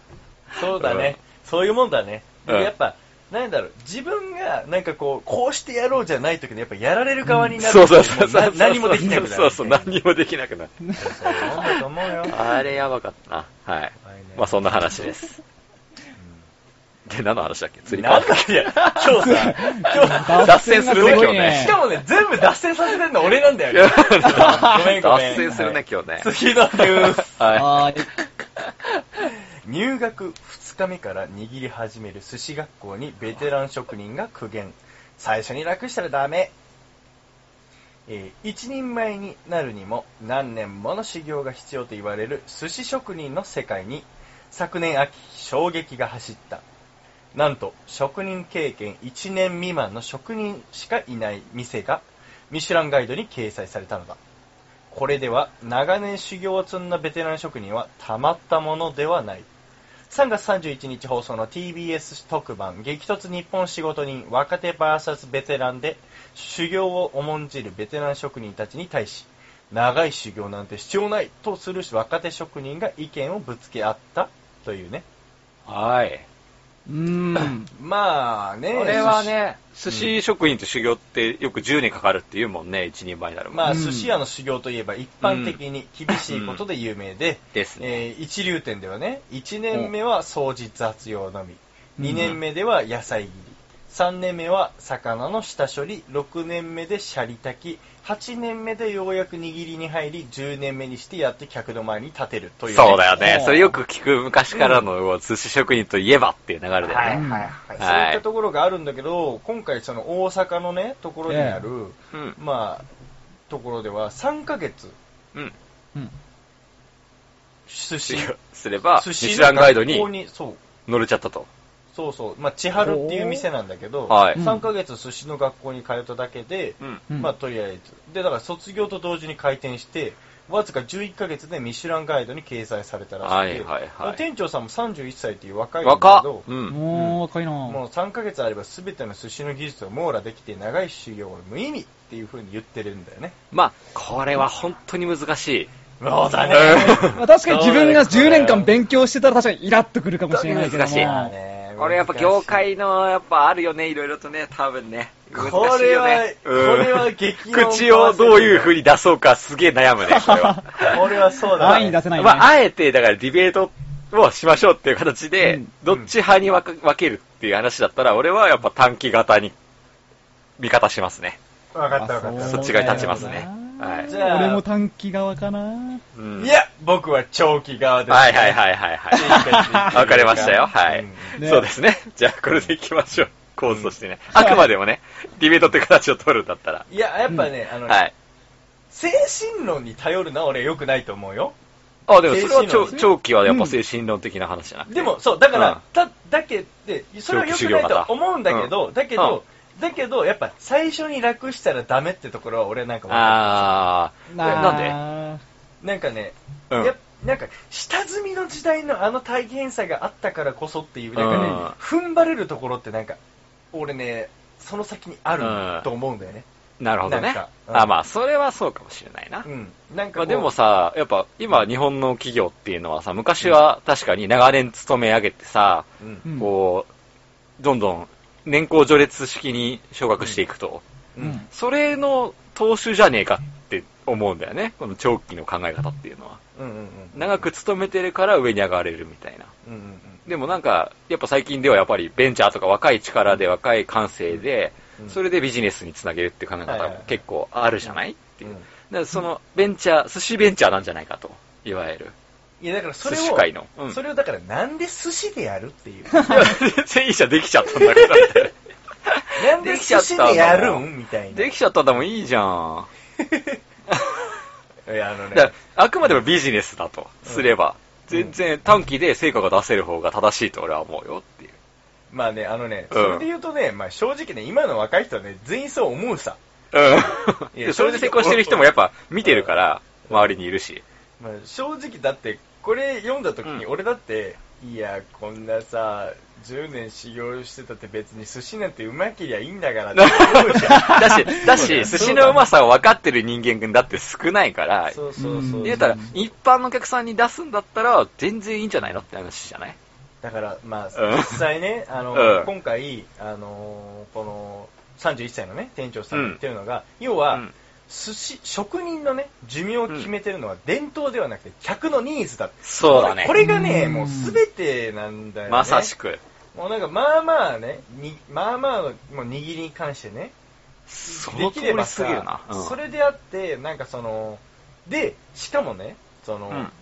Speaker 2: そうだね。そういうもんだね。でも
Speaker 3: うん
Speaker 2: やっぱ、なんだろう、自分が、なんかこう、こうしてやろうじゃない時に、やっぱやられる側に
Speaker 3: な。
Speaker 2: なる。
Speaker 3: そうそうそうそ
Speaker 2: な
Speaker 3: う。
Speaker 2: 何もできなくなる。
Speaker 3: そうそう、
Speaker 2: 何
Speaker 3: 何もできなくなる。
Speaker 2: そうなんだと思うよ。
Speaker 3: あれやばかったな。はい。まあそんな話です。で、何の話だっけ釣り
Speaker 2: な
Speaker 3: 革
Speaker 2: んだいや、今日さ、今日、
Speaker 3: 脱線するね、
Speaker 4: 脱線がす
Speaker 3: 今
Speaker 4: ごいね
Speaker 3: 日ね
Speaker 2: し。かもね、全部脱線させてんの俺なんだよね。ごめんご
Speaker 3: 脱
Speaker 2: めん。
Speaker 3: 線するね、今日ね。
Speaker 2: はい次のニュース。
Speaker 3: は
Speaker 4: はーい。
Speaker 2: *laughs* 入学2日目から握り始める寿司学校にベテラン職人が苦言最初に楽したらダメ、えー一人前になるにも何年もの修行が必要と言われる寿司職人の世界に昨年秋衝撃が走ったなんと職人経験1年未満の職人しかいない店がミシュランガイドに掲載されたのだこれでは長年修行を積んだベテラン職人はたまったものではない3月31日放送の TBS 特番「激突日本仕事人若手 VS ベテラン」で修行を重んじるベテラン職人たちに対し長い修行なんて必要ないとする若手職人が意見をぶつけ合ったというね
Speaker 3: い。はい。
Speaker 4: うーん。
Speaker 2: まあね
Speaker 3: これはね、寿司職人と修行ってよく10年かかるっていうもんね、一人前になるもん。
Speaker 2: まあ、
Speaker 4: うん
Speaker 2: 寿司屋の修行といえば一般的に厳しいことで有名で、
Speaker 3: ですね。
Speaker 2: えー一流店ではね1年目は掃除雑用のみ
Speaker 4: うん
Speaker 2: 2年目では野菜切り3年目は魚の下処理6年目でシャリ炊き8年目でようやく握りに入り10年目にしてやって客の前に立てるというね、
Speaker 3: そうだよね
Speaker 4: う。ん
Speaker 3: それよく聞く昔からの寿司職人といえばっていう流れだよね。
Speaker 2: はいはい
Speaker 4: うん
Speaker 2: はい、そういったところがあるんだけど今回その大阪のねところにある、
Speaker 3: うん。
Speaker 2: まあところでは3ヶ月
Speaker 3: うん。
Speaker 4: うん。
Speaker 2: 寿司
Speaker 3: 修行すれば、
Speaker 2: 寿
Speaker 3: ミ
Speaker 2: 司
Speaker 3: シュランガイド
Speaker 2: 学校
Speaker 3: に
Speaker 2: そう
Speaker 3: 乗れちゃったと。
Speaker 2: そうそう、まあ、千春っていう店なんだけど、
Speaker 3: はい
Speaker 2: 3ヶ月寿司の学校に通っただけで、
Speaker 3: うん。
Speaker 4: うん
Speaker 2: まあ、とりあえず。で、だから卒業と同時に開店して、わずか11ヶ月でミシュランガイドに掲載されたらしくて、
Speaker 3: はいはいはい
Speaker 2: 店長さんも31歳っていう若いんだけ
Speaker 3: 若
Speaker 2: ど
Speaker 3: っ、、うん。
Speaker 4: もう若いな
Speaker 2: もう3ヶ月あれば全ての寿司の技術を網羅できて長い修行は無意味っていう風に言ってるんだよね。
Speaker 3: まあ、これは本当に難しい。
Speaker 2: そうだ
Speaker 4: まあ、確かに自分が
Speaker 2: そうだね
Speaker 4: 10年間勉強してたら確かにイラッとくるかもしれないけども
Speaker 3: 難しい
Speaker 2: まあね
Speaker 3: これやっぱ業界の、やっぱあるよね、いろいろとね、多分ね。難しい
Speaker 2: これ
Speaker 3: よ
Speaker 2: は
Speaker 3: ね。、
Speaker 2: こ
Speaker 3: うん
Speaker 2: れは激論
Speaker 3: 口をどういう風に出そうかすげえ悩むね、これ *laughs* は。
Speaker 2: *laughs* これはそうだ、
Speaker 4: 安易に出せないよ
Speaker 3: ま
Speaker 4: ね、
Speaker 3: あ、あえて、だからディベートをしましょうっていう形で、
Speaker 4: うん
Speaker 3: どっち派に分か分けるっていう話だったら、俺はやっぱ短期型に味方しますね。
Speaker 2: わかったわかっ
Speaker 4: あ
Speaker 2: た。
Speaker 3: そっちが立ちますねはい
Speaker 2: じゃあ
Speaker 4: 俺も短期側かな。
Speaker 3: うん
Speaker 2: いや、僕は長期側です、
Speaker 3: はいはいはいはいはい。わかりましたよ。はい、
Speaker 2: うん
Speaker 4: ね
Speaker 3: そうですね。じゃあ、これでいきましょう。構図としてね。あくまでもね、ディベートって形を取るんだったら。
Speaker 2: い。いや、やっぱね、あの、
Speaker 3: はい。
Speaker 2: 精神論に頼るのは俺良くないと思うよ。
Speaker 3: あ、でもそれは
Speaker 2: 精神論
Speaker 3: 長
Speaker 2: ですね
Speaker 3: 長期はやっぱ精神論的な話じゃなくて。
Speaker 2: でも、そう、だから、
Speaker 3: うん
Speaker 2: だ、だけで、それは良くないと思うんだけど、
Speaker 3: うん
Speaker 2: だけど、だけど、やっぱ最初に楽したらダメってところは俺なんか分か
Speaker 3: あー、なんで
Speaker 4: なんで
Speaker 2: るなんかね、
Speaker 3: うん
Speaker 2: やっなんか、下積みの時代のあの大変さがあったからこそっていう、なんかね、
Speaker 3: うん
Speaker 2: 踏ん張れるところってなんか、俺ね、その先にあ
Speaker 3: うん
Speaker 2: ると思うんだよね。
Speaker 3: なるほど
Speaker 2: な
Speaker 3: ね
Speaker 2: んか。うん
Speaker 3: あ、まあ、それはそうかもしれないな
Speaker 2: う。ん。なん
Speaker 3: ま
Speaker 2: かこ
Speaker 3: あ
Speaker 2: う、
Speaker 3: でもさ、やっぱ今日本の企業っていうのはさ、昔は確かに長年勤め上げてさ、
Speaker 2: うん、
Speaker 4: うん
Speaker 3: こう、どんどん年功序列式に昇格していくと、
Speaker 2: う
Speaker 4: うん
Speaker 2: ん。
Speaker 3: それの踏襲じゃねえかって思うんだよね。この長期の考え方っていうのは。
Speaker 2: うんうんうん。
Speaker 3: 長く勤めてるから上に上がれるみたいな。
Speaker 2: うんうんうん。
Speaker 3: でもなんか、やっぱ最近ではやっぱりベンチャーとか若い力で若い感性で
Speaker 2: うん、
Speaker 3: それでビジネスにつなげるっていう考え
Speaker 2: はいは
Speaker 3: 方
Speaker 2: いはい
Speaker 3: も結構あるじゃないっていうう。
Speaker 2: ん
Speaker 3: だからそのベンチャー、寿司ベンチャーなんじゃないかと、いわ
Speaker 2: *laughs*
Speaker 3: ゆる。
Speaker 2: いや、だからそれ
Speaker 3: 寿司界のう
Speaker 2: を、
Speaker 3: ん
Speaker 2: それをだからなんで寿司でやる
Speaker 3: *laughs*
Speaker 2: っていう。
Speaker 3: いや全然いいじゃん、できちゃったんだからって。
Speaker 2: なんで寿司でやるんみたいな。
Speaker 3: できちゃったんだもん、いいじゃん。
Speaker 2: いや、あ
Speaker 3: だ
Speaker 2: の
Speaker 3: から
Speaker 2: ね。
Speaker 3: あくまでもビジネスだとすれば、
Speaker 2: うん
Speaker 3: 全然短期で成果が出せる方が正しいと俺は思うよっていう。
Speaker 2: まあね、あのね、
Speaker 3: うん
Speaker 2: それで言うとね、まあ正直ね、今の若い人はね、全員そう思うさ。
Speaker 3: うん。
Speaker 2: い
Speaker 3: *laughs*
Speaker 2: や
Speaker 3: でそれで成功してる人もやっぱ見てるから、
Speaker 2: うん
Speaker 3: 周りにいるし。
Speaker 2: まあ正直だって、これ読んだ時に
Speaker 3: うん
Speaker 2: 俺だって、いや、こんなさ、10年修行してたって別に寿司なんてうまけりゃいいんだからって *laughs* 思う
Speaker 3: *laughs*
Speaker 2: じゃん。
Speaker 3: だし、だ
Speaker 2: そうだ
Speaker 3: し、
Speaker 2: よ
Speaker 3: 寿司のうまさを分かってる人間群だって少ないから、
Speaker 2: そうそうそう。
Speaker 3: 言うたら、一般のお客さんに出すんだったら、全然いいんじゃないのって話じゃない
Speaker 2: だから、ま
Speaker 3: うん
Speaker 2: あ、実際ね、あ
Speaker 3: うん
Speaker 2: の、今回、あの、この、31歳のね、店長さんが言ってるのが、要
Speaker 3: う
Speaker 2: は
Speaker 3: ん、
Speaker 2: 寿司、職人のね、寿命を決めてるのは伝統ではなくて、客のニーズだって。
Speaker 3: そうだね。
Speaker 2: これがね、
Speaker 4: うん
Speaker 2: もうすべてなんだよね。
Speaker 3: まさしく。
Speaker 2: もうなんか、まあまあね、にまあまあの、もう握りに関してね、
Speaker 3: そ
Speaker 2: で
Speaker 3: の通
Speaker 2: きれ
Speaker 3: り
Speaker 2: ば
Speaker 3: すぎるな
Speaker 2: さ。、
Speaker 3: うん
Speaker 2: それであって、なんかその、で、しかもね、その、
Speaker 3: うん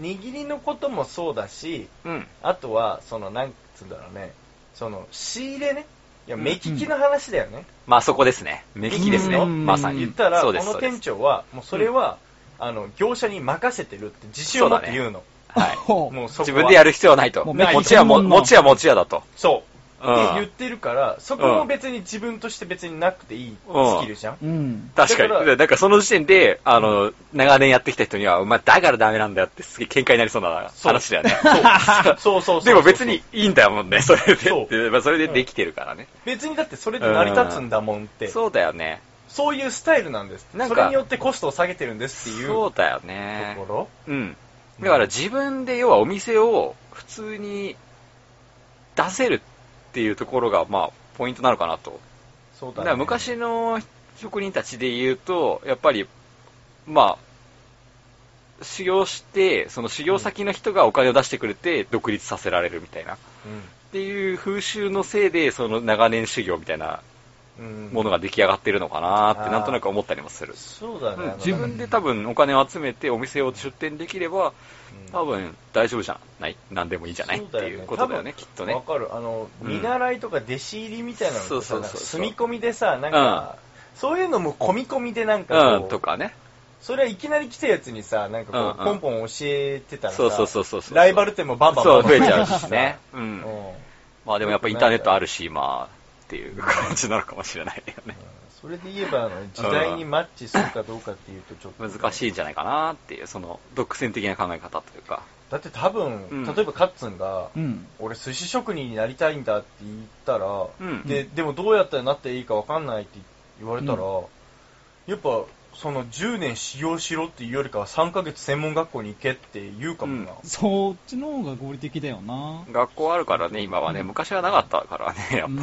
Speaker 2: 握りのこともそうだし、
Speaker 3: うん。
Speaker 2: あとは、その、なんつうんだろうね、その、仕入れね。いや、
Speaker 3: うん
Speaker 2: 目利きの話だよね。
Speaker 3: まあそこですね。目利きですね。
Speaker 4: うん
Speaker 3: まさ
Speaker 4: うん
Speaker 3: に。
Speaker 2: 言ったら、
Speaker 3: そ
Speaker 2: こ
Speaker 3: うです
Speaker 2: の
Speaker 3: そうです
Speaker 2: 店長は、もうそれは、あの、業者に任せてるって自信を持って言うの。
Speaker 3: はい。
Speaker 4: ほう
Speaker 2: もうそこは
Speaker 3: 自分でやる必要はないと。
Speaker 4: もう
Speaker 3: 持
Speaker 2: ない
Speaker 3: ちはも
Speaker 4: 専門の
Speaker 3: 持ちは持ちやだと。
Speaker 2: そう。
Speaker 3: うん
Speaker 2: って言ってるから、そこも別に自分として別になくていいスキルじゃん。
Speaker 4: *laughs* うん。
Speaker 3: 確か
Speaker 2: だ
Speaker 3: に。
Speaker 2: から
Speaker 3: だからその時点で、あの、長年やってきた人には、お前だからダメなんだよってすげえ喧嘩になりそうな
Speaker 2: *laughs* そう
Speaker 3: 話だよね。
Speaker 2: そうそうそうそうそう
Speaker 3: でも別にいいんだもんね、それで。
Speaker 2: そう
Speaker 3: でまあそれでできてるからね。
Speaker 2: 別にだってそれで成り立つんだもんって。
Speaker 3: そうだよね。
Speaker 2: そういうスタイルなんです。
Speaker 3: なんか
Speaker 2: それによってコストを下げてるんですっていう
Speaker 3: そう
Speaker 2: と
Speaker 3: だよね。
Speaker 2: ころ。
Speaker 3: うん。だから自分で要はお店を普通に出せるっていうところが、まあ、ポイントなのかなと。
Speaker 2: そう
Speaker 3: だ
Speaker 2: だ
Speaker 3: か
Speaker 2: ね。
Speaker 3: ら昔の職人たちで言うと、やっぱり、まあ、修行して、その修行先の人がお金を出してくれて独立させられるみたいな。っ
Speaker 2: う、
Speaker 3: ていう風習のせいで、その長年修行みたいなん
Speaker 2: うん。
Speaker 3: ものが出来上がってるのかなって、なんとなく思ったりもする。
Speaker 2: そうだね
Speaker 3: う。ん
Speaker 2: あの
Speaker 3: 自分で多分お金を集めてお店を出店できれば、
Speaker 2: うん
Speaker 3: 多分大丈夫じゃない何でもいいじゃない、
Speaker 2: そ
Speaker 3: っていうことだよね、きっとね
Speaker 2: わ。かる。あの、
Speaker 3: うん
Speaker 2: 見習いとか弟子入りみたいなの
Speaker 3: そう
Speaker 2: と
Speaker 3: そ
Speaker 2: さ
Speaker 3: う
Speaker 2: な
Speaker 3: そう
Speaker 2: んか
Speaker 3: そう
Speaker 2: 住み込みでさ、なんか、そういうのも込み込みでなんか
Speaker 3: う
Speaker 2: こ
Speaker 3: ん、
Speaker 2: う
Speaker 3: とかね。
Speaker 2: それはいきなり来たやつにさ、なんかこう、
Speaker 3: うん
Speaker 2: ポ
Speaker 3: うん
Speaker 2: ンポン教えてたらさ、
Speaker 3: そうそうそうそうそう
Speaker 2: ライバル店もバンバン
Speaker 3: そう、
Speaker 2: バン
Speaker 3: 増
Speaker 2: バ
Speaker 3: え
Speaker 2: ン
Speaker 3: ちゃうしね。う
Speaker 2: うんん。う。ん
Speaker 3: まあでもやっぱインターネットあるし、まあ、っていう感じなのかもしれないよね。
Speaker 2: それで言えば、あの時代にマッチするかどうかっていうと、ちょっと。
Speaker 3: 難しいんじゃないかなっていう、その、独占的な考え方というか。
Speaker 2: だって多分、
Speaker 3: うん
Speaker 2: 例えばカッツンが、
Speaker 4: うん。
Speaker 2: 俺寿司職人になりたいんだって言ったら、
Speaker 3: うん
Speaker 2: ででもどうやったらなっていいかわかんないって言われたら、
Speaker 4: う
Speaker 2: やっぱその10年修行しろっていうよりかは3ヶ月専門学校に行けって言うかもな、
Speaker 3: うん
Speaker 4: そっちの方が合理的だよな。
Speaker 3: 学校あるからね、今はね、昔はなかったからね、やっ
Speaker 4: うん。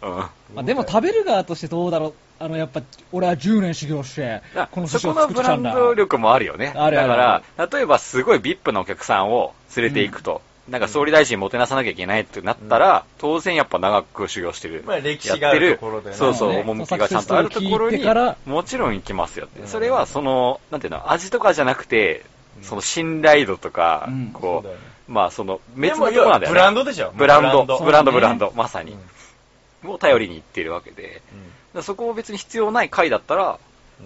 Speaker 3: ぱ。うん。
Speaker 4: まあ、でも食べる側としてどうだろう。あの、やっぱ、俺は10年修行して
Speaker 3: だ、
Speaker 4: この寿
Speaker 3: そ
Speaker 4: 司
Speaker 3: こ
Speaker 4: を
Speaker 3: の
Speaker 4: 作
Speaker 3: ブ
Speaker 4: ってき
Speaker 3: ラ
Speaker 4: た
Speaker 3: ン
Speaker 4: んだ。
Speaker 3: ド力もあるよね。
Speaker 4: あるあ
Speaker 3: だ
Speaker 4: る
Speaker 3: から、例えばすごい VIP のお客さんを連れて行くと、なんか総理大臣もてなさなきゃいけないってなったら、当然やっぱ長く修行してる。
Speaker 2: まあ歴史がある
Speaker 3: やって
Speaker 2: ところでね
Speaker 3: そうそう、
Speaker 4: まあね
Speaker 3: 趣がちゃんとあるところ
Speaker 4: そのサクセスストーリー聞い
Speaker 3: に
Speaker 4: てから、
Speaker 3: もちろん行きますよって。
Speaker 2: うん
Speaker 3: それはその、なんていうの、味とかじゃなくて、
Speaker 2: うん
Speaker 3: その信頼度とか、
Speaker 4: うん
Speaker 3: こ
Speaker 2: そう
Speaker 3: う
Speaker 2: だよね
Speaker 3: まあその、
Speaker 2: で
Speaker 3: 別のと
Speaker 2: も
Speaker 3: ころなんだよね。
Speaker 2: ブランドでしょ
Speaker 3: ブランド、
Speaker 4: そう
Speaker 3: ブランド、
Speaker 4: ね
Speaker 3: ブランド、まさに。を頼りに行ってるわけで。だからそこを別に必要ない回だったら、
Speaker 2: うんう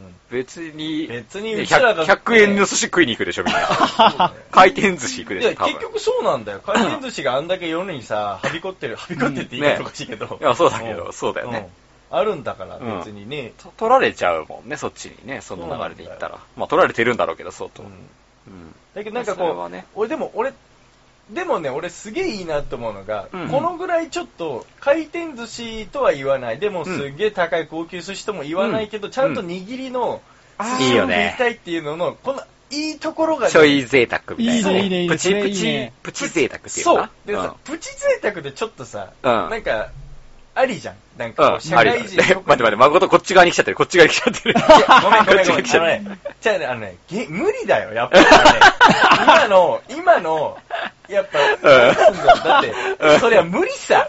Speaker 2: ん
Speaker 3: 別に、
Speaker 2: 別にうちら
Speaker 3: 100,
Speaker 2: だって
Speaker 3: 100円の寿司食いに行くでしょ、みんな。
Speaker 2: *laughs*
Speaker 3: 回転寿司行くで
Speaker 2: い
Speaker 3: しょ、
Speaker 2: や
Speaker 3: 多分。
Speaker 2: 結局そうなんだよ回転寿司があんだけ世にさはびこってるはびこってって言い方おかしいけど、
Speaker 3: ねいやそうだけど
Speaker 2: ん
Speaker 3: そうだよね
Speaker 2: うんあるんだから
Speaker 3: うん
Speaker 2: 別にね、
Speaker 3: と取られちゃうもんね、そっちにね、その流れで行った
Speaker 2: そうなんだ
Speaker 3: ら。まあ、取られてるんだろうけど、相当。
Speaker 2: う
Speaker 3: うんん。
Speaker 2: だけどなんか
Speaker 3: それ
Speaker 2: こ
Speaker 3: は
Speaker 2: う、
Speaker 3: ね
Speaker 2: 俺でも俺、でもね、俺すげえいいなと思うのが、
Speaker 3: うん
Speaker 2: このぐらいちょっと回転寿司とは言わない、でもすげえ高い高級寿司とも言わないけど、
Speaker 3: うん
Speaker 2: ちゃんと握りの、
Speaker 3: あーいいよね
Speaker 2: 見たいっていうのの、このいいところがね、
Speaker 3: ちょい贅沢みたいな、
Speaker 4: いいねいいねいいね
Speaker 3: プチ
Speaker 4: それ
Speaker 3: プ
Speaker 4: いい
Speaker 3: チ
Speaker 4: ね、
Speaker 3: プチ贅沢っていうの
Speaker 2: そ
Speaker 3: か
Speaker 2: う。で
Speaker 3: な。
Speaker 2: さ、プチ贅沢でちょっとさ、
Speaker 3: うん
Speaker 2: なんか、ありじゃん。なん
Speaker 3: うん。
Speaker 2: かこう、
Speaker 3: うん。
Speaker 2: 社
Speaker 3: あるよ
Speaker 2: 会
Speaker 3: ね。
Speaker 2: 人
Speaker 3: 待って待って、誠こっち側に来ちゃってる、こっち側に来ちゃってる。
Speaker 2: ごめんごめんご
Speaker 3: こっち側
Speaker 2: め
Speaker 3: に
Speaker 2: ん。
Speaker 3: 来ちゃ
Speaker 2: あの
Speaker 3: って
Speaker 2: ね、じゃあね、あのね、げ無理だよ、やっぱりね。今の、今の、やっぱ、だって、それは無理さ。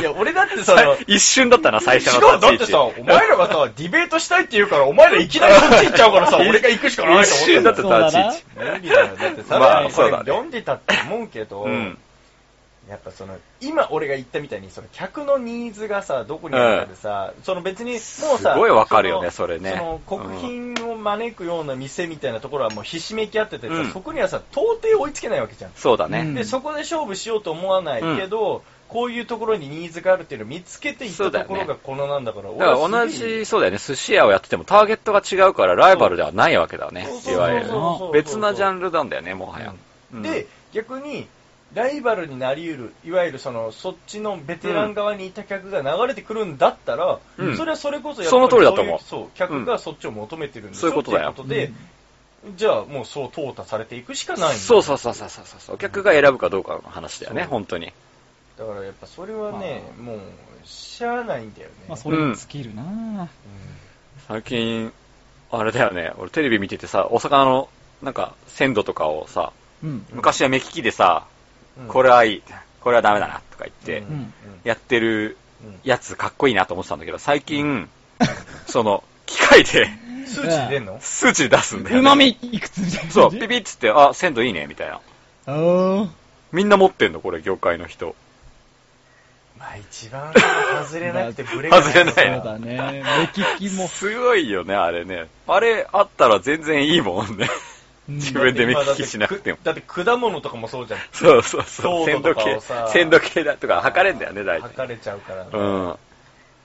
Speaker 2: いや、俺だってその、
Speaker 3: る。一瞬だったな、最初
Speaker 2: し
Speaker 3: の
Speaker 2: かもだって
Speaker 3: 立ち
Speaker 2: さ、
Speaker 3: 位
Speaker 2: お
Speaker 3: 置
Speaker 2: 前らがさ、ディベートしたいって言うから、お前らいきなりそっち行っちゃうからさ、俺が行くしかないと思って
Speaker 3: 一瞬だった
Speaker 4: そうだな
Speaker 3: 立ち位置。
Speaker 2: 無理だよ。だってさ、
Speaker 3: まあ
Speaker 2: これ
Speaker 3: そうだね
Speaker 2: 読んでたって思うけど、
Speaker 3: うん。
Speaker 2: やっぱその、今俺が言ったみたいに、その客のニーズがさ、どこにあるかでさ、その別に、もうさ、
Speaker 3: すごいわかるよねそれね
Speaker 2: その
Speaker 3: うん
Speaker 2: 国賓を招くような店みたいなところはもうひしめき合っててさ、
Speaker 3: うん
Speaker 2: そこにはさ、到底追いつけないわけじゃん。
Speaker 3: そうだ
Speaker 4: う
Speaker 3: ね。
Speaker 4: ん
Speaker 2: で、そこで勝負しようと思わないけど、こういうところにニーズがあるっていうのを見つけていっ
Speaker 3: そうだ
Speaker 2: た
Speaker 3: よ
Speaker 2: と
Speaker 3: ね
Speaker 2: ころがこのなんだから、
Speaker 3: だから
Speaker 2: 俺は
Speaker 3: 同
Speaker 2: すげえ
Speaker 3: じ、そうだよね、寿司屋をやっててもターゲットが違うからライバルではないわけだよね
Speaker 2: そう、そ
Speaker 3: いうわゆ
Speaker 2: そう
Speaker 3: る
Speaker 2: そうそうそう。
Speaker 3: 別なジャンルなんだよね、もはや。うん
Speaker 2: で、逆に、ライバルになり得る、いわゆるその、そっちのベテラン側にいた客が流れてくるんだったら、
Speaker 3: うん
Speaker 2: それはそれこそ
Speaker 3: その通りだと思う
Speaker 2: そういうそう、客がそっちを求めてるんでしょ
Speaker 3: そういうことだよ
Speaker 2: っていうことで、じゃあもうそう淘汰されていくしかないんだよ
Speaker 3: そうそうそうそうそうそう。お客が選ぶかどうかの話だよね、
Speaker 2: そう
Speaker 3: 本当に。
Speaker 2: だからやっぱそれはね、もう、しゃあないんだよね。
Speaker 4: まあ、それに尽きるな、
Speaker 3: 最近、あれだよね、俺テレビ見ててさ、お魚の、なんか、鮮度とかをさ、
Speaker 4: うん。
Speaker 3: 昔は目利きでさ、
Speaker 2: うん
Speaker 3: これはいい、これはダメだな、とか言って、
Speaker 2: うんうん
Speaker 3: やってる
Speaker 2: うん
Speaker 3: やつかっこいいなと思ってたんだけど、最近、その、機械で *laughs*
Speaker 2: 数値出んの
Speaker 3: 数値出すんだよ、ね。
Speaker 4: うまみいくつみたいな感じ。
Speaker 3: そう、ピピッつって、あ、鮮度いいね、みたいな。
Speaker 4: あー
Speaker 3: みんな持ってんの、これ、業界の人。
Speaker 2: まあ一番外れなくてブレが
Speaker 3: 外れな
Speaker 4: そ
Speaker 3: いう
Speaker 4: だね。目利きも。
Speaker 3: すごいよね、あれね。あれあったら全然いいもんね。自分で目利きしなくても。
Speaker 2: だって果物とかもそうじゃん。
Speaker 3: そうそうそう。鮮度
Speaker 2: 糖度とか
Speaker 3: 計
Speaker 2: をさ、
Speaker 3: 鮮度計だとか測れんだよね、大体。
Speaker 2: 測れちゃうからね。
Speaker 3: うん。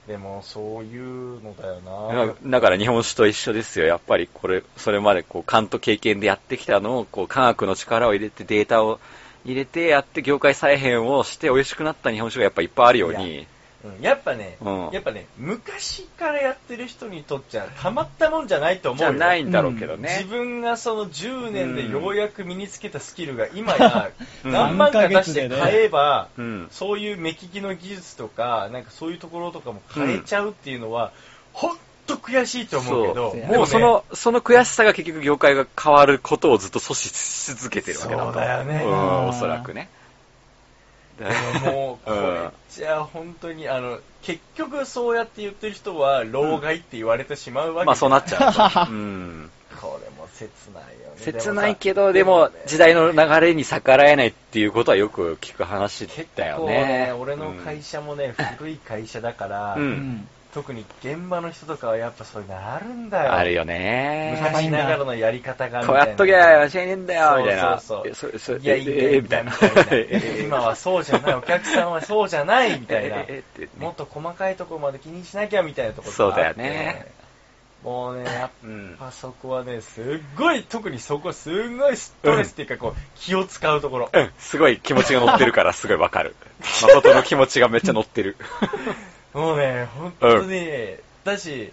Speaker 2: でも、そういうのだよな
Speaker 3: だ。だから日本酒と一緒ですよ。やっぱりこれ、それまでこう、勘と経験でやってきたのを、こう、科学の力を入れて、データを入れて、やって業界再編をして、美味しくなった日本酒がやっぱいっぱいあるように。
Speaker 2: うんやっぱね、
Speaker 3: うん
Speaker 2: やっぱね、昔からやってる人にとっちゃ、たまったもんじゃないと思う
Speaker 3: じゃ
Speaker 2: よ。
Speaker 3: ないんだろうけど
Speaker 2: 自
Speaker 3: ね。
Speaker 2: 分がその10年でようやく身につけたスキルが今や
Speaker 3: うん
Speaker 2: 何万か出して買えば、
Speaker 3: うん。
Speaker 2: そういう目利きの技術とか、なんかそういうところとかも変えちゃうっていうのは、ほんと悔しいと思うけど、
Speaker 4: そう
Speaker 2: ね
Speaker 3: でもその、その悔しさが結局業界が変わることをずっと阻止し続けてるわけだと。
Speaker 2: そうだよね
Speaker 3: うん、おそらくね。だ *laughs*
Speaker 2: でももう、
Speaker 3: う
Speaker 2: こ
Speaker 3: ん
Speaker 2: れじゃあ本当に、あの、結局そうやって言ってる人は、老害って言われてしまうわけ、 *laughs*
Speaker 3: まあそうなっちゃう。うん。
Speaker 2: これも切ないよね。
Speaker 3: 切ないけど、でも、時代の流れに逆らえないっていうことはよく聞く話だよね。
Speaker 2: 結構俺の会社もね、古い会社だから、
Speaker 3: うん
Speaker 4: う
Speaker 3: うん
Speaker 4: ん。
Speaker 2: 特に現場の人とかはやっぱそういうのあるんだよ。
Speaker 3: あるよね。
Speaker 2: 昔ながらのやり方がみた
Speaker 3: こ
Speaker 2: いうな
Speaker 3: やっときゃ間違いねえんだよ、みたいな。
Speaker 2: そうそう
Speaker 3: え
Speaker 2: そう。
Speaker 3: そ
Speaker 2: いや、
Speaker 3: え
Speaker 2: いいんだよ、
Speaker 3: え
Speaker 2: みたいな
Speaker 3: えええ。え
Speaker 2: *laughs* 今はそうじゃない、お客さんはそうじゃない、みたい
Speaker 3: え
Speaker 2: な
Speaker 3: え。えええってね
Speaker 2: もっと細かいところまで気にしなきゃ、みたいなところ
Speaker 3: そうだ
Speaker 2: があ
Speaker 3: よ
Speaker 2: って
Speaker 3: ね。
Speaker 2: もうね、やっ
Speaker 3: *laughs* うん
Speaker 2: ぱそこはね、すっごい、特にそこ、すんごいストレスっていうか、こう、気を使うところ。
Speaker 3: うん、すごい気持ちが乗ってるから、すごいわかる。誠の気持ちがめっちゃ乗ってる。
Speaker 2: もうね、本当に、だし、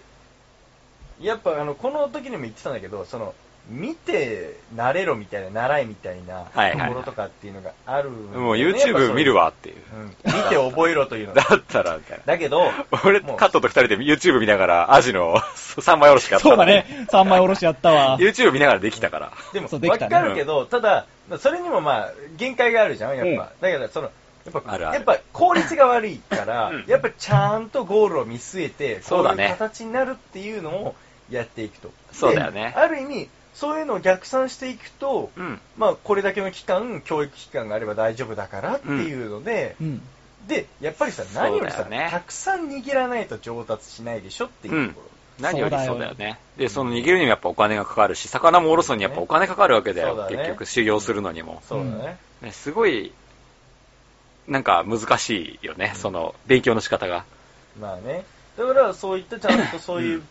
Speaker 2: やっぱあの、この時にも言ってたんだけど、その、見て、慣れろみたいな、習いみたいな、
Speaker 3: はいはいはい
Speaker 2: ところとかっていうのがあるんだよね、
Speaker 3: もう
Speaker 2: やっぱそういう
Speaker 3: YouTube 見るわっていう。
Speaker 2: うん。見て覚えろというの
Speaker 3: だ *laughs*
Speaker 2: が。
Speaker 3: ったら、みたいな。
Speaker 2: だけど、
Speaker 3: 俺、
Speaker 2: もう
Speaker 3: カットと二人で YouTube 見ながら、アジの *laughs* 3枚おろ *laughs* しやった
Speaker 4: そ
Speaker 3: の
Speaker 4: うだね。三枚おろしやったわ。
Speaker 3: YouTube 見ながらできたから。
Speaker 2: でも、
Speaker 4: そうで
Speaker 2: わ
Speaker 4: きたね
Speaker 2: かるけど、ただ、それにもまあ、限界があるじゃん、やっぱ。
Speaker 3: うん
Speaker 2: だけど、その、やっぱ、
Speaker 3: あるある
Speaker 2: やっぱ効率が悪いから、
Speaker 3: うん
Speaker 2: やっぱちゃんとゴールを見据えて、
Speaker 3: そうだね
Speaker 2: こいう形になるっていうのをやっていくと。
Speaker 3: そうだよね
Speaker 2: である意味、そういうのを逆算していくと、
Speaker 3: うん。
Speaker 2: まあ、これだけの期間、教育期間があれば大丈夫だからっていうので、
Speaker 4: うん。
Speaker 2: で、やっぱりさ、何より
Speaker 3: そう
Speaker 2: さ、
Speaker 3: だよね
Speaker 2: たくさん握らないと上達しないでしょっていうところ。
Speaker 3: 何よりそ
Speaker 4: そうう
Speaker 3: だ
Speaker 4: だ
Speaker 3: よ
Speaker 4: よ
Speaker 3: ね。で、その逃げるにもやっぱお金がかかるし、魚もおろすのにやっぱお金かかるわけだ
Speaker 2: そう
Speaker 3: よ。
Speaker 2: だね
Speaker 3: 結局、修行するのにも。
Speaker 2: そうだね。
Speaker 3: ねすごい、なんか難しいよね、その、勉強の仕方が。
Speaker 2: まあね。だから、そういったちゃんとそういう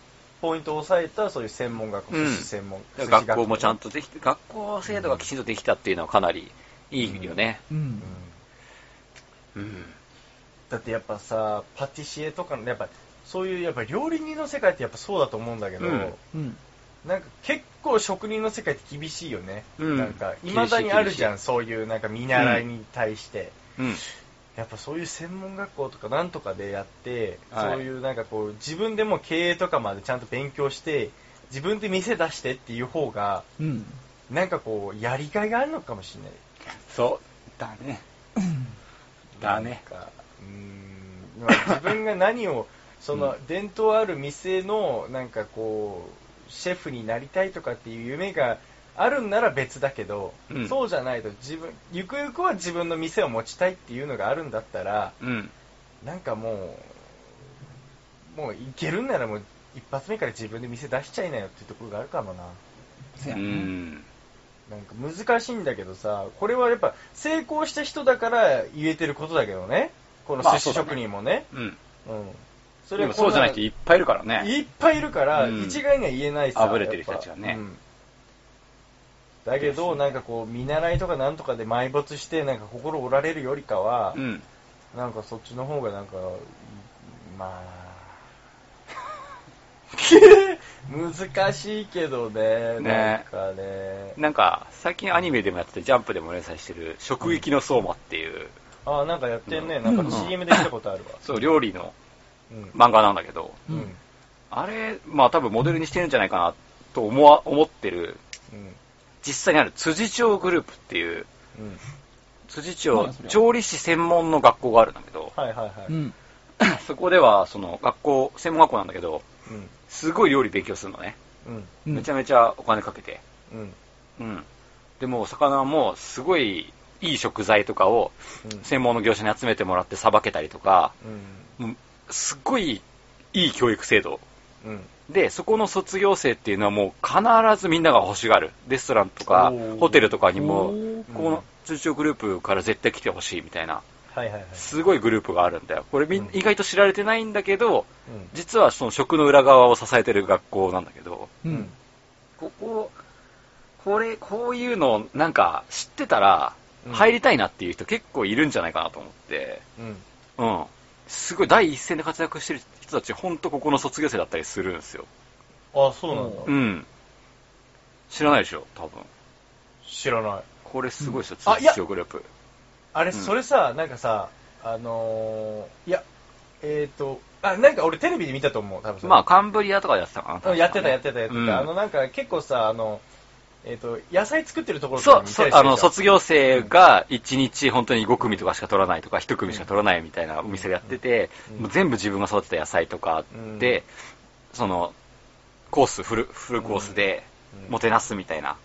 Speaker 2: ポイントを抑えた、そういう専門学校、
Speaker 3: うん
Speaker 2: 寿司専門、寿司
Speaker 3: 学校もちゃん
Speaker 2: と。
Speaker 3: とできて、学校制度がきちんとできたっていうのはかなりいいよね。
Speaker 4: う
Speaker 2: うん
Speaker 4: ん。
Speaker 3: うん。
Speaker 2: だってやっぱさ、パティシエとかの、やっぱ、そういう、やっぱ料理人の世界ってやっぱそうだと思うんだけど、
Speaker 3: うん
Speaker 4: うん。
Speaker 2: なんか結構職人の世界って厳しいよね。
Speaker 3: うん
Speaker 2: なんか、未だにあるじゃ
Speaker 3: 厳
Speaker 2: ん、そういうなんか見習いに対して。
Speaker 3: うん。
Speaker 2: やっぱそういう専門学校とかなんとかでやって、
Speaker 3: はい
Speaker 2: そういうなんかこう、自分でも経営とかまでちゃんと勉強して、自分で店出してっていう方が、
Speaker 4: うん。
Speaker 2: なんかこう、やりがいがあるのかもしれない。
Speaker 3: そう。だね。だね。
Speaker 2: なんかうーん、まあ自分が何を、その、伝統ある店の、なんかこう、シェフになりたいとかっていう夢があるんなら別だけど、
Speaker 3: うん
Speaker 2: そうじゃないと自分、ゆくゆくは自分の店を持ちたいっていうのがあるんだったら、
Speaker 3: うん。
Speaker 2: なんかもう、もういけるんならもう、一発目から自分で店出しちゃいなよっていうところがあるかもな。
Speaker 3: う
Speaker 4: そうやね。
Speaker 3: ん。
Speaker 2: なんか難しいんだけどさ、これはやっぱ成功した人だから言えてることだけどね。この
Speaker 3: まあ
Speaker 2: 寿司職人もね。
Speaker 3: うん。
Speaker 2: うん。そ
Speaker 3: で
Speaker 2: れ
Speaker 3: も
Speaker 2: は
Speaker 3: そうじゃない人いっぱいいるからね。
Speaker 2: いっぱいいるから、
Speaker 3: うん
Speaker 2: 一概には言えないさ。
Speaker 3: あぶれてる人たちがね
Speaker 2: やっぱうんだけど、なんかこう、見習いとかなんとかで埋没して、なんか心折られるよりかは、
Speaker 3: うん。
Speaker 2: なんかそっちの方がなんか、ま
Speaker 3: *laughs*
Speaker 2: あ、難しいけどね、
Speaker 3: ね
Speaker 2: なんかね。
Speaker 3: なんか、最近アニメでもやってて、ジャンプでも連載してる、食撃の相馬っていう、
Speaker 2: あ、なんかやってんね、
Speaker 3: う
Speaker 2: なんか CM で見たことあるわ。
Speaker 3: そう、料理の
Speaker 2: うん。
Speaker 3: 漫画なんだけど、
Speaker 2: うん。
Speaker 4: うん
Speaker 3: あれ、まあ多分モデルにしてるんじゃないかなと思わ、思ってる、
Speaker 2: うん。
Speaker 3: 実際にある辻町グループっていう、
Speaker 2: うん。
Speaker 3: 辻
Speaker 4: なん
Speaker 3: 町
Speaker 4: だそれは
Speaker 3: 調理師専門の学校があるんだけど、
Speaker 2: はいはいは
Speaker 4: う
Speaker 2: い。
Speaker 4: ん。
Speaker 3: そこでは、その学校、専門学校なんだけど、
Speaker 2: うん。
Speaker 3: すごい料理勉強するのね。
Speaker 2: うん。
Speaker 4: うん
Speaker 3: めちゃめちゃお金かけて。
Speaker 2: うん。
Speaker 3: うん。でも、魚もすごいいい食材とかを
Speaker 2: うん
Speaker 3: 専門の業者に集めてもらってさばけたりとか、
Speaker 2: う
Speaker 3: もうすっごいいい教育制度。
Speaker 2: ん。うん。
Speaker 3: で、そこの卒業生っていうのはもう必ずみんなが欲しがる。レストランとか
Speaker 2: おー
Speaker 3: ホテルとかに
Speaker 4: お
Speaker 3: も
Speaker 4: ー、
Speaker 3: この通常グループから絶対来てほしいみたいな、
Speaker 2: はいはいはい。
Speaker 3: すごいグループがあるんだよ。これみん
Speaker 2: うん
Speaker 3: 意外と知られてないんだけど、
Speaker 2: うん
Speaker 3: 実はその食の裏側を支えてる学校なんだけど、
Speaker 4: う
Speaker 2: うんん。
Speaker 3: ここ、これ、こういうのなんか知ってたら
Speaker 2: うん
Speaker 3: 入りたいなっていう人結構いるんじゃないかなと思って、
Speaker 2: うん。
Speaker 3: うん。すごい第一線で活躍してる人たち、ほんとここの卒業生だったりするんですよ。
Speaker 2: あ、そうなんだ。
Speaker 3: うん。知らないでしょ、多分。
Speaker 2: 知らない。
Speaker 3: これすごいですよ、
Speaker 2: うんあいや
Speaker 3: 通常グループ。
Speaker 2: あれ、
Speaker 3: うん
Speaker 2: それさ、なんかさ、あのー、いや、えっ、と、あ、なんか俺テレビで見たと思う、多分それ
Speaker 3: まあ、カンブリアとかでやってたかな確か
Speaker 2: うん
Speaker 3: ね。
Speaker 2: やってた、やってた、やってた。
Speaker 3: うん
Speaker 2: あの、なんか結構さ、あの、えっ、と、野菜作ってるところと
Speaker 3: そ
Speaker 2: か
Speaker 3: う、
Speaker 2: 見
Speaker 3: そ
Speaker 2: た
Speaker 3: う
Speaker 2: りするじゃん
Speaker 3: あの、卒業生が1日本当に5組とかしか取らないとか、1組しか取らないみたいなお店でやってて、
Speaker 2: うん
Speaker 3: もう全部自分が育てた野菜とかで、その、コース、フル、フルコースでもてなすみたいな、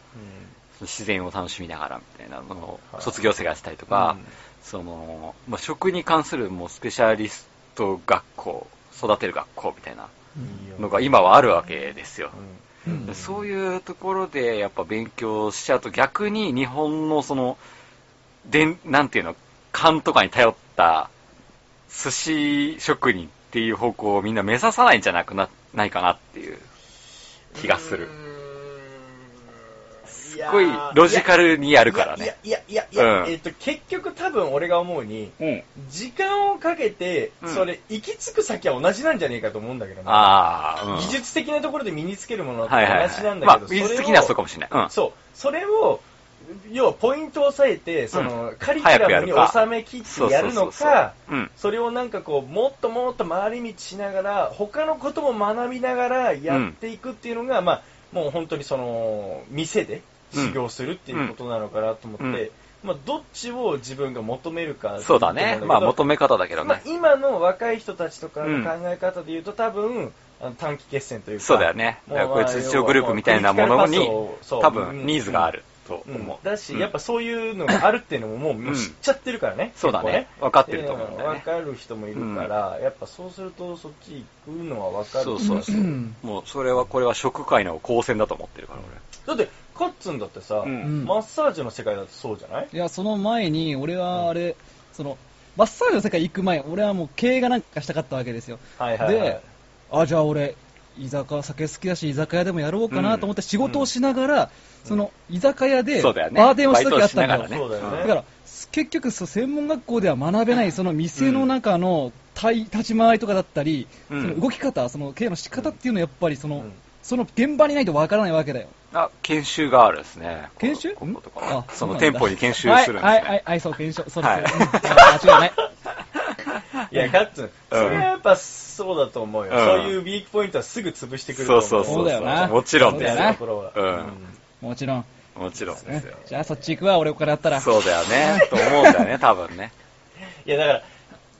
Speaker 3: 自然を楽しみながらみたいなのを卒業生がしたりとか、
Speaker 2: うん
Speaker 3: その、まあ、食に関するもうスペシャリスト学校、育てる学校みたいなのが今はあるわけですよ。
Speaker 4: うん
Speaker 3: でそういうところでやっぱ勉強しちゃうと逆に日本のその、でんなんていうの、勘とかに頼った寿司職人っていう方向をみんな目指さないんじゃなくな、ないかなっていう気がする。
Speaker 2: す
Speaker 3: すっごいロジカルにや
Speaker 2: あ
Speaker 3: るからね。
Speaker 2: いやいやいやいや、
Speaker 3: うん
Speaker 2: えっと、結局多分俺が思うに、
Speaker 1: うん。
Speaker 2: 時間をかけて、
Speaker 3: うん
Speaker 2: それ、行き着く先は同じなんじゃねえかと思うんだけどな
Speaker 3: ああ、うん。
Speaker 2: 技術的なところで身につけるものって
Speaker 3: はいはいはい
Speaker 2: 話なん
Speaker 3: まあ
Speaker 2: だけど、、それ
Speaker 3: 技
Speaker 2: を
Speaker 3: 術的にはそうかもしれない。うん。
Speaker 2: そう。それを、要はポイントを抑えて、その、カリキュ
Speaker 3: 早く
Speaker 2: ラ
Speaker 3: や
Speaker 2: ムに
Speaker 3: るか
Speaker 2: 収めきってやるの
Speaker 3: そうそうそう
Speaker 2: か、
Speaker 3: そううん
Speaker 2: それをなんかこう、もっともっと回り道しながら、他のことも学びながらやっていくっていうのが、まあ、もう本当にその、店で修行するっていうことなのかなと思って、
Speaker 3: うんうん
Speaker 2: まあ、どっちを自分が求めるか。
Speaker 3: そうだね。まあ、求め方だけど
Speaker 2: まあ
Speaker 3: ね、。
Speaker 2: 今の若い人たちとかの考え方で言うと、多分あの短期決戦というか、
Speaker 3: そうだよね。だ
Speaker 2: も
Speaker 3: から
Speaker 2: まあ
Speaker 3: こういう通常グループみたいなものに
Speaker 2: 要はこうクリティカルパスをそう、
Speaker 3: 多
Speaker 2: うん
Speaker 3: 分ニーズがあると
Speaker 2: うん
Speaker 3: 思う。
Speaker 2: だし、
Speaker 3: うん
Speaker 2: やっぱそういうのがあるっていうのももう知っちゃってるからね、
Speaker 3: そうだ
Speaker 2: 結構
Speaker 3: ね。分かってると思うんだよ
Speaker 2: わ
Speaker 3: ね。
Speaker 2: かる人もいるから、やっぱそうするとそっち行くのはわかる
Speaker 3: そうそうそう。もう、それは、これは食界の光線だと思ってるから、
Speaker 2: だってカッツンだってさ、
Speaker 3: うん
Speaker 4: うん
Speaker 2: マッサージの世界だとそうじゃない
Speaker 4: いや、その前に、俺はあれ、その、マッサージの世界行く前、俺はもう経営がなんかしたかったわけですよ。
Speaker 2: はいはいはい
Speaker 4: で、あ、じゃあ俺、居酒屋、酒好きだし、居酒屋でもやろうかなと思って仕事をしながら、その、居酒屋で、
Speaker 3: そ
Speaker 4: バ
Speaker 3: うだよね
Speaker 4: ーテンをした時あったんだ
Speaker 3: バイトをしながらね
Speaker 4: よ。
Speaker 2: そうだよね
Speaker 4: だから、結局、そう専門学校では学べない、その店の中の対立ち回りとかだったり、
Speaker 3: うん
Speaker 4: その動き方、その経営の仕方っていうのはやっぱりその、
Speaker 2: うん
Speaker 4: その現場にないとわからないわけだよ。
Speaker 3: 俺。あ、研修があるんですね。
Speaker 4: 研修
Speaker 3: 今度とか
Speaker 4: あ
Speaker 3: は。その
Speaker 4: うなん
Speaker 3: 店
Speaker 4: だ
Speaker 3: 舗に研修するんですね。
Speaker 4: はい、はい、はい、はいそう、検証。そうです。
Speaker 3: はい
Speaker 4: うんあ間違い
Speaker 3: *laughs*
Speaker 4: ない。
Speaker 2: いや、カッツン、それはやっぱそうだと思うよ、
Speaker 3: うん
Speaker 2: そういうウィークポイントはすぐ潰してく
Speaker 3: そ
Speaker 2: る
Speaker 3: うそ
Speaker 2: と思う。
Speaker 3: うそう。
Speaker 4: そうだよな
Speaker 3: もちろん
Speaker 4: そう
Speaker 3: で
Speaker 4: だ
Speaker 3: す
Speaker 4: よな
Speaker 3: よ
Speaker 2: と。ころは。
Speaker 3: うん
Speaker 4: もちろん。
Speaker 3: もちろんですよ。
Speaker 4: じゃあ、そっち行くわ、俺お金あったら。
Speaker 3: そうだよ
Speaker 4: *laughs*
Speaker 3: ね。と思うんだよね、多分ね。
Speaker 2: いや、だから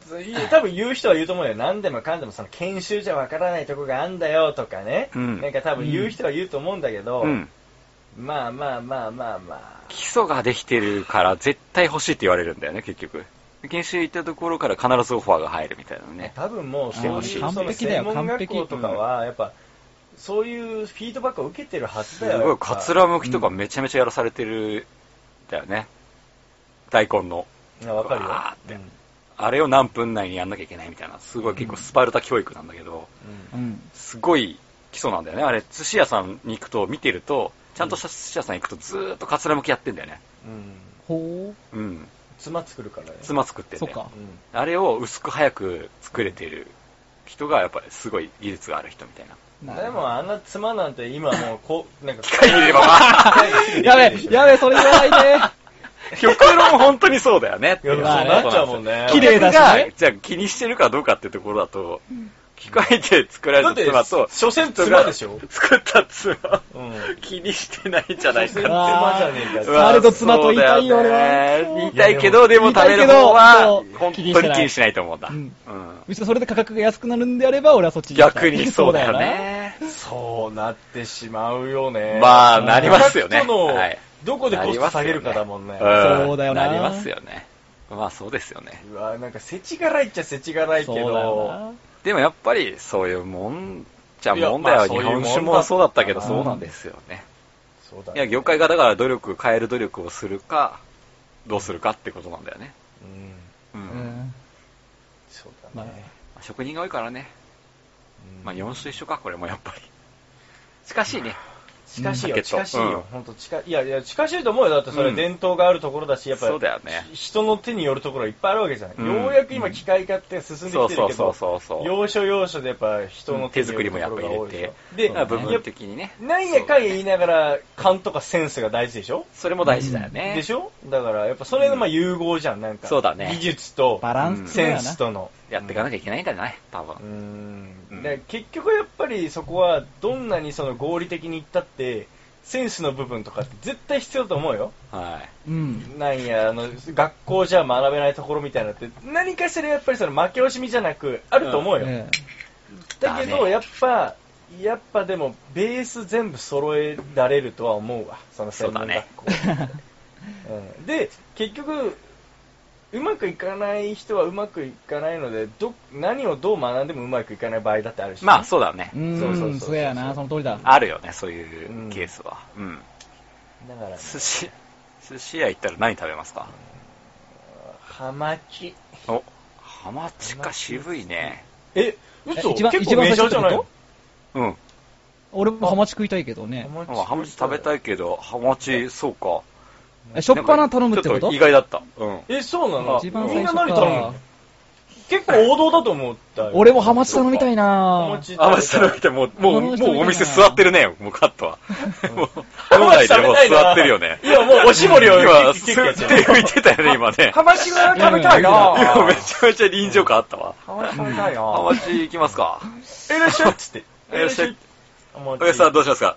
Speaker 2: そういや、多分言う人は言うと思うよ。何でもかんでも、その研修じゃわからないとこがあんだよとかね。
Speaker 3: うん
Speaker 2: なんか多分言う人は言うと思うんだけど、
Speaker 3: うん。
Speaker 2: まあまあまあまあまあ。
Speaker 3: 基礎ができてるから絶対欲しいって言われるんだよね、結局。研修行ったところから必ずオファーが入るみたいなね。
Speaker 2: 多分もう、そう
Speaker 3: あ
Speaker 2: いう、
Speaker 3: ー
Speaker 2: そ
Speaker 4: 完
Speaker 2: の
Speaker 4: 璧だ
Speaker 2: 専
Speaker 4: よ
Speaker 2: 門学校とかは、やっぱ、そういうフィードバックを受けてるはず
Speaker 3: す
Speaker 2: だよ。
Speaker 3: ごい、カツラむきとかめちゃめちゃやらされてる、だよね。大根の。
Speaker 2: いやわかるよ。
Speaker 3: わーって
Speaker 2: うん
Speaker 3: あれを何分内にやんなきゃいけないみたいな、すごい結構スパルタ教育なんだけど、
Speaker 4: うん。
Speaker 3: すごい基礎なんだよね。あれ、寿司屋さんに行くと見てると、ちゃんとした寿司屋さん行くとずーっとカツラむきやってんだよね。
Speaker 2: うん。うん。
Speaker 4: ほ
Speaker 3: うん。
Speaker 2: 妻作るからね。
Speaker 3: 妻作って
Speaker 4: う。
Speaker 3: んだ
Speaker 4: そっ
Speaker 3: よ
Speaker 4: か。
Speaker 2: うん。
Speaker 3: あれを薄く早く作れてる人が、やっぱりすごい技術がある人みたいな。
Speaker 2: でも、あんな妻なんて今もう、こ
Speaker 3: *laughs*
Speaker 2: う、なんか、
Speaker 3: 機械入れれば、まあ、
Speaker 4: やべ、やべ、それ言わない
Speaker 3: *laughs*
Speaker 4: で。
Speaker 3: 極論本当にそうだよねっていう。
Speaker 2: いや
Speaker 4: まあね
Speaker 2: そうなっちゃうもんね
Speaker 3: 綺麗だ
Speaker 4: 綺麗だし
Speaker 3: が
Speaker 4: ね、
Speaker 3: じゃあ気にしてるかどうかってところだと、機械で作ら
Speaker 2: だ
Speaker 3: れ
Speaker 2: ったて
Speaker 3: 妻と、、
Speaker 2: 所詮
Speaker 3: 人
Speaker 2: 妻
Speaker 3: が
Speaker 2: でしょ
Speaker 3: 作った妻、
Speaker 2: うん
Speaker 3: 気にしてないんじゃないかって。
Speaker 2: うわ妻じゃねえか
Speaker 3: うわ
Speaker 4: あれと妻と言いたいよ、
Speaker 3: そう
Speaker 4: 俺
Speaker 3: だ
Speaker 4: は
Speaker 3: よね。言いたいけど、でも
Speaker 4: いや
Speaker 3: 食
Speaker 4: でも
Speaker 3: べる方は
Speaker 4: 言い、た
Speaker 3: 本当
Speaker 4: いけ
Speaker 3: に
Speaker 4: ど
Speaker 3: 気にしないと思うんだ。
Speaker 4: うん
Speaker 3: うん
Speaker 4: むしろそれで価格が安くなるんであれば、俺はそっちに行きたい
Speaker 3: 逆にそうだよ。ね。
Speaker 2: そうなってしまうよね。
Speaker 3: まあなりますよね
Speaker 2: 価格との
Speaker 3: はい
Speaker 2: どこでコスト下げるかだもんね。
Speaker 3: ん
Speaker 4: そうだよな
Speaker 3: なりますよね。まあそうですよね。
Speaker 2: うわなんか世知辛いっちゃ世知辛いけ
Speaker 4: そうだよ
Speaker 2: ど
Speaker 4: な、。
Speaker 3: でもやっぱりそういうもんじゃ
Speaker 2: いや
Speaker 3: もんだよ。
Speaker 2: まあそう
Speaker 3: 日
Speaker 2: いうも
Speaker 3: 本
Speaker 2: んだ
Speaker 3: 酒もそうだったけど、
Speaker 2: うん
Speaker 3: そうなんですよね。
Speaker 2: そうだ
Speaker 3: いや、業界がだから努力、変える努力をするか、どうするかってことなんだよね。
Speaker 2: うん、
Speaker 3: う。
Speaker 4: うんん。
Speaker 2: そうだ
Speaker 4: まあ
Speaker 2: ね
Speaker 4: ね。
Speaker 3: 職人が多いからね。
Speaker 2: うん
Speaker 3: まあ日本酒一緒か、これもやっぱり。近しいね。
Speaker 2: 近しい
Speaker 3: うん
Speaker 2: よ、近しい
Speaker 3: うん
Speaker 2: よ、本当近い。いやいや、近しいと思うよ。だってそれ
Speaker 3: うん
Speaker 2: 伝統があるところだし、やっぱり、
Speaker 3: そうだよね
Speaker 2: 人の手によるところはいっぱいあるわけじゃない。
Speaker 3: うん
Speaker 2: ようやく今機械化って進んできてるけ
Speaker 3: そうそう
Speaker 2: ど
Speaker 3: そうそうそ、う
Speaker 2: 要所要所でやっぱ人の
Speaker 3: 手
Speaker 2: に
Speaker 3: 作
Speaker 2: よ
Speaker 3: り
Speaker 2: る
Speaker 3: も
Speaker 2: と
Speaker 3: やっ
Speaker 2: こ
Speaker 3: ぱ
Speaker 2: ろ
Speaker 3: 入
Speaker 2: が多
Speaker 3: れ
Speaker 2: いでしょ
Speaker 3: て。
Speaker 2: で、
Speaker 3: まあ部
Speaker 2: や
Speaker 3: 分
Speaker 2: っぱ
Speaker 3: 的にね。
Speaker 2: なんやかんや言いながら、勘とかセンスが大事でしょ
Speaker 3: それも大事だよね。
Speaker 2: でしょだから、やっぱそれのまあ融合じゃん、なんか。
Speaker 3: そうだね
Speaker 2: 技術と、
Speaker 4: バランスだ
Speaker 2: セ
Speaker 4: よ
Speaker 2: ン
Speaker 4: な。
Speaker 2: スとの。
Speaker 3: やっていかなきゃいけないんだよね、多分
Speaker 2: う。ん
Speaker 3: うん
Speaker 2: で結局やっぱりそこは、どんなにその合理的に言ったって、センスの部分とかって絶対必要だと思うよ。
Speaker 3: はい。
Speaker 4: うん。
Speaker 2: なんや、あの、学校じゃ学べないところみたいなって、何かしらやっぱりその負け惜しみじゃなく、あると思うよ。
Speaker 4: ええ
Speaker 2: だけ
Speaker 3: だ
Speaker 2: ど、
Speaker 3: ね
Speaker 2: やっぱ、やっぱでも、ベース全部揃えられるとは思うわ、その専門学校。うん、で、結局、うまくいかない人はうまくいかないので、ど何をどう学んでもうまくいかない場合だってあるしね、
Speaker 3: まあ、そうだね
Speaker 4: *laughs* う。ん、
Speaker 2: そ
Speaker 4: そうう
Speaker 2: そうそうそう
Speaker 4: やな、その通りだ。
Speaker 3: あるよね、そういうケースは。うん。
Speaker 2: だからね、
Speaker 3: 寿司、寿司屋行ったら何食べますか
Speaker 2: ハマチ。
Speaker 3: お、ハマチか渋いね。
Speaker 2: え、嘘
Speaker 4: え一番
Speaker 2: 結構メジャーじゃないの
Speaker 3: うん。
Speaker 4: 俺もハマチ食いたいけどね。
Speaker 2: マ
Speaker 3: まあハマチ食べた
Speaker 2: い。
Speaker 3: いけど、ハマチ、そうか。
Speaker 4: えしょっぱな頼むって
Speaker 3: ち
Speaker 4: こ
Speaker 3: ょ
Speaker 4: と
Speaker 3: っ意外だった。うん。
Speaker 2: え、そうなの
Speaker 4: 一番
Speaker 2: みん
Speaker 4: 最
Speaker 2: な
Speaker 4: 初
Speaker 2: 何頼
Speaker 4: か
Speaker 2: むの。結構王道だと思ったよ。
Speaker 4: 俺もハマチ頼みたい
Speaker 2: ハマ
Speaker 4: な
Speaker 2: チ食べたい
Speaker 3: あ、ましたら見て、もう、もう、も
Speaker 4: この
Speaker 3: う
Speaker 4: 人
Speaker 3: お店座ってるね、もうカットは。もう、脳
Speaker 2: ハマ
Speaker 3: 内で
Speaker 2: チ
Speaker 3: も
Speaker 2: 食べ
Speaker 3: う
Speaker 2: たいな
Speaker 3: 座ってるよね。
Speaker 2: 今もうおしぼりを
Speaker 3: 今、
Speaker 2: キュッキュッキュッキュッ
Speaker 3: 手拭いてたよね、今ね。
Speaker 2: ハマチが食べたいな
Speaker 3: 今め
Speaker 2: ハ
Speaker 3: ちゃめちゃ臨場感あったわ。
Speaker 2: マチ食べたいな
Speaker 3: ハマチ行きますか。
Speaker 2: いらっしゃいっつって。
Speaker 3: いらっしゃい。
Speaker 2: ハマ
Speaker 3: おやさんどうしますか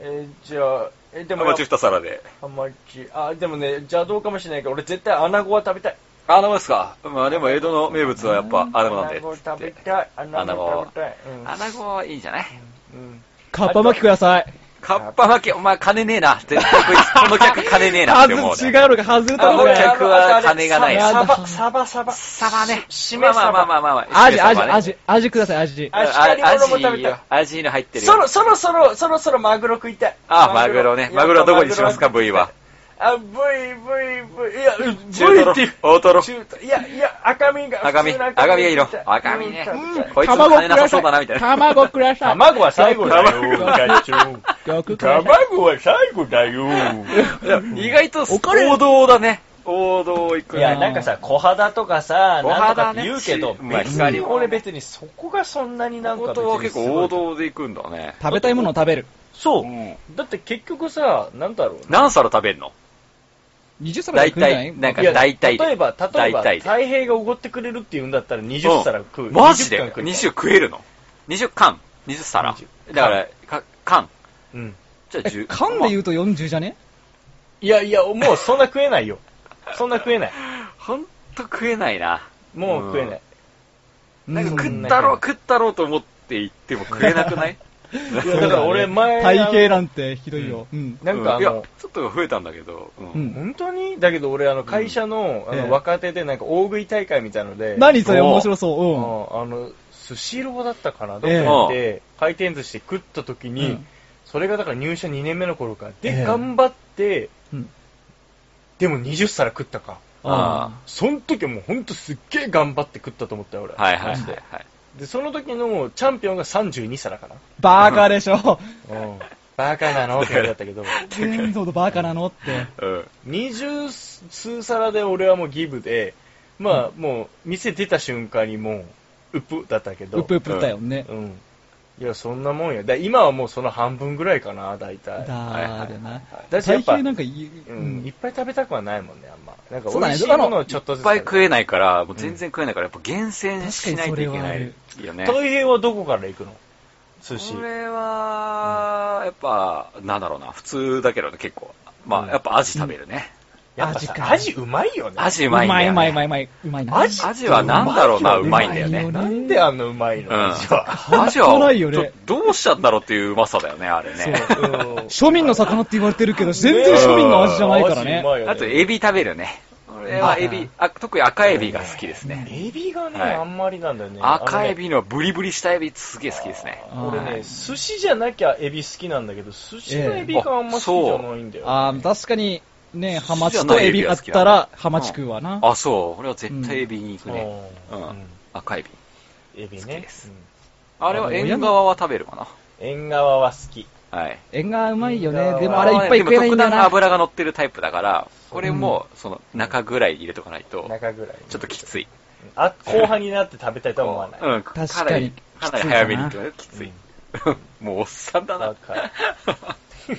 Speaker 2: えー、じゃあ、えー、で
Speaker 3: ハ
Speaker 2: も
Speaker 3: マチ二皿で。
Speaker 2: ハマチ、あ、でもね、邪道かもしれないけど、俺絶対穴子は食べたい。
Speaker 3: あ、飲むですか。まあでも江戸の名物はやっぱ、あ、でもなんで。
Speaker 2: 穴子食べたい。穴子食べたい。うん
Speaker 3: 穴子はいいんじゃない
Speaker 2: うん。
Speaker 4: かっぱ巻きください。
Speaker 3: カッパ巻き、お前金ねえな。絶対こいつ、この客金ねえな
Speaker 4: は
Speaker 3: っ
Speaker 4: ず、
Speaker 3: て
Speaker 4: 違う
Speaker 3: 思う、ね。
Speaker 4: のが外れ
Speaker 3: あ
Speaker 4: たこ
Speaker 3: こ
Speaker 4: れ
Speaker 3: れ。客は金がない
Speaker 2: サバ、サバ、サバ。
Speaker 3: サバね。
Speaker 2: しめサバ
Speaker 3: まあまあまあまあまあ。
Speaker 4: アジ、ア
Speaker 3: し
Speaker 4: ジ、
Speaker 3: め鯖ね
Speaker 4: アジ、アジください、アジ。
Speaker 2: あ光り
Speaker 3: あア
Speaker 2: 物も食べ
Speaker 3: ジ
Speaker 2: たい
Speaker 3: よアジの入ってるよ。
Speaker 2: そろ、そろそろ、そろそろマグロ食いたい。
Speaker 3: あ、マグロね。マグロはどこにしますか、部位 *laughs* は。
Speaker 2: あ、ブイ、ブイ、ブイ、いや、うん
Speaker 3: 中 *laughs* トロ
Speaker 2: ブイっていう。
Speaker 3: 大トロ。
Speaker 2: 中トロいや、いや、赤身が。
Speaker 3: 赤身
Speaker 2: 普通の
Speaker 3: 赤身がいいの
Speaker 2: 食べた
Speaker 3: 赤身ね
Speaker 2: うん食べたい
Speaker 3: こいつの金なさそうだな、みたいな。
Speaker 4: 卵ください。
Speaker 2: 卵は最後だよ。
Speaker 4: よくください。
Speaker 2: 卵は最後だよ。
Speaker 3: いや意外と
Speaker 4: お金
Speaker 3: 王道だね。王道行く
Speaker 2: い
Speaker 3: ね。
Speaker 2: や、なんかさ、小肌とかさ、
Speaker 3: 小
Speaker 2: なんとか
Speaker 3: 肌
Speaker 2: って
Speaker 3: ね
Speaker 2: 言うけど、
Speaker 3: まあ
Speaker 2: 別
Speaker 3: 光
Speaker 2: に
Speaker 3: は
Speaker 2: 俺別にそこがそんなになん
Speaker 3: こ
Speaker 2: か別
Speaker 3: と
Speaker 2: に
Speaker 3: は結構王道で行くんだね。
Speaker 4: 食べたいものを食べる。
Speaker 2: そうう。
Speaker 3: ん
Speaker 2: だって結局さ、なんだろうな。
Speaker 3: 何皿食べんの
Speaker 4: 20皿
Speaker 3: 大
Speaker 4: で食うんじゃな
Speaker 3: 体、
Speaker 4: い
Speaker 3: なんか
Speaker 2: いや
Speaker 3: 大体で。
Speaker 2: 例えば、例えば、
Speaker 3: 大体
Speaker 2: 太
Speaker 3: で
Speaker 2: 平がおごってくれるって言うんだったら20皿食う。
Speaker 3: うんマジで
Speaker 2: 20缶
Speaker 3: ?20
Speaker 2: 食う
Speaker 3: 食えるの ?20 缶 ?20 皿
Speaker 2: 20
Speaker 3: だから、か缶。
Speaker 2: うん。
Speaker 3: じゃあ
Speaker 4: え
Speaker 3: 10。
Speaker 4: 缶で言うと40じゃね
Speaker 2: いやいや、もうそんな食えないよ。そんな食えない。
Speaker 3: ほんと食えないな。
Speaker 2: もう食えない。
Speaker 3: なんか
Speaker 4: う
Speaker 3: 食ったろう、食ったろうと思って行っても食えなくない
Speaker 2: *laughs* いやだから俺前、
Speaker 4: 体型
Speaker 2: あ
Speaker 4: なんてひどいよ。うん。
Speaker 2: のなんかあ
Speaker 3: うんいや
Speaker 2: の、、
Speaker 3: ちょっと増えたんだけど。うん
Speaker 4: うん
Speaker 2: 本当にだけど俺あの会社の,、
Speaker 4: うん
Speaker 2: あ
Speaker 4: ええ
Speaker 2: の若手でなんか大食い大会みたいので、
Speaker 4: 何それ
Speaker 3: おう
Speaker 4: 面白そう。
Speaker 2: う
Speaker 4: うん。
Speaker 2: んあの、スシローだったかなどこ行って、回転寿司で食った時に、
Speaker 4: うん
Speaker 2: それがだから入社2年目の頃か。で、
Speaker 4: ええ
Speaker 2: 頑張って、
Speaker 4: うん
Speaker 2: でも20皿食ったか。
Speaker 3: あ
Speaker 2: その時はもうほんとすっげえ頑張って食ったと思ったよ、俺。
Speaker 3: あ。はいはい
Speaker 2: マ
Speaker 3: はい
Speaker 2: ジで
Speaker 3: はい。
Speaker 2: で、その時のチャンピオンが32皿かな。
Speaker 4: バカでしょ。
Speaker 2: うん。バカなのって言われたけ
Speaker 4: *laughs*
Speaker 2: ど、
Speaker 4: 全部のバカなのって。
Speaker 3: うん。
Speaker 2: 20数皿で俺はもうギブで、まあもう店出た瞬間にもう、うっぷだったけど。
Speaker 4: うっぷうっぷだよね。
Speaker 2: うん。いや、そんなもんや。だ今はもうその半分ぐらいかな、大体。
Speaker 3: はいはい
Speaker 4: だ
Speaker 3: は
Speaker 4: ー
Speaker 3: い
Speaker 4: だな。
Speaker 2: だしやっ
Speaker 4: 体
Speaker 2: ぱ
Speaker 4: 型なんかいい、
Speaker 2: う、
Speaker 4: うん
Speaker 2: いっ
Speaker 4: ん。
Speaker 2: ぱい食べたくはないもんね、あんま。なんか
Speaker 4: そうだ
Speaker 2: 美
Speaker 4: ね
Speaker 2: 味しいものをちょっと
Speaker 3: いっ
Speaker 2: ずつ。
Speaker 3: ぱい食え
Speaker 2: い。
Speaker 3: ないから、もう全然食えないから、やっぱ厳選しないといけないよね。
Speaker 2: 太平はどこから行くの寿司
Speaker 3: こ。れは、やっぱ、なんだろうな、普通だけどね、結構。ま
Speaker 2: うん
Speaker 3: あ、やっぱアジ食べるね。
Speaker 2: やっぱさ
Speaker 4: アジか
Speaker 2: アジうまいよね。
Speaker 3: アジう
Speaker 4: う
Speaker 3: ま
Speaker 4: ま
Speaker 3: い
Speaker 4: い
Speaker 3: んだよ、ね。
Speaker 4: うまいうまいうまいうまいな。
Speaker 2: アジ
Speaker 3: アジはなんだろうな、うまいんだよね。
Speaker 2: なんであんなうまいの、
Speaker 3: うん
Speaker 2: アジは。
Speaker 3: アジは、
Speaker 4: 辛いよね
Speaker 3: ちょどうしちゃったんだろうっていううまさだよね、あれね。
Speaker 2: うん
Speaker 4: 庶民の魚って言われてるけど、全然庶民の味じゃないから
Speaker 2: アジ
Speaker 4: ね
Speaker 2: う。まいよ
Speaker 3: あと、エビ食べるね。俺はエビ、あ特に赤エビが好きですね。
Speaker 2: エビがね、
Speaker 3: はい
Speaker 2: あんまりなんだよね。
Speaker 3: 赤エ
Speaker 2: あ
Speaker 3: ビのブリブリしたエビすげえ好きですね。
Speaker 2: のね。
Speaker 4: あー
Speaker 2: 俺ね、寿司じゃなきゃエビ好きなんだけど、寿司のエビがあんま好きじゃないんだよ。
Speaker 4: ああ、確かに、ね、ハマ
Speaker 3: 寿司
Speaker 4: チ
Speaker 3: じゃ
Speaker 4: と
Speaker 3: ない
Speaker 4: エ
Speaker 3: エビ
Speaker 4: ビあ
Speaker 3: が
Speaker 4: っ
Speaker 3: 好きだな
Speaker 4: たら、ハマチ食うわな。
Speaker 3: あ、そう。俺は絶対エビに行くね。
Speaker 2: う
Speaker 3: うんん。
Speaker 2: うん
Speaker 3: 赤エビ。
Speaker 2: エビ
Speaker 3: 好き
Speaker 2: ね
Speaker 3: で。す
Speaker 2: うん
Speaker 3: あれは縁側は食べるか
Speaker 2: 縁側は好き。
Speaker 3: な。はい。
Speaker 4: 縁がうまいよ
Speaker 2: 縁
Speaker 4: ね
Speaker 2: 側。
Speaker 4: でもあれいっぱい食えないんだ
Speaker 3: でも特段
Speaker 4: よな。
Speaker 3: 油が乗ってるタイプだから、これも、その、中ぐらい入れとかないと、
Speaker 2: 中ぐらい。
Speaker 3: ちょっときつい。
Speaker 2: あ、後半になって食べたいとは思わない。
Speaker 3: うん、
Speaker 4: かに
Speaker 3: かなり、かなり早めに行くきつい。 *laughs* もうおっさんだ
Speaker 2: わ
Speaker 3: な。
Speaker 2: かる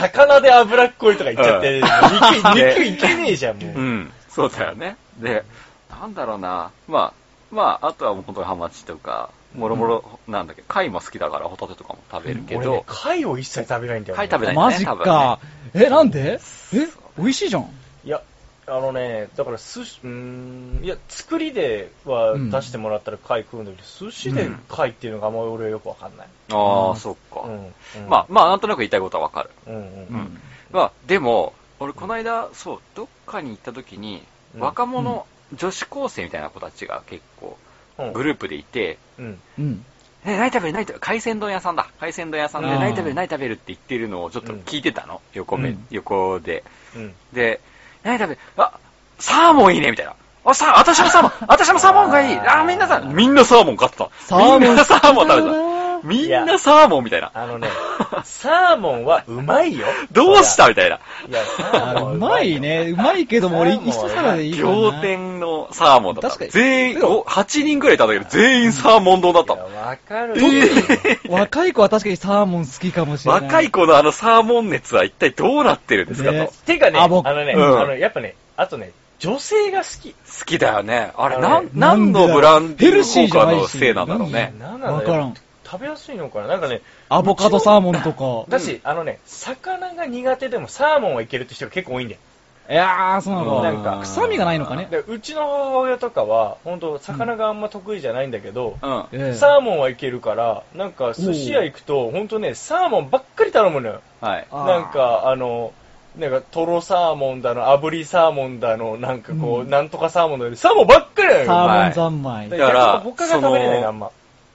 Speaker 2: 魚で脂っこいとか言っちゃって、もう肉、肉いけねえじゃん、も
Speaker 3: う
Speaker 2: う。
Speaker 3: ん、そうだよね。で、なんだろうな、まあ、まあ、あとはもう本当にハマチとか、もろもろ、なんだっけ、貝も好きだから、ホタテとかも食べるけ
Speaker 2: 俺ね
Speaker 3: ど、
Speaker 2: 貝を一切食べないんだよね。
Speaker 3: 貝食べないんだよ
Speaker 4: マ
Speaker 3: ね、
Speaker 4: ジ
Speaker 3: 多分ね。
Speaker 4: か。え、なんでえ、美味しいじゃん。
Speaker 2: いや、あのね、だから寿司、うーん、いや、作りでは
Speaker 4: うん
Speaker 2: 出してもらったら貝食うんだけど、寿司で貝っていうのがあんまり俺はよくわかんない。
Speaker 3: あ
Speaker 4: う
Speaker 3: あ、
Speaker 4: ん
Speaker 3: そっ
Speaker 2: う
Speaker 3: か。
Speaker 2: ん。うん
Speaker 3: まあ、、まあ、なんとなく言いたいことはわかる。
Speaker 2: うんうん。
Speaker 3: まあ、でも、俺、この間、そう、どっかに行った時に、
Speaker 2: うん
Speaker 3: 若者、女子高生みたいな子たちが結構、
Speaker 2: うん
Speaker 3: グループでいて、
Speaker 2: うん。
Speaker 4: うん。
Speaker 3: え、何食べる何食べる海鮮丼屋さんだ。海鮮丼屋さんで
Speaker 4: あー
Speaker 3: 何食べる何食べるって言ってるのをちょっと聞いてたの。横目、
Speaker 4: うん
Speaker 3: 横で。
Speaker 2: うん。
Speaker 3: で、何食べるあ、サーモンいいねみたいな。あ、さ、私もサーモン私もサーモンがいいあー、みんなさ、みんなサーモン買った。
Speaker 4: サーモン
Speaker 3: みんなサーモン
Speaker 4: 好きだ
Speaker 3: 食
Speaker 4: よ
Speaker 3: べた。
Speaker 4: な
Speaker 3: みんなサーモンみたいな。
Speaker 2: あのね、サーモンはうまいよ。
Speaker 3: *laughs* どうしたみたいな。
Speaker 2: いや、サーモン
Speaker 4: あ
Speaker 2: は
Speaker 4: うまい
Speaker 2: よ。
Speaker 4: ね。うまいけども、俺、
Speaker 2: サーモン
Speaker 4: 一
Speaker 2: は
Speaker 4: 皿でいいかな。
Speaker 3: 仰天のサーモンだった。
Speaker 4: 確かに
Speaker 3: 全員、
Speaker 4: でも
Speaker 3: お8人くらいいたんだけど、全員サーモン丼だっ
Speaker 2: い
Speaker 3: た
Speaker 2: や、
Speaker 3: の。
Speaker 2: わかるよ。
Speaker 3: え
Speaker 4: 若い子は確かにサーモン好きかもしれない。
Speaker 3: 若い子のあのサーモン熱は一体どうなってるんですかと。
Speaker 4: ね
Speaker 3: 好
Speaker 2: てかね、あ
Speaker 4: あ僕
Speaker 2: のね、
Speaker 3: うん
Speaker 2: あの、やっぱね、あとね、女性が好き。
Speaker 3: きだよね。あれ、
Speaker 2: あれ
Speaker 3: なん、
Speaker 4: な
Speaker 3: 何
Speaker 4: んで
Speaker 3: の
Speaker 4: だろう
Speaker 3: ブランディング効果
Speaker 4: ヘルシーじゃな
Speaker 3: の
Speaker 4: いし
Speaker 3: せいなんだろうね
Speaker 4: 何。
Speaker 2: なんなの
Speaker 4: わ
Speaker 2: よ
Speaker 4: からん。
Speaker 2: 食べやすいのかななんかね、
Speaker 4: アボカドサーモンとか。
Speaker 2: だし、あのね、魚が苦手でもサーモンはいけるって人が結構多いんだよ。
Speaker 4: いやー、そうなのか。
Speaker 2: なんか
Speaker 4: 臭みがないのかね。
Speaker 2: でうちの母親とかは、本当魚があんま得意じゃないんだけど、
Speaker 3: うん。
Speaker 4: ええ
Speaker 2: サーモンはいけるから、なんか寿司屋行くと、本当ね、サーモンばっかり頼むのよ。
Speaker 3: はい。
Speaker 4: あー
Speaker 2: なんか、あの、なんか、トロサーモンだの、炙りサーモンだの、なんかこう、
Speaker 4: うん
Speaker 2: なんとかサーモンだの、サーモンばっかりだよ。
Speaker 4: サーモン三昧。
Speaker 2: だ
Speaker 3: だから
Speaker 2: から、他が食べれ
Speaker 3: そ
Speaker 2: ない
Speaker 3: の
Speaker 2: な、あんま。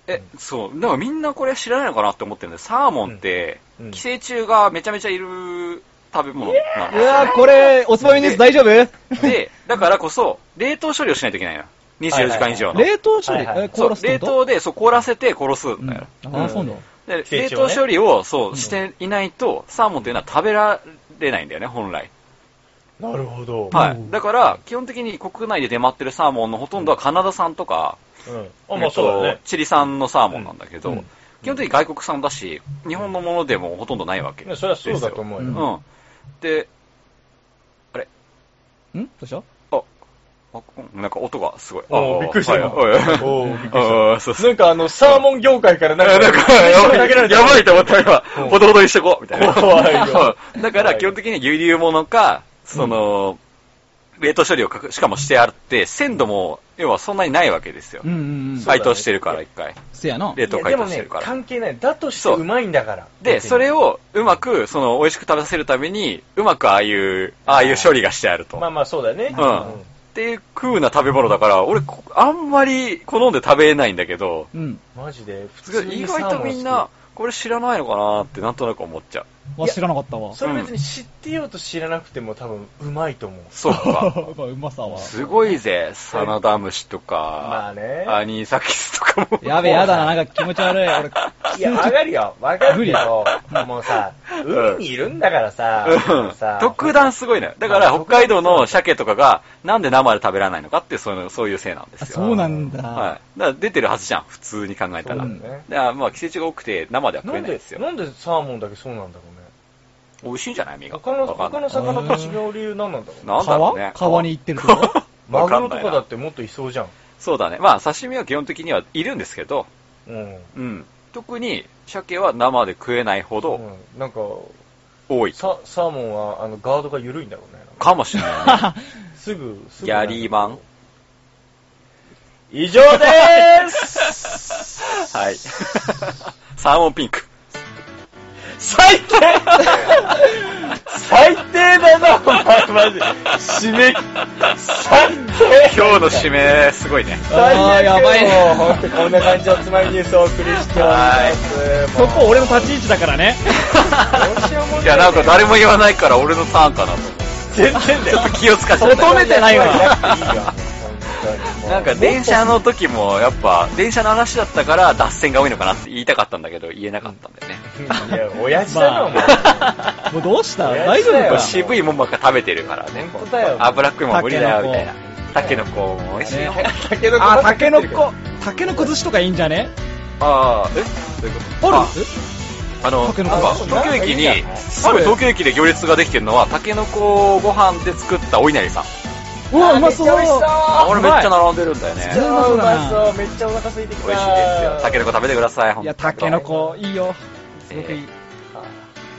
Speaker 3: え、そう。でもみんなこれ知らないのかなって思ってるんで、サーモンって、
Speaker 2: うんうん
Speaker 3: 寄生虫がめちゃめちゃいる食べ物なん
Speaker 4: う
Speaker 3: ですよ
Speaker 4: わー、これ、おつまみです。大丈夫
Speaker 3: で、だからこそ、冷凍処理をしないといけないのよ。24時間以上の。
Speaker 4: 冷凍処理、
Speaker 2: はいはい
Speaker 4: え
Speaker 3: そ
Speaker 4: 凍
Speaker 3: う
Speaker 4: らせ
Speaker 3: 冷
Speaker 4: てこと
Speaker 3: 凍で、そう、凍らせて殺すんだよ。
Speaker 4: うん、ああ、そうなんだ。
Speaker 3: で
Speaker 2: 成
Speaker 3: 冷
Speaker 2: 長ね
Speaker 3: 凍処理をそううんしていないと、サーモンというのは食べられないんだよね、本来。
Speaker 2: なるほど。
Speaker 3: は
Speaker 4: うん
Speaker 3: い。だから、基本的に国内で出回ってるサーモンのほとんどはカナダ産とか、
Speaker 2: うん。あ、ま
Speaker 3: え
Speaker 2: あ
Speaker 3: っ
Speaker 2: そうだ
Speaker 3: と
Speaker 2: ね。
Speaker 3: チリ産のサーモンなんだけ
Speaker 2: う
Speaker 3: ど
Speaker 2: ん、
Speaker 3: 基本的に外国産だし、日本のものでもほとんどないわけ。
Speaker 2: ねそれはそうだと思う
Speaker 4: です
Speaker 2: よ。
Speaker 3: うん。で、
Speaker 4: んどうした
Speaker 3: あなんか音がすごい。
Speaker 2: おーびっくりした今
Speaker 3: はいはい *laughs*
Speaker 2: おーびっくりし
Speaker 3: あーそうそう
Speaker 2: なんかあの、サーモン業界からなんか、
Speaker 3: なんか、やばい、やばいと思ったら
Speaker 2: う、ん
Speaker 3: ほどほどにしとこう、みたいな。
Speaker 2: 怖いよ
Speaker 3: そう *laughs* だから、基本的に牛乳ものか、その、冷凍処理をかくしかもしてあって、鮮度も、要はそんなにないわけですよ
Speaker 4: う。んうんうん。
Speaker 2: そうだね
Speaker 3: 解凍してるから、一回。
Speaker 4: せやな。
Speaker 3: 冷凍
Speaker 2: いやで
Speaker 3: 解
Speaker 2: も
Speaker 3: 凍して
Speaker 2: ね
Speaker 3: る、から。
Speaker 2: 関係ない。だとしてうまいんだから。
Speaker 3: で、それ
Speaker 2: を。
Speaker 3: を、うまく、その、美味しく食べさせるために、うまくああいう、ああいう処理がしてあると。
Speaker 2: まあ
Speaker 3: っ
Speaker 2: まあそうだね。
Speaker 3: うんていう風な食べ物だから、俺、こあんまり好んで食べないんだけど、
Speaker 4: うん。
Speaker 2: マジで、普通に
Speaker 3: 意
Speaker 2: サーモン
Speaker 3: 外とみんな
Speaker 2: 好、
Speaker 3: これ知らないのかなって、なんとなく思っちゃう。
Speaker 4: わ、知らなかったわ
Speaker 2: き。それ別に知ってようと知らなくても多分うまいと思う。
Speaker 3: そうか。 *laughs*
Speaker 4: *laughs* まあうまさは。
Speaker 3: すごいぜ、サナダムシと
Speaker 2: ま
Speaker 3: か
Speaker 2: あ、ね。
Speaker 3: アニサキスとかも。
Speaker 4: やべえ、やだな、なんか気持ち悪い。俺、
Speaker 2: いや、わかるよ。わかるよ。もうさ、
Speaker 3: ん
Speaker 2: 海にいるんだからさ
Speaker 3: うん、
Speaker 2: さ
Speaker 3: 特段すごいね。だから、北海道の鮭とかが、なんで生で食べられないのかって、そういう、そういうせいなんで
Speaker 4: あ
Speaker 3: すよ。
Speaker 4: *laughs* そうなんだ。
Speaker 3: はい。だから出てるはずじゃん、普通に考えたら。だ
Speaker 2: そうだね
Speaker 3: から、まあ、寄生虫が多くて、生では食
Speaker 2: な
Speaker 3: え
Speaker 2: ん
Speaker 3: ない
Speaker 2: で
Speaker 3: です、よ。
Speaker 2: なんでサーモンだけそうなんだろうね。
Speaker 3: 美味しいんじゃない身が。
Speaker 2: 他の、
Speaker 3: わかん
Speaker 2: 他
Speaker 3: ない
Speaker 2: の魚と違う理由なんなんだろうね。
Speaker 3: なんだろうね。
Speaker 4: 川川に行ってると
Speaker 2: *laughs* マ
Speaker 3: わ
Speaker 2: グロと
Speaker 3: んない
Speaker 2: か
Speaker 3: な
Speaker 2: だってもっといそうじゃん。
Speaker 3: そうだね。まあ、刺身は基本的にはいるんですけど、
Speaker 2: うん。
Speaker 3: うん。特に、鮭は生で食えないほ
Speaker 2: う
Speaker 3: ど
Speaker 2: ん。なんか、
Speaker 3: 多い。
Speaker 2: ササーモンは、あの、ガードが緩いんだろうね。
Speaker 3: かもしれないね。
Speaker 2: *laughs* すぐ、すぐ。
Speaker 3: ギャリーマン。
Speaker 2: 以上でーす
Speaker 3: *laughs* はい。サーモンピンク。 *laughs*
Speaker 2: 最低最低だな、お前、マジ。締め、最低
Speaker 3: 今日の締め、すごいね。
Speaker 2: 最
Speaker 4: あー
Speaker 2: 悪
Speaker 4: やばいね
Speaker 2: もうほんとこんな感じのつまみニュースをお送りしております。
Speaker 4: そこ俺の立ち位置だからね。
Speaker 2: もうどうしようもない
Speaker 3: いや、なんか誰も言わないから俺のターンかなと。
Speaker 2: 全然だ
Speaker 3: ちょ
Speaker 2: よ。
Speaker 3: っと気を使っちゃっ
Speaker 4: 求
Speaker 3: た。
Speaker 4: めて
Speaker 3: *laughs*
Speaker 4: ないわ。
Speaker 3: なんか電車の時も、やっぱ、電車の話だったから脱線が多いのかなって言いたかったんだけど、言えなかったんだよね。
Speaker 2: いや、親父だな、お前。
Speaker 4: もうどうした
Speaker 2: 親
Speaker 4: 大
Speaker 2: 父
Speaker 4: 丈
Speaker 2: だよ
Speaker 4: 夫か
Speaker 3: 渋いもんばっか食べてるからね。
Speaker 2: 本当だよ。
Speaker 3: あ、ブラックも無理だよ、みたいな。タケ
Speaker 2: 竹
Speaker 3: ノコも美味しいよ。 *laughs*
Speaker 4: ね
Speaker 2: タケノコ。
Speaker 4: あ、タケノコ。タケノコ寿司とかいいんじゃね
Speaker 3: ああ、えどういうこと
Speaker 4: ある
Speaker 3: ああの、なん
Speaker 4: タケノ
Speaker 3: か
Speaker 4: コ
Speaker 3: 東京駅
Speaker 2: なんかいい
Speaker 3: に
Speaker 2: じゃん、
Speaker 3: すごい東京駅で行列ができてるのは、タケノコご飯で作ったお稲荷さん。
Speaker 4: うわ、うまそう。
Speaker 3: あ、俺めっちゃ
Speaker 2: な。
Speaker 3: 並んでるんだよね。
Speaker 4: うまそううだ
Speaker 2: ま
Speaker 4: な
Speaker 2: そう。めっちゃお腹空いてきた。
Speaker 3: 美味しいですよ。タケノコ食べてください、ほん
Speaker 4: い
Speaker 3: と
Speaker 4: や、タケノコ、いいよ。すごくいい。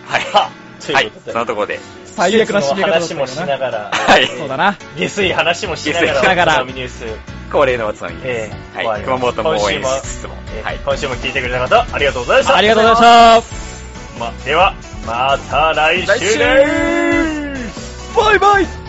Speaker 3: はい。
Speaker 2: は
Speaker 3: はい、そのところで。
Speaker 4: 最悪な締め方だっ
Speaker 2: 話
Speaker 4: た
Speaker 2: もしな
Speaker 4: け
Speaker 2: がら、
Speaker 3: はい
Speaker 4: どな。そうだな。
Speaker 2: 下水話もしな
Speaker 3: 下水し
Speaker 2: が
Speaker 4: な
Speaker 2: ら、
Speaker 4: がら
Speaker 2: おつまみニュース、
Speaker 3: 恒例のおつまみで
Speaker 2: え
Speaker 3: す。
Speaker 2: え
Speaker 3: はい。熊本も応援しつつも。
Speaker 2: えー
Speaker 3: はい。
Speaker 2: 今週も聞いてくれた方、ありがとうございました。
Speaker 4: ありがとうございました。
Speaker 2: までは、また来週です
Speaker 3: 来週
Speaker 4: バイバイ